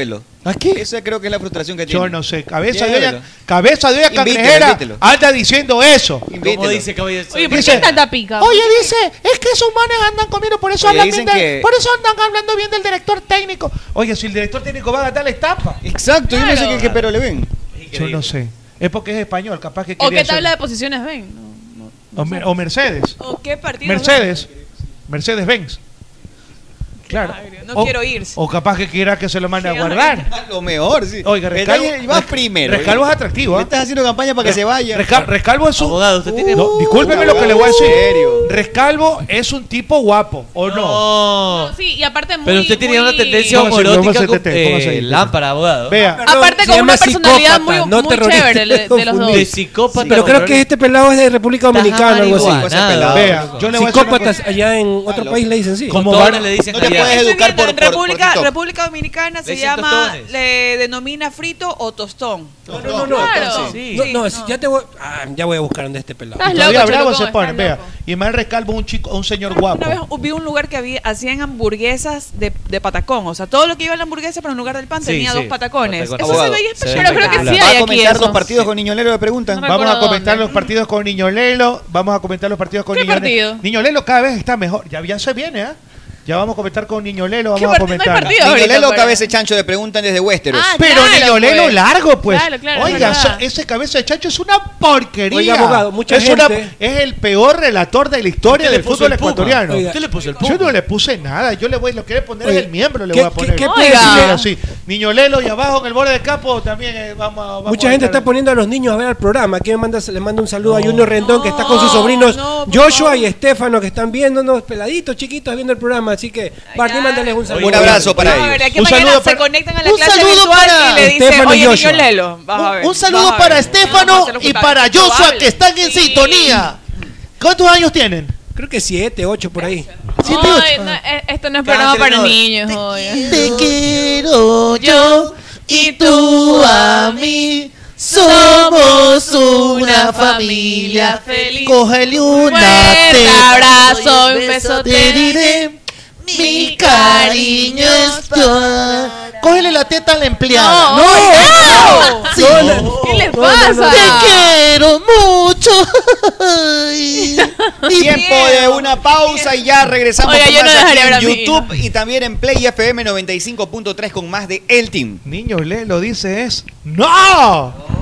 ¿A qué?
Esa creo que es la frustración que tiene.
Yo no sé, cabeza de
Llévelo.
olla, cabeza de olla
Invítelo,
cangrejera
invítelo.
anda diciendo eso.
Invítelo. dice
cabeza?
Oye, ¿por
Dice-
qué tanta pica?
Oye, dice, es que esos manes andan comiendo, por eso
Oye,
hablan
dicen
bien del-
que-
por eso andan hablando bien del director técnico.
Oye, si el director técnico va a ganar la etapa.
Exacto, yo no sé qué, qué pero le ven.
Yo no sé. Es porque es español, capaz que
¿O
quería
qué tabla de
hacer-
posiciones ven? No.
o, Mer- o Mercedes.
¿O qué partido
Mercedes. Mercedes Benz. Claro.
no quiero irse.
O capaz que quiera que se lo mande a guardar.
Lo mejor, sí.
Oiga,
El
Rescalvo.
Daniel va primero. ¿eh?
Rescalvo es atractivo. ¿ah?
Le estás haciendo campaña para que se vaya.
Rescalvo es un. No, discúlpeme lo
abogado,
que le voy a decir.
¿en serio?
Rescalvo es un tipo guapo, ¿o no?
No, sí, y aparte muy...
Pero usted tenía
muy-
una tendencia
¿Cómo se- cómo se
homoerótica con
tete- cómo se
eh,
dice?
lámpara, abogado.
Vea.
Aparte con una personalidad muy,
no
muy
terrorista,
chévere de, de los dos.
De psicópata.
Pero creo que este pelado es de República Dominicana o algo
amariguanado,
así.
pelado.
Vea,
loco.
yo le voy a decir una Psicópatas cosa. allá en otro país le dicen sí.
Como Tostones van- le dicen No te allá. puedes
Estoy
educar
viendo,
por-
en
por-
República,
por TikTok.
República Dominicana
Le
se
dicen
llama,
tostones.
le denomina frito o tostón.
No, no, no,
Claro.
sí. no, no, si ya te voy, ah, ya voy a buscar dónde este pelado.
Estás
Todavía
loco,
bravo
Cholucón,
se pone,
estás
vea. Y más Rescalvo un chico, un señor guapo.
Una vez vi un lugar que había, hacían hamburguesas de, de patacón. O sea, todo lo que iba a la hamburguesa, pero en lugar del pan
Sí,
tenía
sí.
dos patacones.
Patacón.
Eso
Abogado,
se veía
se ve
espectacular. Pero creo que sí hay
espectacular. Va a
aquí
comentar
eso.
los partidos con Niñolero, me preguntan.
No me
Vamos a
acuerdo
comentar los partidos con Niñolelo. Vamos a comentar los partidos con
¿Qué
Niñolelo.
partido?
Niñolelo cada vez está mejor. Ya, ya se viene, ¿ah? Ya vamos a comentar con Niñolelo. Vamos a comentar.
Niñolero, cabeza de chancho, le preguntan desde Westeros.
Pero Niñolelo largo, pues.
Ah, Claro, claro, es
Oiga,
verdad.
so- ese cabeza de chacho es una porquería.
Oiga, abogado, mucha
es
gente-
es el peor relator de la historia
Usted le
del
puso
fútbol
el Puma.
ecuatoriano.
Oiga. Usted le
puso el Yo no le puse nada. Yo le voy, lo que le poner
Oiga,
es el miembro, le
¿qué-
voy a poner.
qué- qué puede Oiga.
Sí, sí. Niñolelo y abajo en el borde del campo también eh, vamos, a- vamos
Mucha
a
gente
estar-
está poniendo a los niños a ver el programa. Aquí me manda, le mando un saludo a Junior Rendón que está con sus sobrinos Joshua y Estefano que están viéndonos peladitos, chiquitos, viendo el programa. Así que, Martín, mándales un saludo.
Un abrazo para
A ver,
ellos.
aquí mañana se conectan a la
un
clase
saludo
virtual
para
y le dicen,
Estefano y
oye,
Joshua.
niño Lelo. Vas a ver,
Un saludo
vas a
para
ver.
Estefano y para Joshua que están en sintonía.
¿Cuántos años tienen?
Creo que siete, ocho por ahí.
Ay, no, eh, esto no es programa para
entrenador.
niños. oye.
Te quiero yo y tú a mí. Somos una familia feliz. Cógele una
Fuerte
teta,
abrazo,
doy
un besote.
Te diré mi cariño es para- Cógele la teta a la empleada.
No, no.
Sí.
¿Qué les
No, no,
pasa?
no, no.
Ah.
Te quiero mucho. Ay.
Tiempo de una pausa y ya regresamos
Oiga,
con
yo no
más aquí
dejaré
en
hablar a mi
YouTube y también en Play FM 95.3 con más de El Team.
Niño Lelo dice es ¡No!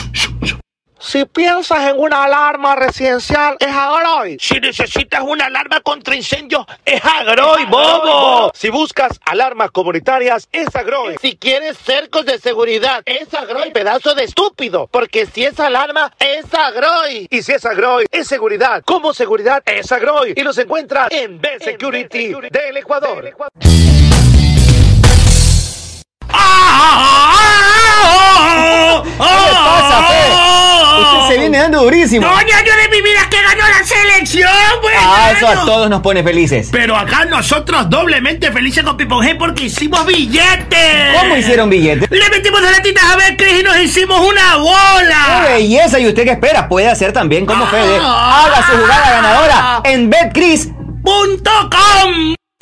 Si piensas en una alarma residencial, es Agroy.
Si necesitas una alarma contra incendios, es Agroy, bobo.
Si buscas alarmas comunitarias, es Agroy.
Si quieres cercos de seguridad, es Agroy, pedazo de estúpido. Porque si es alarma, es Agroy.
Y si es Agroy, es seguridad. Como seguridad, es Agroy. Y los encuentras en B Security del Ecuador.
¿Qué le pasa, Fe? Usted se viene dando durísimo.
¡Doña, yo de mi vida que ganó la selección, güey!
Ah, eso a todos nos pone felices.
Pero acá nosotros doblemente felices con Pipo G porque hicimos billetes.
¿Cómo hicieron billetes?
Le metimos a la tita a ver, Cris, y nos hicimos una bola.
¡Qué belleza! ¿Y usted qué espera? Puede hacer también como Fede. Haga su jugada
Ah.
ganadora en betcris.com.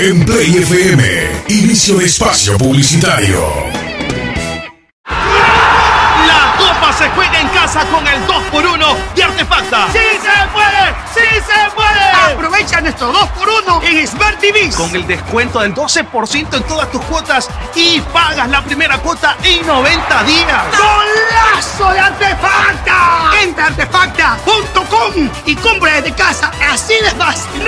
En Play FM, inicio de espacio publicitario.
La copa se juega en casa con el 2x1 de Artefacta.
¡Sí se puede! ¡Sí se puede! Aprovecha nuestro 2x1 en Smart TV.
Con el descuento del 12% en todas tus cuotas y pagas la primera cuota en 90 días.
¡Golazo de Artefacta! Entra a artefacta.com y compra desde casa. Así de fácil.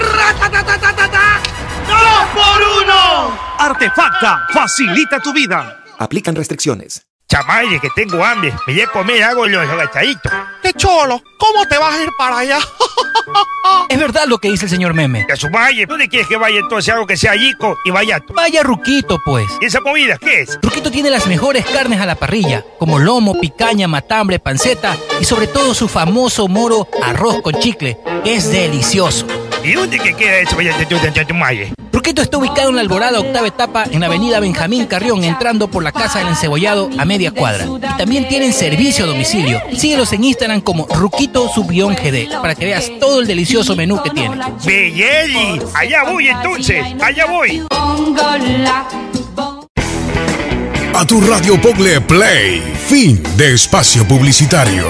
¡Ratatatatata! ¡Dos por uno!
Artefacta facilita tu vida.
Aplican restricciones.
Chamaye, que tengo hambre. Me voy a comer algo los agachaditos.
¡Qué cholo! ¿Cómo te vas a ir para allá?
Es verdad lo que dice el señor Meme. Que a su valle. ¿Dónde quieres que vaya entonces algo que sea yico y vaya tú?
Vaya Ruquito, pues.
¿Y esa comida qué es?
Ruquito tiene las mejores carnes a la parrilla, como lomo, picaña, matambre, panceta y sobre todo su famoso moro arroz con chicle. Es delicioso.
¿Y dónde que queda eso vaya tú en Chatumaye?
Ruquito está ubicado en la Alborada Octava Etapa en la avenida Benjamín Carrión, entrando por la Casa del Encebollado a media cuadra. Y también tienen servicio a domicilio. Síguelos en Instagram como Ruquito Subión GD para que veas todo el delicioso menú que tiene.
Belleli, allá voy entonces, allá voy.
A tu radio Pogle Play, fin de espacio publicitario.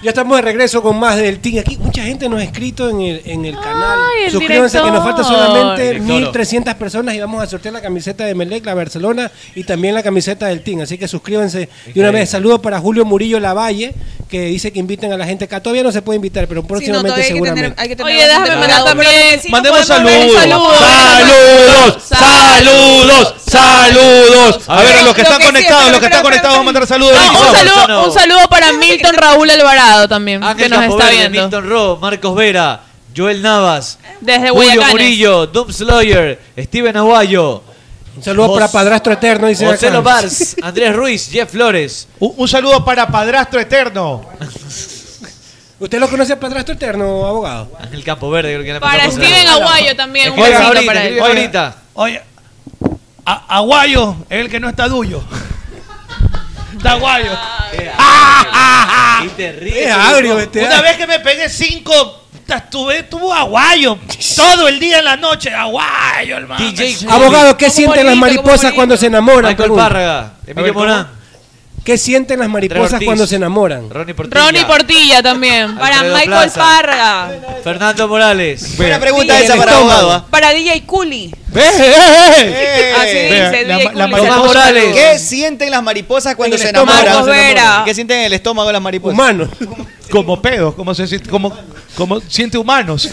Ya estamos de regreso con más del team. Aquí mucha gente nos ha escrito en el, en el canal.
Ay, el
Suscríbanse que nos falta
director.
solamente
El director.
1300 personas y vamos a sortear la camiseta de Melec, la Barcelona y también la camiseta del team. Así que suscríbanse. Y una
Increíble.
vez, saludo para Julio Murillo Lavalle, que dice que inviten a la gente acá. Todavía no se puede invitar, pero próximamente
todavía hay que
seguramente.
tener- hay que tener
Oye, déjame
bastante
mandar
cuidado, pero lo
también.
que sí no
Mandemos
podemos ver es
saludos.
Saludos.
Saludos, saludos. A ver, a los que
Lo
están
que sí,
conectados, los
espera,
que
espera,
están conectados, vamos a mandar saludos.
Ah,
Listo,
un,
vamos,
saludo,
Luciano.
un saludo para Milton Raúl Alvarado también, que nos está
Capoverde,
viendo.
Milton Ro, Marcos Vera, Joel Navas,
Desde
Julio
Guayacanes.
Murillo, Doom Slayer, Steven Aguayo.
Un saludo para Padrastro Eterno, dice
José
acá. Uh.
Lobars, Andrés Ruiz, Jeff Flores.
Un, un saludo para Padrastro Eterno.
¿Usted lo conoce a Padrastro Eterno, abogado?
Ángel Campo Verde, creo que le
Para
mandamos un
Steven
saludo.
Aguayo también, un
Escribe
besito
ahorita,
para él.
escribe ahorita.
Oye, a- Aguayo es el que no está duyo. Está Aguayo.
Y te ríes.
Es
agrio este
Una vez que me pegué cinco, estuve, tuvo Aguayo todo el día en la noche. Aguayo, hermano.
Abogado, ¿qué sienten las mariposas cuando se enamoran?
Michael
Pregunta.
Párraga, Emilio
A ver, ¿cómo?
Morán.
¿Qué sienten las mariposas
Ortiz.
cuando se enamoran?
Ronnie Portilla.
Ronnie Portilla también. Para
Alfredo
Michael
Plaza.
Parra.
Fernando Morales.
Buena pregunta esa para abogado. ¿ah?
Para DJ Cooley.
¡Eh,
Así dice,
la-
DJ
la
Cooley.
mariposa- Morales.
¿Qué sienten las mariposas cuando
En el
se
estómago.
enamoran?
Marcos Vera.
¿Qué sienten en el estómago las mariposas?
Humanos.
Como pedos, como se siente, como, como siente humanos.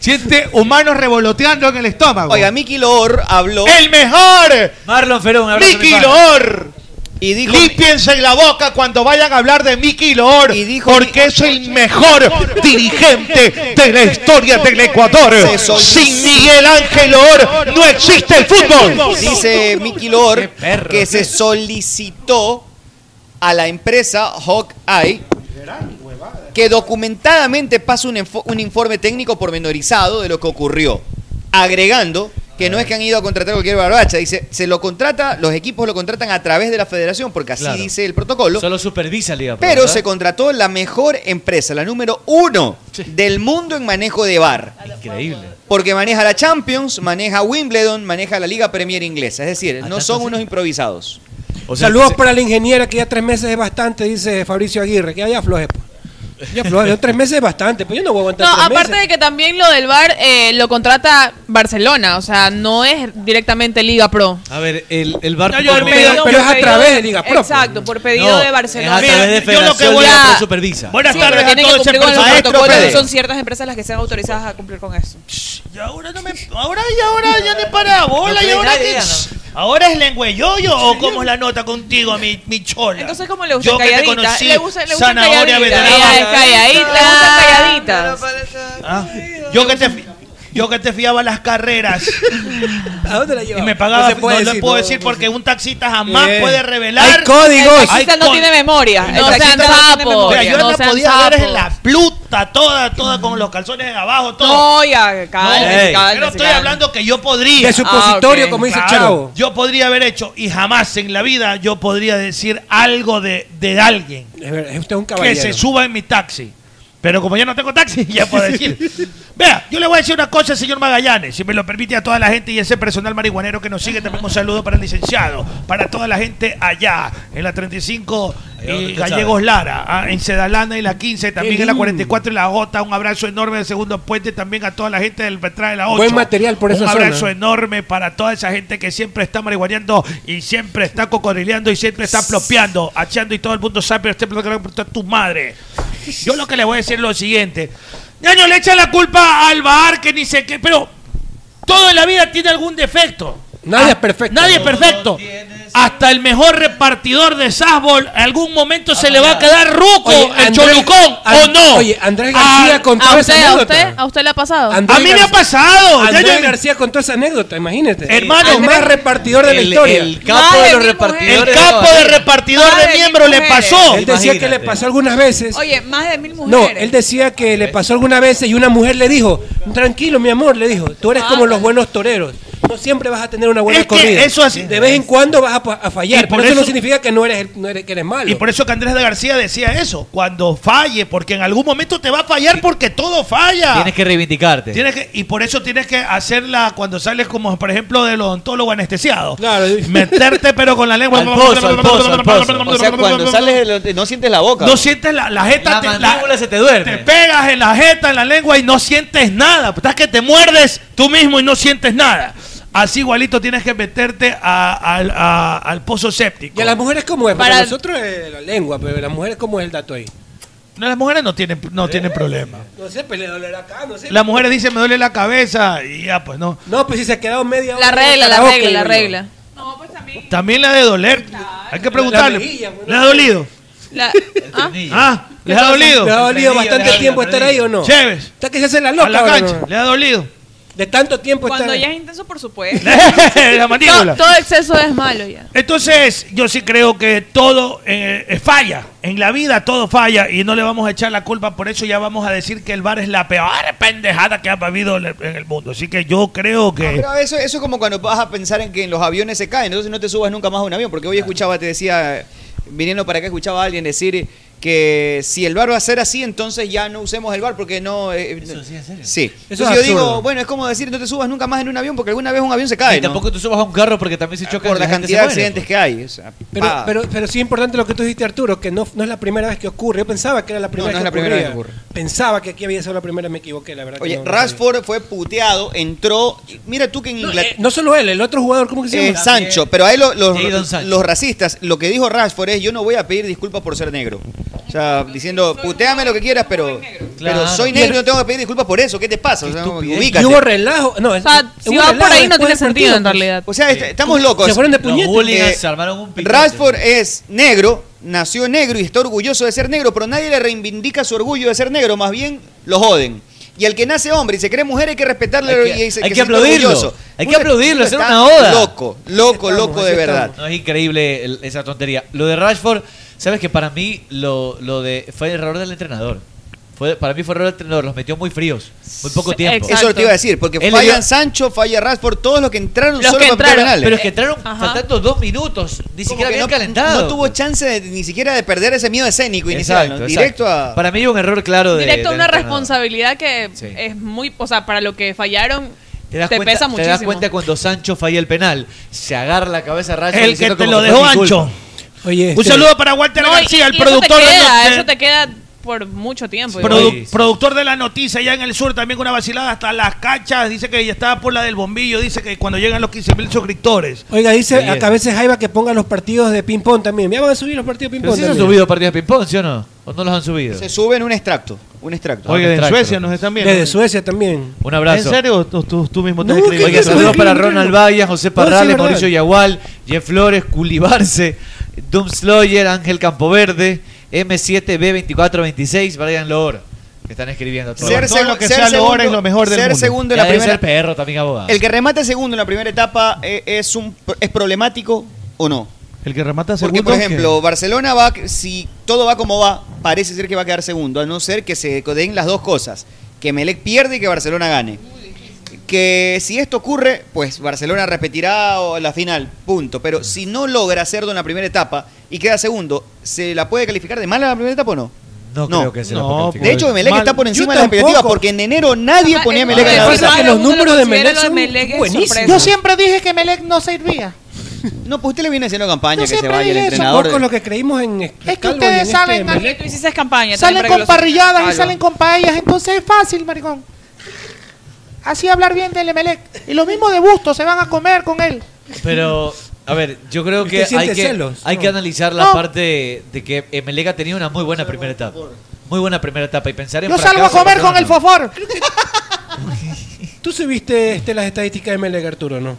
Siente humanos revoloteando en el estómago.
Oiga, Miki Loor habló.
¡El mejor!
Marlon Ferón, un abrazo, mi
Miki
pana.
Loor.
Y dijo,
Límpiense la boca cuando vayan a hablar de Miki Loor. porque es el mejor dirigente de la historia del Ecuador. Sin Miguel Ángel Loor no existe el fútbol.
Dice Mickey Lor que se solicitó a la empresa Hawkeye que documentadamente pase un, enfo- un informe técnico pormenorizado de lo que ocurrió, agregando
que no es que han ido a contratar cualquier barbacha, dice, se lo contrata, los equipos lo contratan a través de la federación, porque así
Claro.
dice el protocolo.
Solo supervisa Liga Pro,
Pero
¿verdad?
se contrató la mejor empresa, la número uno del mundo en manejo de bar.
Increíble.
Porque maneja la Champions, maneja Wimbledon, maneja la Liga Premier Inglesa. Es decir, no son unos improvisados.
Saludos para la ingeniera que ya tres meses es bastante, dice Fabricio Aguirre, que ya, ya floje. pues. Ya floje, yo tres meses es bastante, pero yo no voy a aguantar
No,
tres
aparte
meses.
de que también lo del VAR eh, lo contrata Barcelona, o sea, no es directamente Liga Pro.
A ver, el, el bar.
yo
como-
pedido-
Pero-
por
pero es a
pedido
través
de-
de Liga Pro,
Exacto, por pedido
No,
de Barcelona.
es a través de
Mira, yo lo que
Federación
voy
Liga
a-
Pro supervisa.
Sí, pero
tardes a
tienen que
todos,
cumplir con los
maestro
protocolos,
Fede.
son ciertas empresas las que sean autorizadas a cumplir con eso.
Y ahora no me. Ahora, y ahora, ya de para
No
bola, y
cree
ahora.
nadie,
que-
ya
¿Ahora es lengüeyoyo o cómo es la nota contigo, mi, mi chola? Entonces,
¿cómo le
Yo
gustan
que te
calladitas?
conocí,
Le gusta- le gustan
zanahoria
calladitas.
veterana.
Ella es calladita. Le gustan calladitas.
Ah, Yo que te. fi- Yo que te fiaba las carreras.
¿A dónde la
Y me pagaba.
No
No,
se puede
lo
decir,
puedo
no,
decir porque un taxista jamás
Eh.
puede revelar.
Hay códigos.
Hay
El taxista no
con-
tiene memoria.
El
No
taxista
sean
no tiene
sapos.
memoria.
Mira,
Yo
no
la
sean
podía ver
sapos.
en la pluta, toda, toda con los calzones abajo, todo.
No, ya,
No,
cálmese, cálmese,
pero estoy
cálmese.
hablando que yo podría.
De supositorio, Ah, ok. como dice Chavo.
Yo podría haber hecho, y jamás en la vida yo podría decir algo de, de alguien
Es verdad, es usted un
que
caballero.
se suba en mi taxi. Pero como yo no tengo taxi, ya puedo decir. Vea, yo le voy a decir una cosa, señor Magallanes, si me lo permite a toda la gente y ese personal marihuanero que nos sigue, también un saludo para el licenciado, para toda la gente allá, en la 35 y eh,
usted
Gallegos
sabe.
Lara, ah, en Sedalana y la 15, también
Qué
en la
lindo.
44 y la J, un abrazo enorme de Segundo Puente, también a toda la gente del Petra de la 8.
Buen material por esa
Un
zona.
abrazo enorme para toda esa gente que siempre está marihuaneando y siempre está cocodrileando y siempre está plopeando, achando y todo el mundo sabe, pero este plotero está tu madre. Yo lo que le voy a decir es lo siguiente. Ñaño le echa la culpa al bar que ni sé qué, pero todo en la vida tiene algún defecto. Ah,
Nadie es perfecto.
Nadie es perfecto. Hasta el mejor repartidor de softball, algún momento se le va a quedar ruco
Oye,
el
Andrés-
cholucón, ¿o
An-
no?
oye, Andrés García
Al-
contó
Ah, ¿A usted,
esa
a
anécdota.
usted, a usted le ha pasado.
Andrés Gar-
Ya,
Andrés
ya, ya.
García contó esa anécdota, imagínate.
Hermano,
el más repartidor de la
el-
historia.
el capo de los Madre, mi repartidores mujer. El capo de repartidor de Madre, miembro mi le mujer. pasó.
Él decía que
Imagínate.
le pasó algunas veces.
Oye, más de mil
No,
mujeres.
él decía que le pasó algunas veces y una mujer le dijo, tranquilo mi amor, le dijo, tú eres como los buenos toreros, no siempre vas a tener una buena
Ah. Es que
corrida.
eso así-
de vez en cuando vas a, pa- a fallar,
Y por
por pero eso, no
eso-
significa que no eres, el- no eres, que eres malo.
Y por eso que Andrés de García decía eso, cuando falle, porque en algún momento te va a fallar porque todo falla.
Tienes que reivindicarte.
Tienes que, y por eso tienes que hacerla cuando sales como, por ejemplo, del odontólogo anestesiado. Meterte pero con la lengua.
Al pozo, al pozo, al pozo. O sea, cuando sales
no sientes la boca. No sientes la, la jeta.
La mandíbula
se te duerme. Te pegas en la jeta, en la lengua y no sientes nada. Pues, Estás que te muerdes tú mismo y no sientes nada. Así igualito tienes que meterte a- al- a- al pozo séptico.
Y a las mujeres como es, para
Para-
nosotros es la lengua, pero las mujeres como es el dato ahí.
No, las mujeres no tienen, no tienen problema.
No sé, pero le dolerá acá, no sé.
Las mujeres dicen me duele la cabeza y ya pues no.
No, pues si se ha quedado media
La
hora,
regla, la
karaoke,
regla, la
digo yo.
regla.
También la de doler. Hay que preguntarle.
La pues, mejilla, bueno.
¿Le ha dolido?
La- ¿Ah?
¿Ah? ¿Les ha
cosa?
dolido?
¿Les ha dolido bastante tiempo estar ahí o no?
Chéves.
Está que se hace la loca.
A la
ahora,
cancha.
¿no?
¿Le ha dolido?
De tanto tiempo estar
Cuando
ahí.
ya es intenso, por supuesto.
Pues la mandíbula.
Todo, todo exceso es malo ya.
Entonces, yo sí creo que todo eh, eh, falla. En la vida todo falla y no le vamos a echar la culpa. Por eso ya vamos a decir que el bar es la peor pendejada que ha habido en el- en el mundo. Así que yo creo que.
Ah,
Pero eso, eso es como cuando vas a pensar en que en los aviones se caen, entonces no te subas nunca más a un avión, porque hoy escuchaba, te decía, viniendo para acá, escuchaba a alguien decir que si el bar va a ser así, entonces ya no usemos el bar, porque no... eh, Sí.
Eso
Entonces
es
yo
absurdo.
digo, bueno, es como decir, no te subas nunca más en un avión, porque alguna vez un avión se cae. Ah,
Y tampoco te subas a un carro porque también se pues. choca
Por la cantidad de accidentes que hay.
Pero, pero, pero sí es importante lo que tú dijiste, Arturo, que no, no es la primera vez que ocurre. Yo pensaba que era la primera,
no es la
que,
primera vez que
ocurría. Pensaba que aquí había sido la primera, me equivoqué, la verdad. que
Oye,
no-
Rashford fue puteado, entró. y Mira tú que en Inglaterra.
No, solo él, el otro jugador, ¿cómo que se llama?
Sancho, pero ahí lo- los,
Jadon Sancho.
los racistas, lo que dijo Rashford es: Yo no voy a pedir disculpas por ser negro. O sea, diciendo, puteame lo que quieras, pero, pero
Claro.
soy negro y no tengo que pedir disculpas por eso. ¿Qué te pasa? O sea, ubícate.
Y hubo relajo. No, es-
O sea,
hubo
si va por
relajo
ahí no
después
tiene
del partido,
sentido, en
pues.
realidad. O sea, est- este, estamos locos.
Se fueron de
Los
puñetes.
bullying Eh, se armaron
un
Rashford es negro, nació negro y está orgulloso de ser negro, pero nadie le reivindica su orgullo de ser negro, más bien lo joden. Y al que nace hombre y se cree mujer hay que respetarle
Hay que-
y se-
hay que
se sienta
aplaudirlo.
orgulloso.
Hay que
Puta,
aplaudirlo,
este
hacer
está
una oda.
Loco, loco, loco de verdad.
No, es increíble el- esa tontería. Lo de Rashford, sabes que para mí lo, lo de fue el error del entrenador. Fue- para mí fue error del entrenador, los metió muy fríos, muy poco tiempo.
Eso lo te iba a decir, porque
Él le dio-
fallan Sancho, falla Rashford, todos los que entraron
Los
solo
que
para meter
entraron,
penales.
pero es que entraron Ajá. faltando dos minutos, ni siquiera habían
no,
calentado.
No tuvo chance de- ni siquiera de perder ese miedo escénico inicial,
Exacto,
¿no?
exacto.
directo a...
Para mí hay un error claro de...
Directo a
del
una
entrenador.
responsabilidad que
Sí.
es muy, o sea, para lo que fallaron,
Te,
te,
das cuenta,
pesa
te
muchísimo.
das cuenta cuando Sancho falla el penal, se agarra la cabeza a Rashford
El que
diciendo
te lo
como fue
dejó
mi culpa.
ancho.
Oye,
Un
este-
saludo para Walter
No, y-
García, el
y
productor
eso te queda,
de,
eso te queda por mucho tiempo.
Produ-
igual.
productor de la noticia allá en el sur, también con una vacilada hasta las cachas, dice que ya estaba por la del bombillo, dice que cuando llegan los 15 mil suscriptores.
Oiga, dice
Ahí es.
acá a veces Jaiba que ponga los partidos de ping-pong también. Ya van a subir los partidos de
Pero
ping-pong.
sí se han
también.
subido partidos de ping-pong, ¿sí o no? ¿O no los han subido?
Se sube en un extracto, un extracto.
Oiga,
Un
en
extracto.
Suecia nos están viendo.
Desde Suecia también.
Un abrazo.
¿En serio? ¿Tú, tú, tú mismo te
No,
describes?
Oiga, saludos para Ronald Vallas, José
No, sí, es
Parrales,
verdad.
Mauricio Yagual, Jeff Flores, Culi Barce, Doom Slayer, Ángel Campoverde, M7B2426, Brian Loor, que están escribiendo todo.
Ser
todo
segu- ser segundo- ser segundo en la
Ya debe
primera-
ser perro también abogado.
El que remate segundo en la primera etapa eh, es, un, es problemático o no.
El que remata
Porque,
segundo.
por ejemplo, Barcelona va, si todo va como va, parece ser que va a quedar segundo, a no ser que se den las dos cosas, que Melec pierde y que Barcelona gane. Que si esto ocurre, pues Barcelona repetirá o- la final, punto. Pero si no logra hacerlo en la primera etapa y queda segundo, ¿se la puede calificar de mala la primera etapa o no? pues.
No, creo que se lo ponga
De hecho, Melec
Mal.
está por encima
Yo
de las expectativas
tampoco.
porque en enero nadie
Ajá,
ponía
es
Melec
lo
en
que
la
pasa que los
tabla.
números de Melec
Lo de Melec es sorpresa.
Yo siempre dije que Melec no servía.
No, pues usted le viene haciendo campaña
Yo
que se
siempre
vaya el
dije eso,
entrenador.
Por lo que creímos en este
Es que ustedes
este
salen, a-
Tú hiciste campaña.
salen con parrilladas y salen con paellas, entonces es fácil, maricón. Así hablar bien del Emelec. Y lo mismo de Busto, se van a comer con él.
Pero, a ver, yo creo que
Usted
hay
siente
que,
celos,
hay
¿no?
que analizar la
No.
parte de que Emelec ha tenido una muy buena primera etapa. Muy buena primera etapa y pensar en
Yo salgo a
fracaso,
comer
no,
con
no.
el fofor.
Tú subiste este, las estadísticas de Melec, Arturo, ¿no?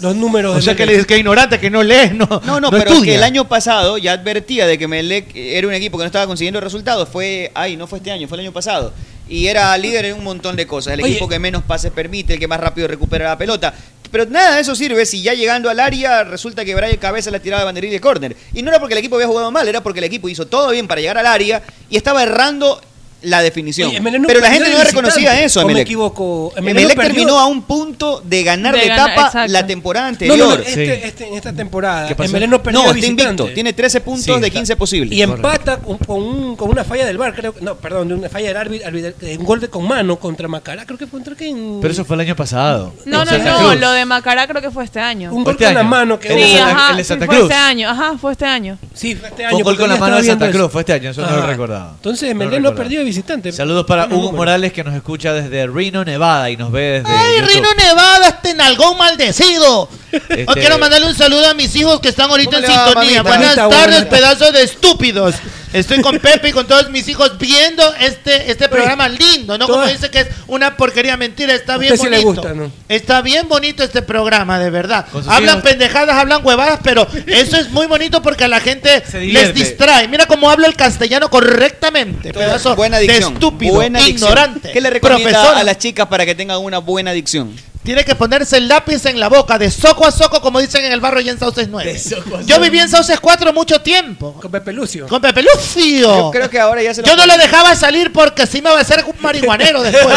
Los números.
O sea, que le dices que es ignorante, que no lees, no
No, no,
no
pero
estudia.
que el año pasado ya advertía de que Melec era un equipo que no estaba consiguiendo resultados. Fue, ay, no fue este año, fue el año pasado. Y era líder en un montón de cosas. El
Oye.
equipo que menos pases permite, el que más rápido recupera la pelota. Pero nada de eso sirve si ya llegando al área resulta que Brian Cabeza la tiraba de banderilla de córner. Y no era porque el equipo había jugado mal, era porque el equipo hizo todo bien para llegar al área y estaba errando la definición.
Oye, Emelec no
pero la
perdió
gente
de
no reconocía
visitante.
eso,
¿O me
Emelec.
equivoco? Emelec
Emelec
perdió-
terminó a un punto de ganar
De
la
ganar,
etapa
exacto.
la temporada
No,
anterior.
no, no, este- este- en esta temporada.
¿Qué pasó?
Emelec no perdió
No,
de
está
visitante.
invicto. Tiene 13 puntos de 15 posibles.
Y empata con, con un- con una falla del bar, creo. que- No, perdón, de una falla del árbitro. arbitral- de Un gol de con mano contra Macará, creo que fue contra quién.
Pero eso fue el año pasado.
No, no,
Santa
no,
Cruz.
lo de Macará creo que fue este año.
Un gol Este con la año. mano que
sí,
hubo. El de Santa-
ajá,
el de
sí,
Santa
fue
Cruz.
este año, ajá, fue este año.
Sí, fue este
Fue un gol con la mano de Santa Cruz, fue este año, eso no lo
Ajá.
recordaba.
Entonces,
No lo
Emelec no,
recordaba.
perdió de visitante.
Saludos para
Vamos,
Hugo
bueno.
Morales que nos escucha desde Reno, Nevada y nos ve desde
¡Ay,
YouTube.
Rino Nevada, este nalgón maldecido!
Este-
Yo quiero mandarle un saludo a mis hijos que están ahorita en
¿Cómo le va,
sintonía.
mamita?
Buenas
Mamita,
tardes,
buenas.
pedazos de estúpidos. Estoy con Pepe y con todos mis hijos viendo este, este programa lindo, ¿no? Como
todas-
dice que es una porquería mentira, está
Usted
bien
sí
bonito.
le gusta, ¿no?
Está bien bonito este programa, de verdad.
Con sus
Hablan
hijos.
pendejadas, hablan huevadas, pero eso es muy bonito porque a la gente les
divierte.
distrae. Mira cómo hablo el castellano correctamente, pedazo
buena
de
dicción.
estúpido,
buena dicción.
ignorante.
¿Qué le recomienda
profesor?
a las chicas para que tengan una buena dicción?
Tiene que ponerse el lápiz en la boca, de soco a soco, como dicen en el barrio y en Sauces 9. Yo viví en Sauces 4 mucho tiempo.
Con Pepe Lucio.
Con Pepe Lucio.
Yo creo que ahora ya se lo-
Yo no lo dejaba salir porque si me va a hacer un marihuanero después.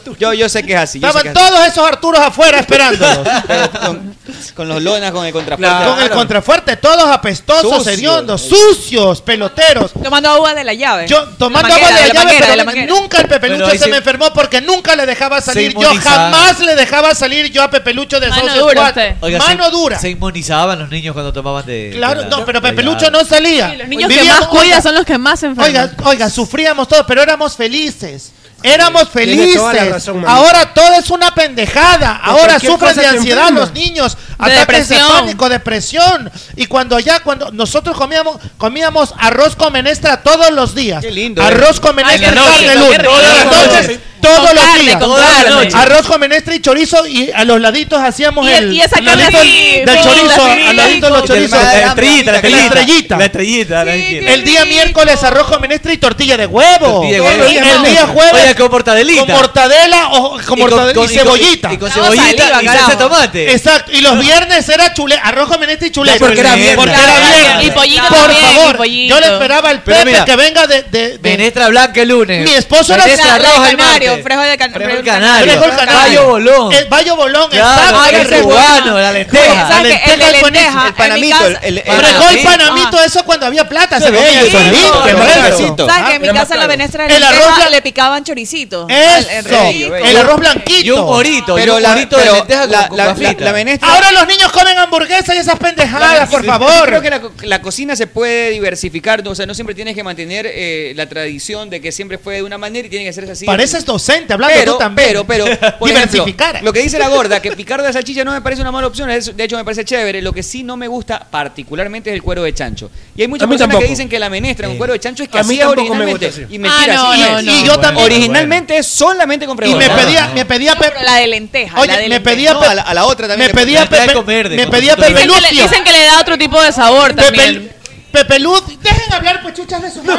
Sí, yo, yo sé que es así. yo sé que
Estaban
es así.
todos esos Arturos afuera esperándolos.
Pero con, con los lonas, con el contrafuerte.
Con el contrafuerte, todos apestosos,
Sucios.
hediondos, sucios, peloteros.
Tomando agua de la llave.
Yo tomando
La manguera,
agua de la,
la
llave,
manguera,
pero
la manguera.
nunca el
Pero
Pepelucho
ahí
se,
se-
me enfermó porque nunca le dejaba salir. Yo
inmunizaba.
jamás le dejaba salir yo a Pepelucho de
Mano
Sauces
dura
4.
Oiga,
Mano
se,
dura.
Se inmunizaban los niños cuando tomaban de.
Claro,
de la-
no, pero
de la
Pepelucho
llave.
no salía.
Y los niños que
Vivíamos-
más cuidan
oiga,
son los que más se enferman.
Oiga, oiga, sufríamos todos, pero éramos felices. Éramos
Tiene
felices.
toda la razón, mami.
Ahora todo es una pendejada.
Pues
Por
Ahora
cualquier
sufren
cosa
de
te
ansiedad
enfermas.
los niños,
De
ataques de
depresión.
pánico, depresión. Y cuando ya cuando nosotros comíamos comíamos arroz con menestra todos los días.
lindo,
arroz
eh.
con menestra y
Ay, la noche,
carne
qué
lunes.
rico.
Entonces,
Con
todos los
carne,
días.
con Toda la carne. noche.
Arroz con menestra y chorizo y a los laditos hacíamos
Y-
el
y esa
al
carne
ladito
así,
del
con
chorizo,
la
al ladito de los
Del-
chorizos.
La estrellita, la
La estrellita.
estrellita. La estrellita, tranquila.
El día miércoles arroz con menestra y tortilla de huevo.
Tortilla de huevo.
Y El día jueves
Oye, con mortadelita.
con mortadela o con
Y con-
mortadela y,
con- y con-
cebollita.
y con cebollita y salsa de tomate.
Exacto. Y los
Los
viernes era chule, arroz con menete y chuleta.
Ya, porque era viernes.
Porque era
Claro,
viernes.
y pollito
Por
también, y
favor,
pollito.
yo le esperaba al
Pero
Pepe
mira,
que venga de, de,
Menestra blanca el lunes.
Mi esposo era
Menestra
Claro,
roja el
canario,
martes.
frijol de can-
Frijol
Yo
canario.
le digo el canario.
Bayo bolón.
El Bayo Bolón,
Claro,
exacto.
el
Ese es
cubano,
bueno.
la lenteja.
¿Sabes
La
qué? El
lenteja
de
es buenísimo.
lenteja,
El
en mi
panamito,
casa-
el- el- el
Frijol
panamito.
panamito, eso cuando había plata.
Se
se
veía
veía
el panamito,
rico,
el
claro.
panamito.
¿Sabes
Ah,
que en mi
Era más
casa la
claro.
venestra
El arroz
lenteja
blan-
le picaban choricito.
Eso, el arroz blanquito.
Y un morito, y un morito de lenteja con- con
la-
papita.
la menestra- Ahora los niños comen hamburguesas y esas pendejadas, por favor.
Creo que la, co- la cocina se puede diversificar, o sea, no siempre tienes que mantener eh, la tradición de que siempre fue de una manera y tiene que ser así.
Pareces docente, hablando
pero,
tú también.
Pero, pero, por ejemplo,
Diversificar.
lo que dice la gorda, que picar de salchicha no me parece una mala opción, es- de hecho me parece chévere. Lo que sí no me gusta particularmente es el cuero de chancho. Y hay muchas
A mí
personas
tampoco.
que dicen que la menestra con cuero de chancho es que
a mí
hacía
tampoco me gusta
originalmente.
así.
y mentira,
Ah, no,
así
no,
es.
no, Y yo bueno, también-
Originalmente es solamente con
Y
frijol.
me
Claro.
pedía, me pedía Pepe.
La de lenteja. la de
Oye, me
lenteja.
pedía
No,
Pepe-
a la- a la otra también
Me
le-
pedía
la trae
Pepe.
con verde,
me
con
pedía
poquito de
Pepe
verde.
Dicen que, le,
Lucio.
dicen que le da otro tipo de sabor también.
Pepe, Pepe Luz, dejen hablar pechuchas de su No,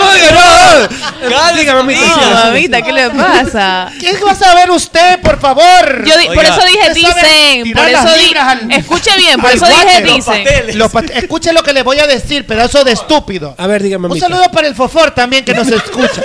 Dígame, mamita. No, mamita, ¿qué le pasa?
¿Qué va a saber usted, por favor?
Yo di- por eso dije
Usted sabe
dicen,
tirar
por
las
eso di-
libras al-
escuche bien, por
al
eso dije
water.
dicen.
Los pat- Escuche lo que le voy a decir, pedazo de estúpido.
A ver, dígame.
Un
Mica.
saludo para el Fofor también que nos escucha.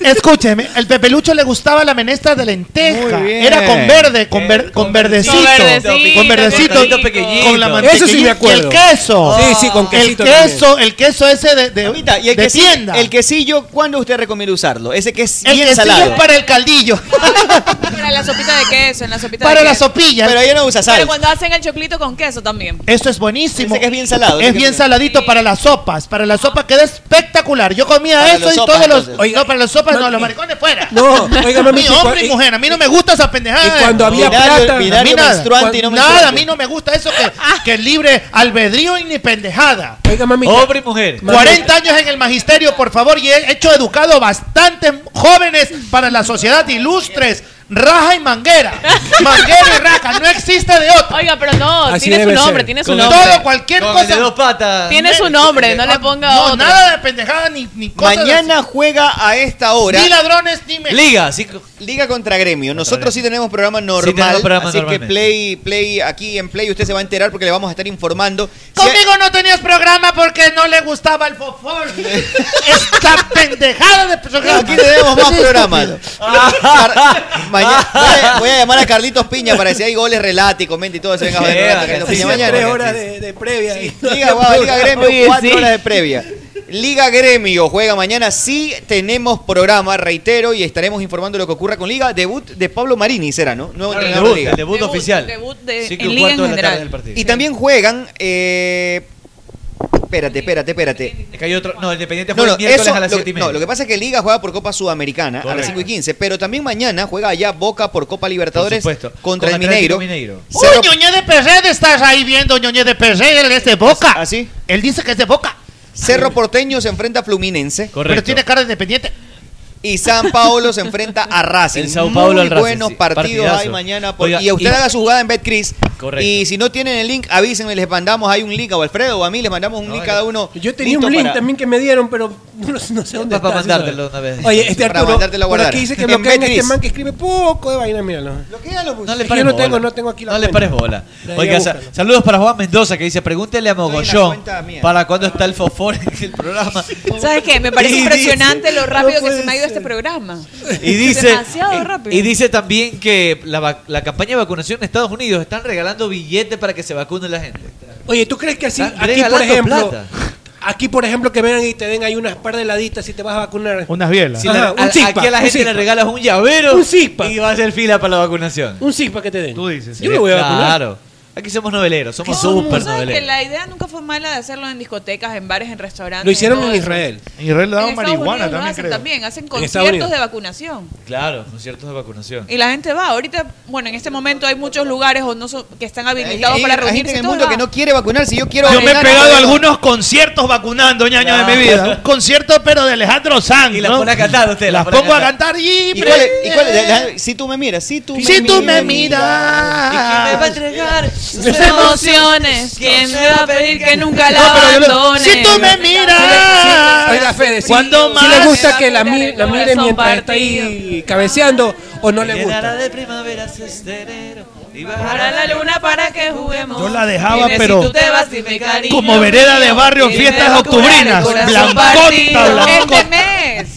Escúcheme, el Pepelucho le gustaba la menestra de lenteja.
Muy bien.
Era con verde, con, ver- con verdecito.
Con verdecito,
Con verdecito.
con verdecito pequeñito.
Con la
Eso sí
mantequilla
me acuerdo.
Y el queso.
Sí, sí,
Ah.
con quesito
El queso, el queso ese de, de,
Y el
de
quesillo-
tienda.
El quesillo, ¿cuándo usted recomienda usarlo? Ese que es
El
bien
quesillo
salado.
es para el caldillo.
Para Ah, la sopita de queso, en la sopita
Para
de
la
queso.
sopilla. Pero ella no usa sal.
Pero cuando hacen el choclito con queso también.
Eso es buenísimo.
que es bien salado,
Es
ese que
bien
es-
saladito para las sopas. Para las sopas queda espectacular. Yo comía
Para
eso
los
y
sopas,
todos los.
entonces.
no, para las sopas no, los maricones fuera.
No, oiga, mami,
mi
y
hombre
cua-
y
y-
mujer. A mí no me gusta esa pendejada.
y cuando había Binario- plata- binario
A mí nada.
menstruante y no
Nada,
menstruante.
a mí no me gusta eso que, que libre albedrío y ni pendejada.
Oiga, mami.
Hombre y mujer.
40 años en el magisterio, por favor, y he hecho educado bastantes jóvenes para la sociedad ilustres. Raja y manguera. Manguera y raja, no existe de otra.
Oiga, pero no,
Así
tiene su
debe
nombre,
ser.
tiene su
Con
nombre.
todo, cualquier
Con el
cosa.
de dos
patas.
Tiene su nombre, no le ponga
No,
otro.
nada de pendejada ni, ni cosas
Mañana juega a esta hora.
Ni ladrones ni me.
Liga, sí. Liga contra gremio. Nosotros sí tenemos programa normal.
tenemos programa
así que
normalmente.
play, play, aquí en play usted se va a enterar porque le vamos a estar informando. Si hay-
Conmigo no tenías programa porque no le gustaba el fofón. Esta pendejada de programa.
Aquí tenemos más programas. Car- mañana- voy, a, voy a llamar a Carlitos Piña para decir hay goles, relate, comente y todo. Se venga a ver.
Sí,
Carlitos
sí,
Piña
sí, tres
mañana.
horas de, de previa. ahí.
Liga, guau, Liga Gremio,
Oye,
cuatro
sí.
horas de previa. Liga Gremio juega mañana. Sí tenemos programa, reitero, y estaremos informando lo que ocurra con Liga. Debut de Pablo Marini será, ¿no? Nuevo
El
entrenador
debut,
de Liga.
el debut oficial. Cinco y
en Liga
cuarto
en
de la tarde
general.
del partido.
Y también juegan. eh, espérate, espérate, espérate.
Es que hay otro. No, el Independiente
No,
juega
no,
el miércoles
eso-
a las
lo,
7 y
no,
media.
lo que pasa es que Liga juega por Copa Sudamericana a las
Correcto.
5 y 15, pero también mañana juega allá Boca por Copa Libertadores
Por supuesto,
contra
con
el
Atlético
Mineiro.
Mineiro.
Uy, ñoñe de Perred, estás ahí viendo ñoñe de Perred, él es de boca. ¿Así? Él dice que es de boca.
¿Ah, Cerro Porteño se enfrenta a Fluminense.
Pero tiene cara de independiente.
Y San Paolo se enfrenta a Racing.
El Sao Paulo
Muy
al Racing,
buenos
sí.
partidos
Partidazo.
hay mañana. por-
Oiga,
y usted
y-
haga su jugada en BetCris.
Correcto.
Y si no tienen el link, avísenme, les mandamos ahí un link a Alfredo o a mí, les mandamos un link cada uno.
Yo tenía un link también que me dieron, pero no, no sé dónde
para
está. ¿sí
mandártelo
sabe?
una vez.
Oye, este
Para
Arturo,
mandártelo a
por
guardar.
aquí dice que
En
bloquean a este
Beatriz.
man que escribe poco de vaina, míralo.
No
le pares Yo no bola. tengo- no tengo aquí la
No le
cuenta.
pares bola.
Ya, ya,
Oiga, sa-
búscalo.
saludos para Juan Mendoza que dice, pregúntele a Mogollón
cuenta mía.
para cuándo está el fofón en el programa.
¿Sabes qué? Me parece
Y dice-
impresionante lo rápido
No
que se
puede
me ha ido este programa.
Y dice,
Demasiado rápido.
y dice también que la, vac- la campaña de vacunación en Estados Unidos están regalando billetes para que se vacune la gente.
Oye, ¿tú crees que así,
Están
aquí por
regalando
ejemplo,
Ah, plata.
aquí por ejemplo que vengan y te den ahí unas par de heladitas y te vas a vacunar?
Unas bielas.
Si la-
Ajá, un
a-
six-pack,
aquí a la
un
gente le
six-pack.
regalas un llavero
Un
y va a hacer fila para la vacunación.
Un six para que te den. Tú
dices.
Yo me voy a vacunar.
Claro. Aquí somos noveleros, somos
somos?
súper
¿Sabes que
noveleros.
la idea nunca fue mala de hacerlo en discotecas, en bares, en restaurantes?
Lo hicieron
todo
en
eso?
Israel.
En Israel le
En
daban
Estados
marihuana
Unidos lo
también,
hacen
creo.
también, hacen
Estados
conciertos
Unidos.
de vacunación.
Claro, conciertos de vacunación.
Y la gente va. Ahorita, bueno, en este momento hay muchos lugares o no son- que están habilitados
Hay-
para
Eh, hay gente
reunirse.
en el
todo
mundo
va.
que no quiere vacunarse. Yo quiero
Yo me he
vacunar,
pegado
pero-
algunos conciertos vacunando, ñaño, de mi vida. Un concierto, pero de Alejandro Sanz. Y las
pone a cantar usted,
Las
las pone a
pongo a
cantar.
cantar y.
pues,
¿Y cuál es- y cuál es? Deja- Si tú me miras, si tú
Si tú me miras.
¿Y
me va a entregar sus emociones? ¿Quién me va a pedir que nunca la
No, pero yo lo-
abandone?
Si tú me ah,
miras.
Oiga, Fede, si,
¿Cuándo
si
más?
le gusta que la, mi- la mire mientras está ahí cabeceando o no le gusta.
de primavera y bajará la luna para que juguemos.
Yo la dejaba,
Dime si
pero
tú te vas, dime, cariño
como vereda de
mío,
barrio,
dime,
fiestas
va a curar el
octubrinas,
corazón
blancota,
partido.
blancota.
Este mes.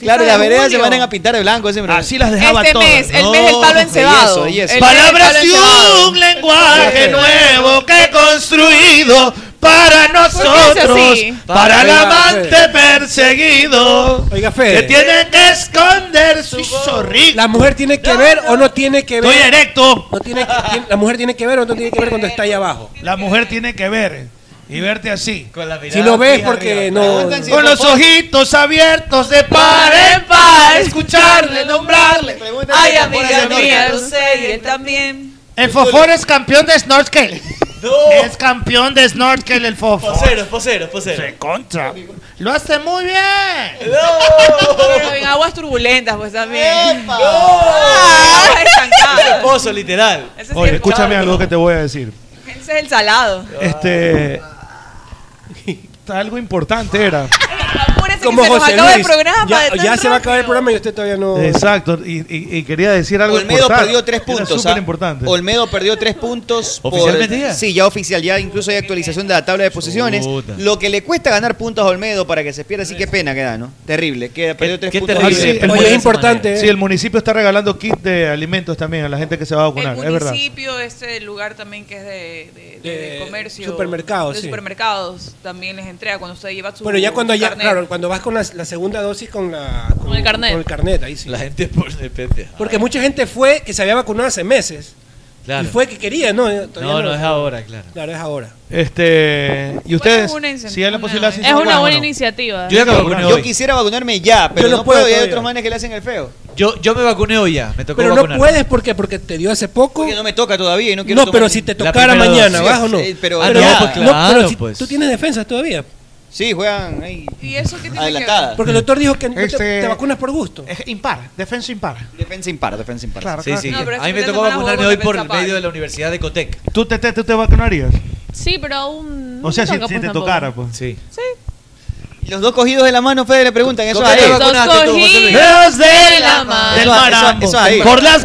Claro,
de
las veredas se
julio.
van a pintar de blanco. Siempre. Así
las
dejaba Este todas. mes, el mes del palo encebado. El mes del
Palabras
palo
y
encebado.
un lenguaje nuevo que he construido para
nosotros, para el
Oiga,
amante perseguido, que tiene que esconder su zorrito.
La mujer tiene que ver o no tiene que ver.
Estoy erecto.
No tiene que- tiene- la mujer tiene que ver o no tiene que ver cuando está ahí abajo.
La mujer tiene que ver y verte así.
Si lo ves porque no.
Con los ojitos abiertos de par en par, escucharle, nombrarle. Fofora
Ay,
es
amiga
el
mía,
norte.
lo sé, y él también.
El Fofor es campeón de snorkel. Es campeón de snorkel el Fofor.
Posero, posero, posero.
Se contra. Lo hace muy bien.
Pero en aguas turbulentas, pues también.
¡Epa!
Ah, estancada.
Pozo, literal.
Ese sí es
Oye,
el
escúchame
chorro.
algo que te voy a decir.
Ese es el salado.
Este. Algo importante era.
Apúrese que se nos acaba el programa.
Ya,
de
ya
tan
se va a acabar el programa y usted todavía no.
Exacto. Y, y- y quería decir algo
Olmedo
importante.
perdió tres
Era
puntos.
súper
¿ah?
importante.
Olmedo perdió tres puntos. por-
¿Oficialmente ya?
Sí, ya oficial, ya incluso hay actualización de la tabla de posiciones.
Chuta.
Lo que le cuesta ganar puntos a Olmedo para que se pierda, así que pena queda, ¿no? Terrible, que perdió tres puntos.
Ah, sí, el
Oye,
municipio-
es importante. ¿eh?
Sí, el municipio está regalando kit de alimentos también a la gente que se va a vacunar.
El
es verdad.
municipio, este lugar también que es de, de- de- de comercio.
supermercados,
De
sí.
supermercados también les entrega cuando usted lleva su.
Bueno, ya cuando ya,
carnet.
claro, cuando vas con la, la segunda dosis con la con,
el carnet.
con el carnet, ahí sí.
La gente por depende.
Porque mucha gente fue que se había vacunado hace meses.
Claro.
Y fue que quería, ¿no? Todavía
No, no, es ahora, claro.
Claro, es ahora.
Este, y ustedes,
Bueno, es una
si hay la posibilidad, sí se
Es una
vacunan o
buena
no.
iniciativa.
Yo ya me vacuné
Yo
hoy.
quisiera vacunarme ya, pero
Yo no
no, puedo.
puedo
y hay
todavía.
otros manes que le hacen el feo.
Yo, yo me vacuné hoy ya, me tocó
Pero no
vacunar.
puedes porque porque te dio hace poco.
Porque no me toca todavía y no quiero
No, pero
tomar-
si te tocara mañana,
Sí,
¿vas o no?
sí, Pero, ya.
Ah, no, pues, no, pero si tú tienes defensas todavía.
Sí, juegan ahí.
¿Y eso qué tiene
Adelantada.
Porque el doctor dijo que no te-
Este-
te, vacunas por gusto.
Es impar, defensa impar.
Defensa impar, defensa impar.
Claro,
Sí,
claro.
sí.
No, pero
a mí
si
me
usted
tocó
se van a
vacunarme
jugar
hoy
con
por
defensa
medio
paga.
de la Universidad de Cotec.
¿Tú te, te, tú te vacunarías?
Sí, pero aún.
O sea,
no
si,
toca,
si
pues,
te
tampoco.
tocara, pues.
Sí.
Los dos cogidos de la mano, Fede, le preguntan eso
¿Con qué
ahí.
te vacunaste tú, José Luis? Dos
de
la mano.
Del marambo.
Eso
ahí.
Por las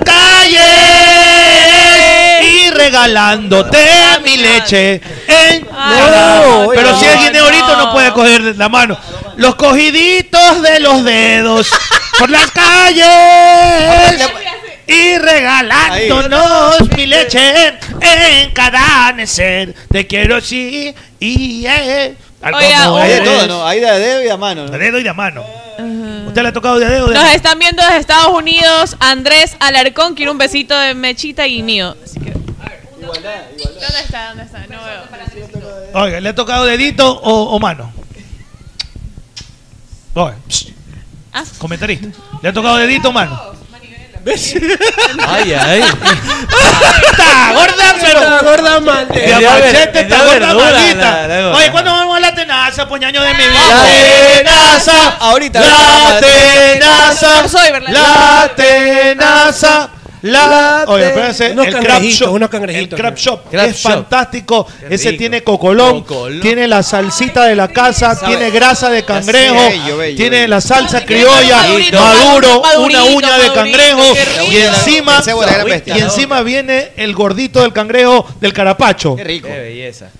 calles y regalándote a mi leche. en-
Ay,
pero
no,
si alguien es
no.
ahorita no puede coger la mano. Los cogiditos de los dedos por las calles y regalándonos mi leche en cada amanecer. Te quiero sí y eh. Algo
Oiga,
como
Hay de
eres.
todo, ¿no?
Hay de dedo y a mano.
De dedo y de mano. ¿Usted le ha tocado de dedo? o De
Nos
mano?
están viendo desde Estados Unidos. Andrés Alarcón quiere un besito de Mechita y mío. Así que- ¿Dónde está? ¿Dónde está? No veo.
Oiga, ¿le ha tocado dedito o, o mano? Oye, psst.
Ah.
Comentarista. ¿Le ha tocado dedito o mano? ¿Ves?
Ay, ay.
Está gorda, pero.
Está gorda, mante.
De
Es de
machete
ver-
Este está
es de
gorda,
verdura,
maldita.
la- la gorda.
Oye, ¿cuándo vamos a la tenaza, poñaño de mi vida?
La
tenaza.
Ahorita.
La tenaza.
No soy, ¿verdad?
La tenaza. La
Oye,
Oye,
espérense,
espérense,
unos
el crab
cangrejitos,
shop,
unos cangrejitos.
el crab shop
Crab
es
shop.
fantástico. Ese tiene cocolón,
Cocolón.
tiene la salsita de la casa,
Sabe.
tiene grasa de cangrejo,
bello, bello,
tiene
bello.
la salsa criolla,
Madurito,
maduro,
madurito,
una
madurito,
uña de
madurito,
cangrejo
qué rico.
y encima
El cebo de la gran bestia.
y encima viene el gordito del cangrejo del carapacho.
Qué rico.
belleza.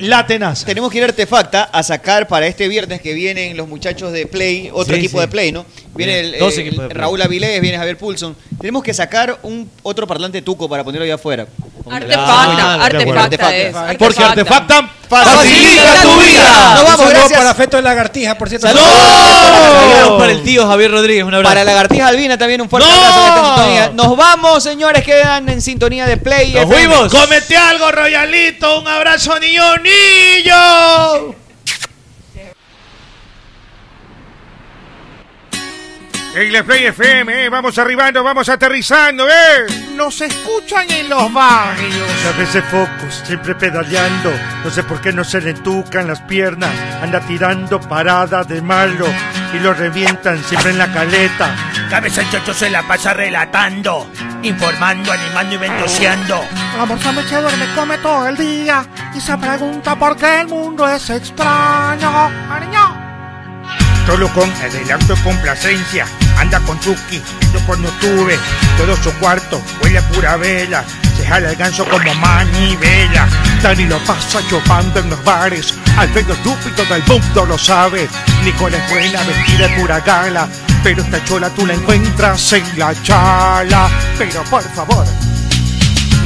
la tenaza.
Tenemos que ir a Artefacta a sacar para este viernes que vienen los muchachos de Play, otro
Sí,
equipo
sí.
de Play, ¿no? Viene
Bien,
el,
dos
eh,
equipos de Play.
Raúl Avilés, viene Javier Pulson. Tenemos que sacar un otro parlante tuco para ponerlo allá afuera.
Artefacta,
Ah, de acuerdo.
artefacta es,
Artefacta.
Porque artefacta
facilita tu vida. Nos vamos,
Un saludo
gracias.
para Feto de Lagartija, por cierto.
Saludos para el tío Javier Rodríguez, un abrazo.
Para Lagartija Albina también un fuerte
¡No!
abrazo que está en sintonía. Nos vamos, señores, quedan en sintonía de Play.
¡Nos
FM.
fuimos!
Comete algo, Royalito, un abrazo, niño, niño.
En la Play FM, eh, vamos arribando, vamos aterrizando, ¿eh?
Nos escuchan en los barrios.
A veces focos, siempre pedaleando. No sé por qué no se le entucan las piernas. Anda tirando paradas de malo y lo revientan siempre en la caleta.
Cabeza el chocho se la pasa relatando, informando, animando y ventoseando.
La morsa se duerme, come todo el día y se pregunta por qué el mundo es extraño. Ariño.
Solo con adelanto y complacencia Anda con Chucky, yo cuando tuve Todo su cuarto huele a pura vela Se jala el ganso como manivela Dani lo pasa chupando en los bares Alfredo estúpido del mundo lo sabe Nicole es buena, vestida de pura gala Pero esta chola tú la encuentras en la chala Pero por favor,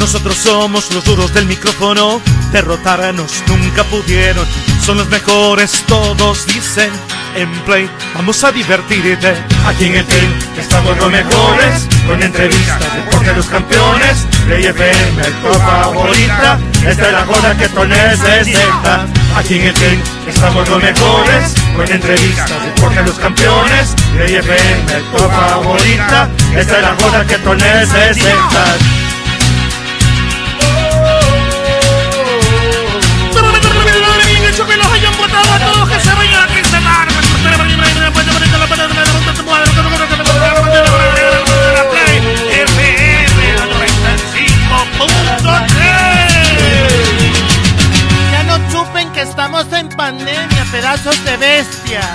Nosotros somos los duros del micrófono, derrotarnos nunca pudieron. Son los mejores, todos dicen. En Play, vamos a divertirte. Aquí en el team estamos los mejores, con entrevistas, deporte de los campeones. Play FM, tu favorita, esta es la joda que tú necesitas. Aquí en el team estamos los mejores, con entrevistas, deporte de los campeones. Play FM, tu favorita, esta es la joda que tú necesitas.
que los hayan votado a todos que se vayan a Cristianar.
Ya no chupen que estamos en pandemia, pedazos de bestias.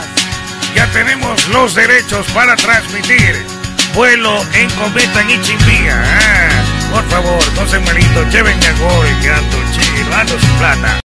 Ya tenemos los derechos para transmitir vuelo en cometa en Ichimbía. ¿eh? Ah, por favor, no se malito, llévenme a gol, que ando chido, ando sin plata.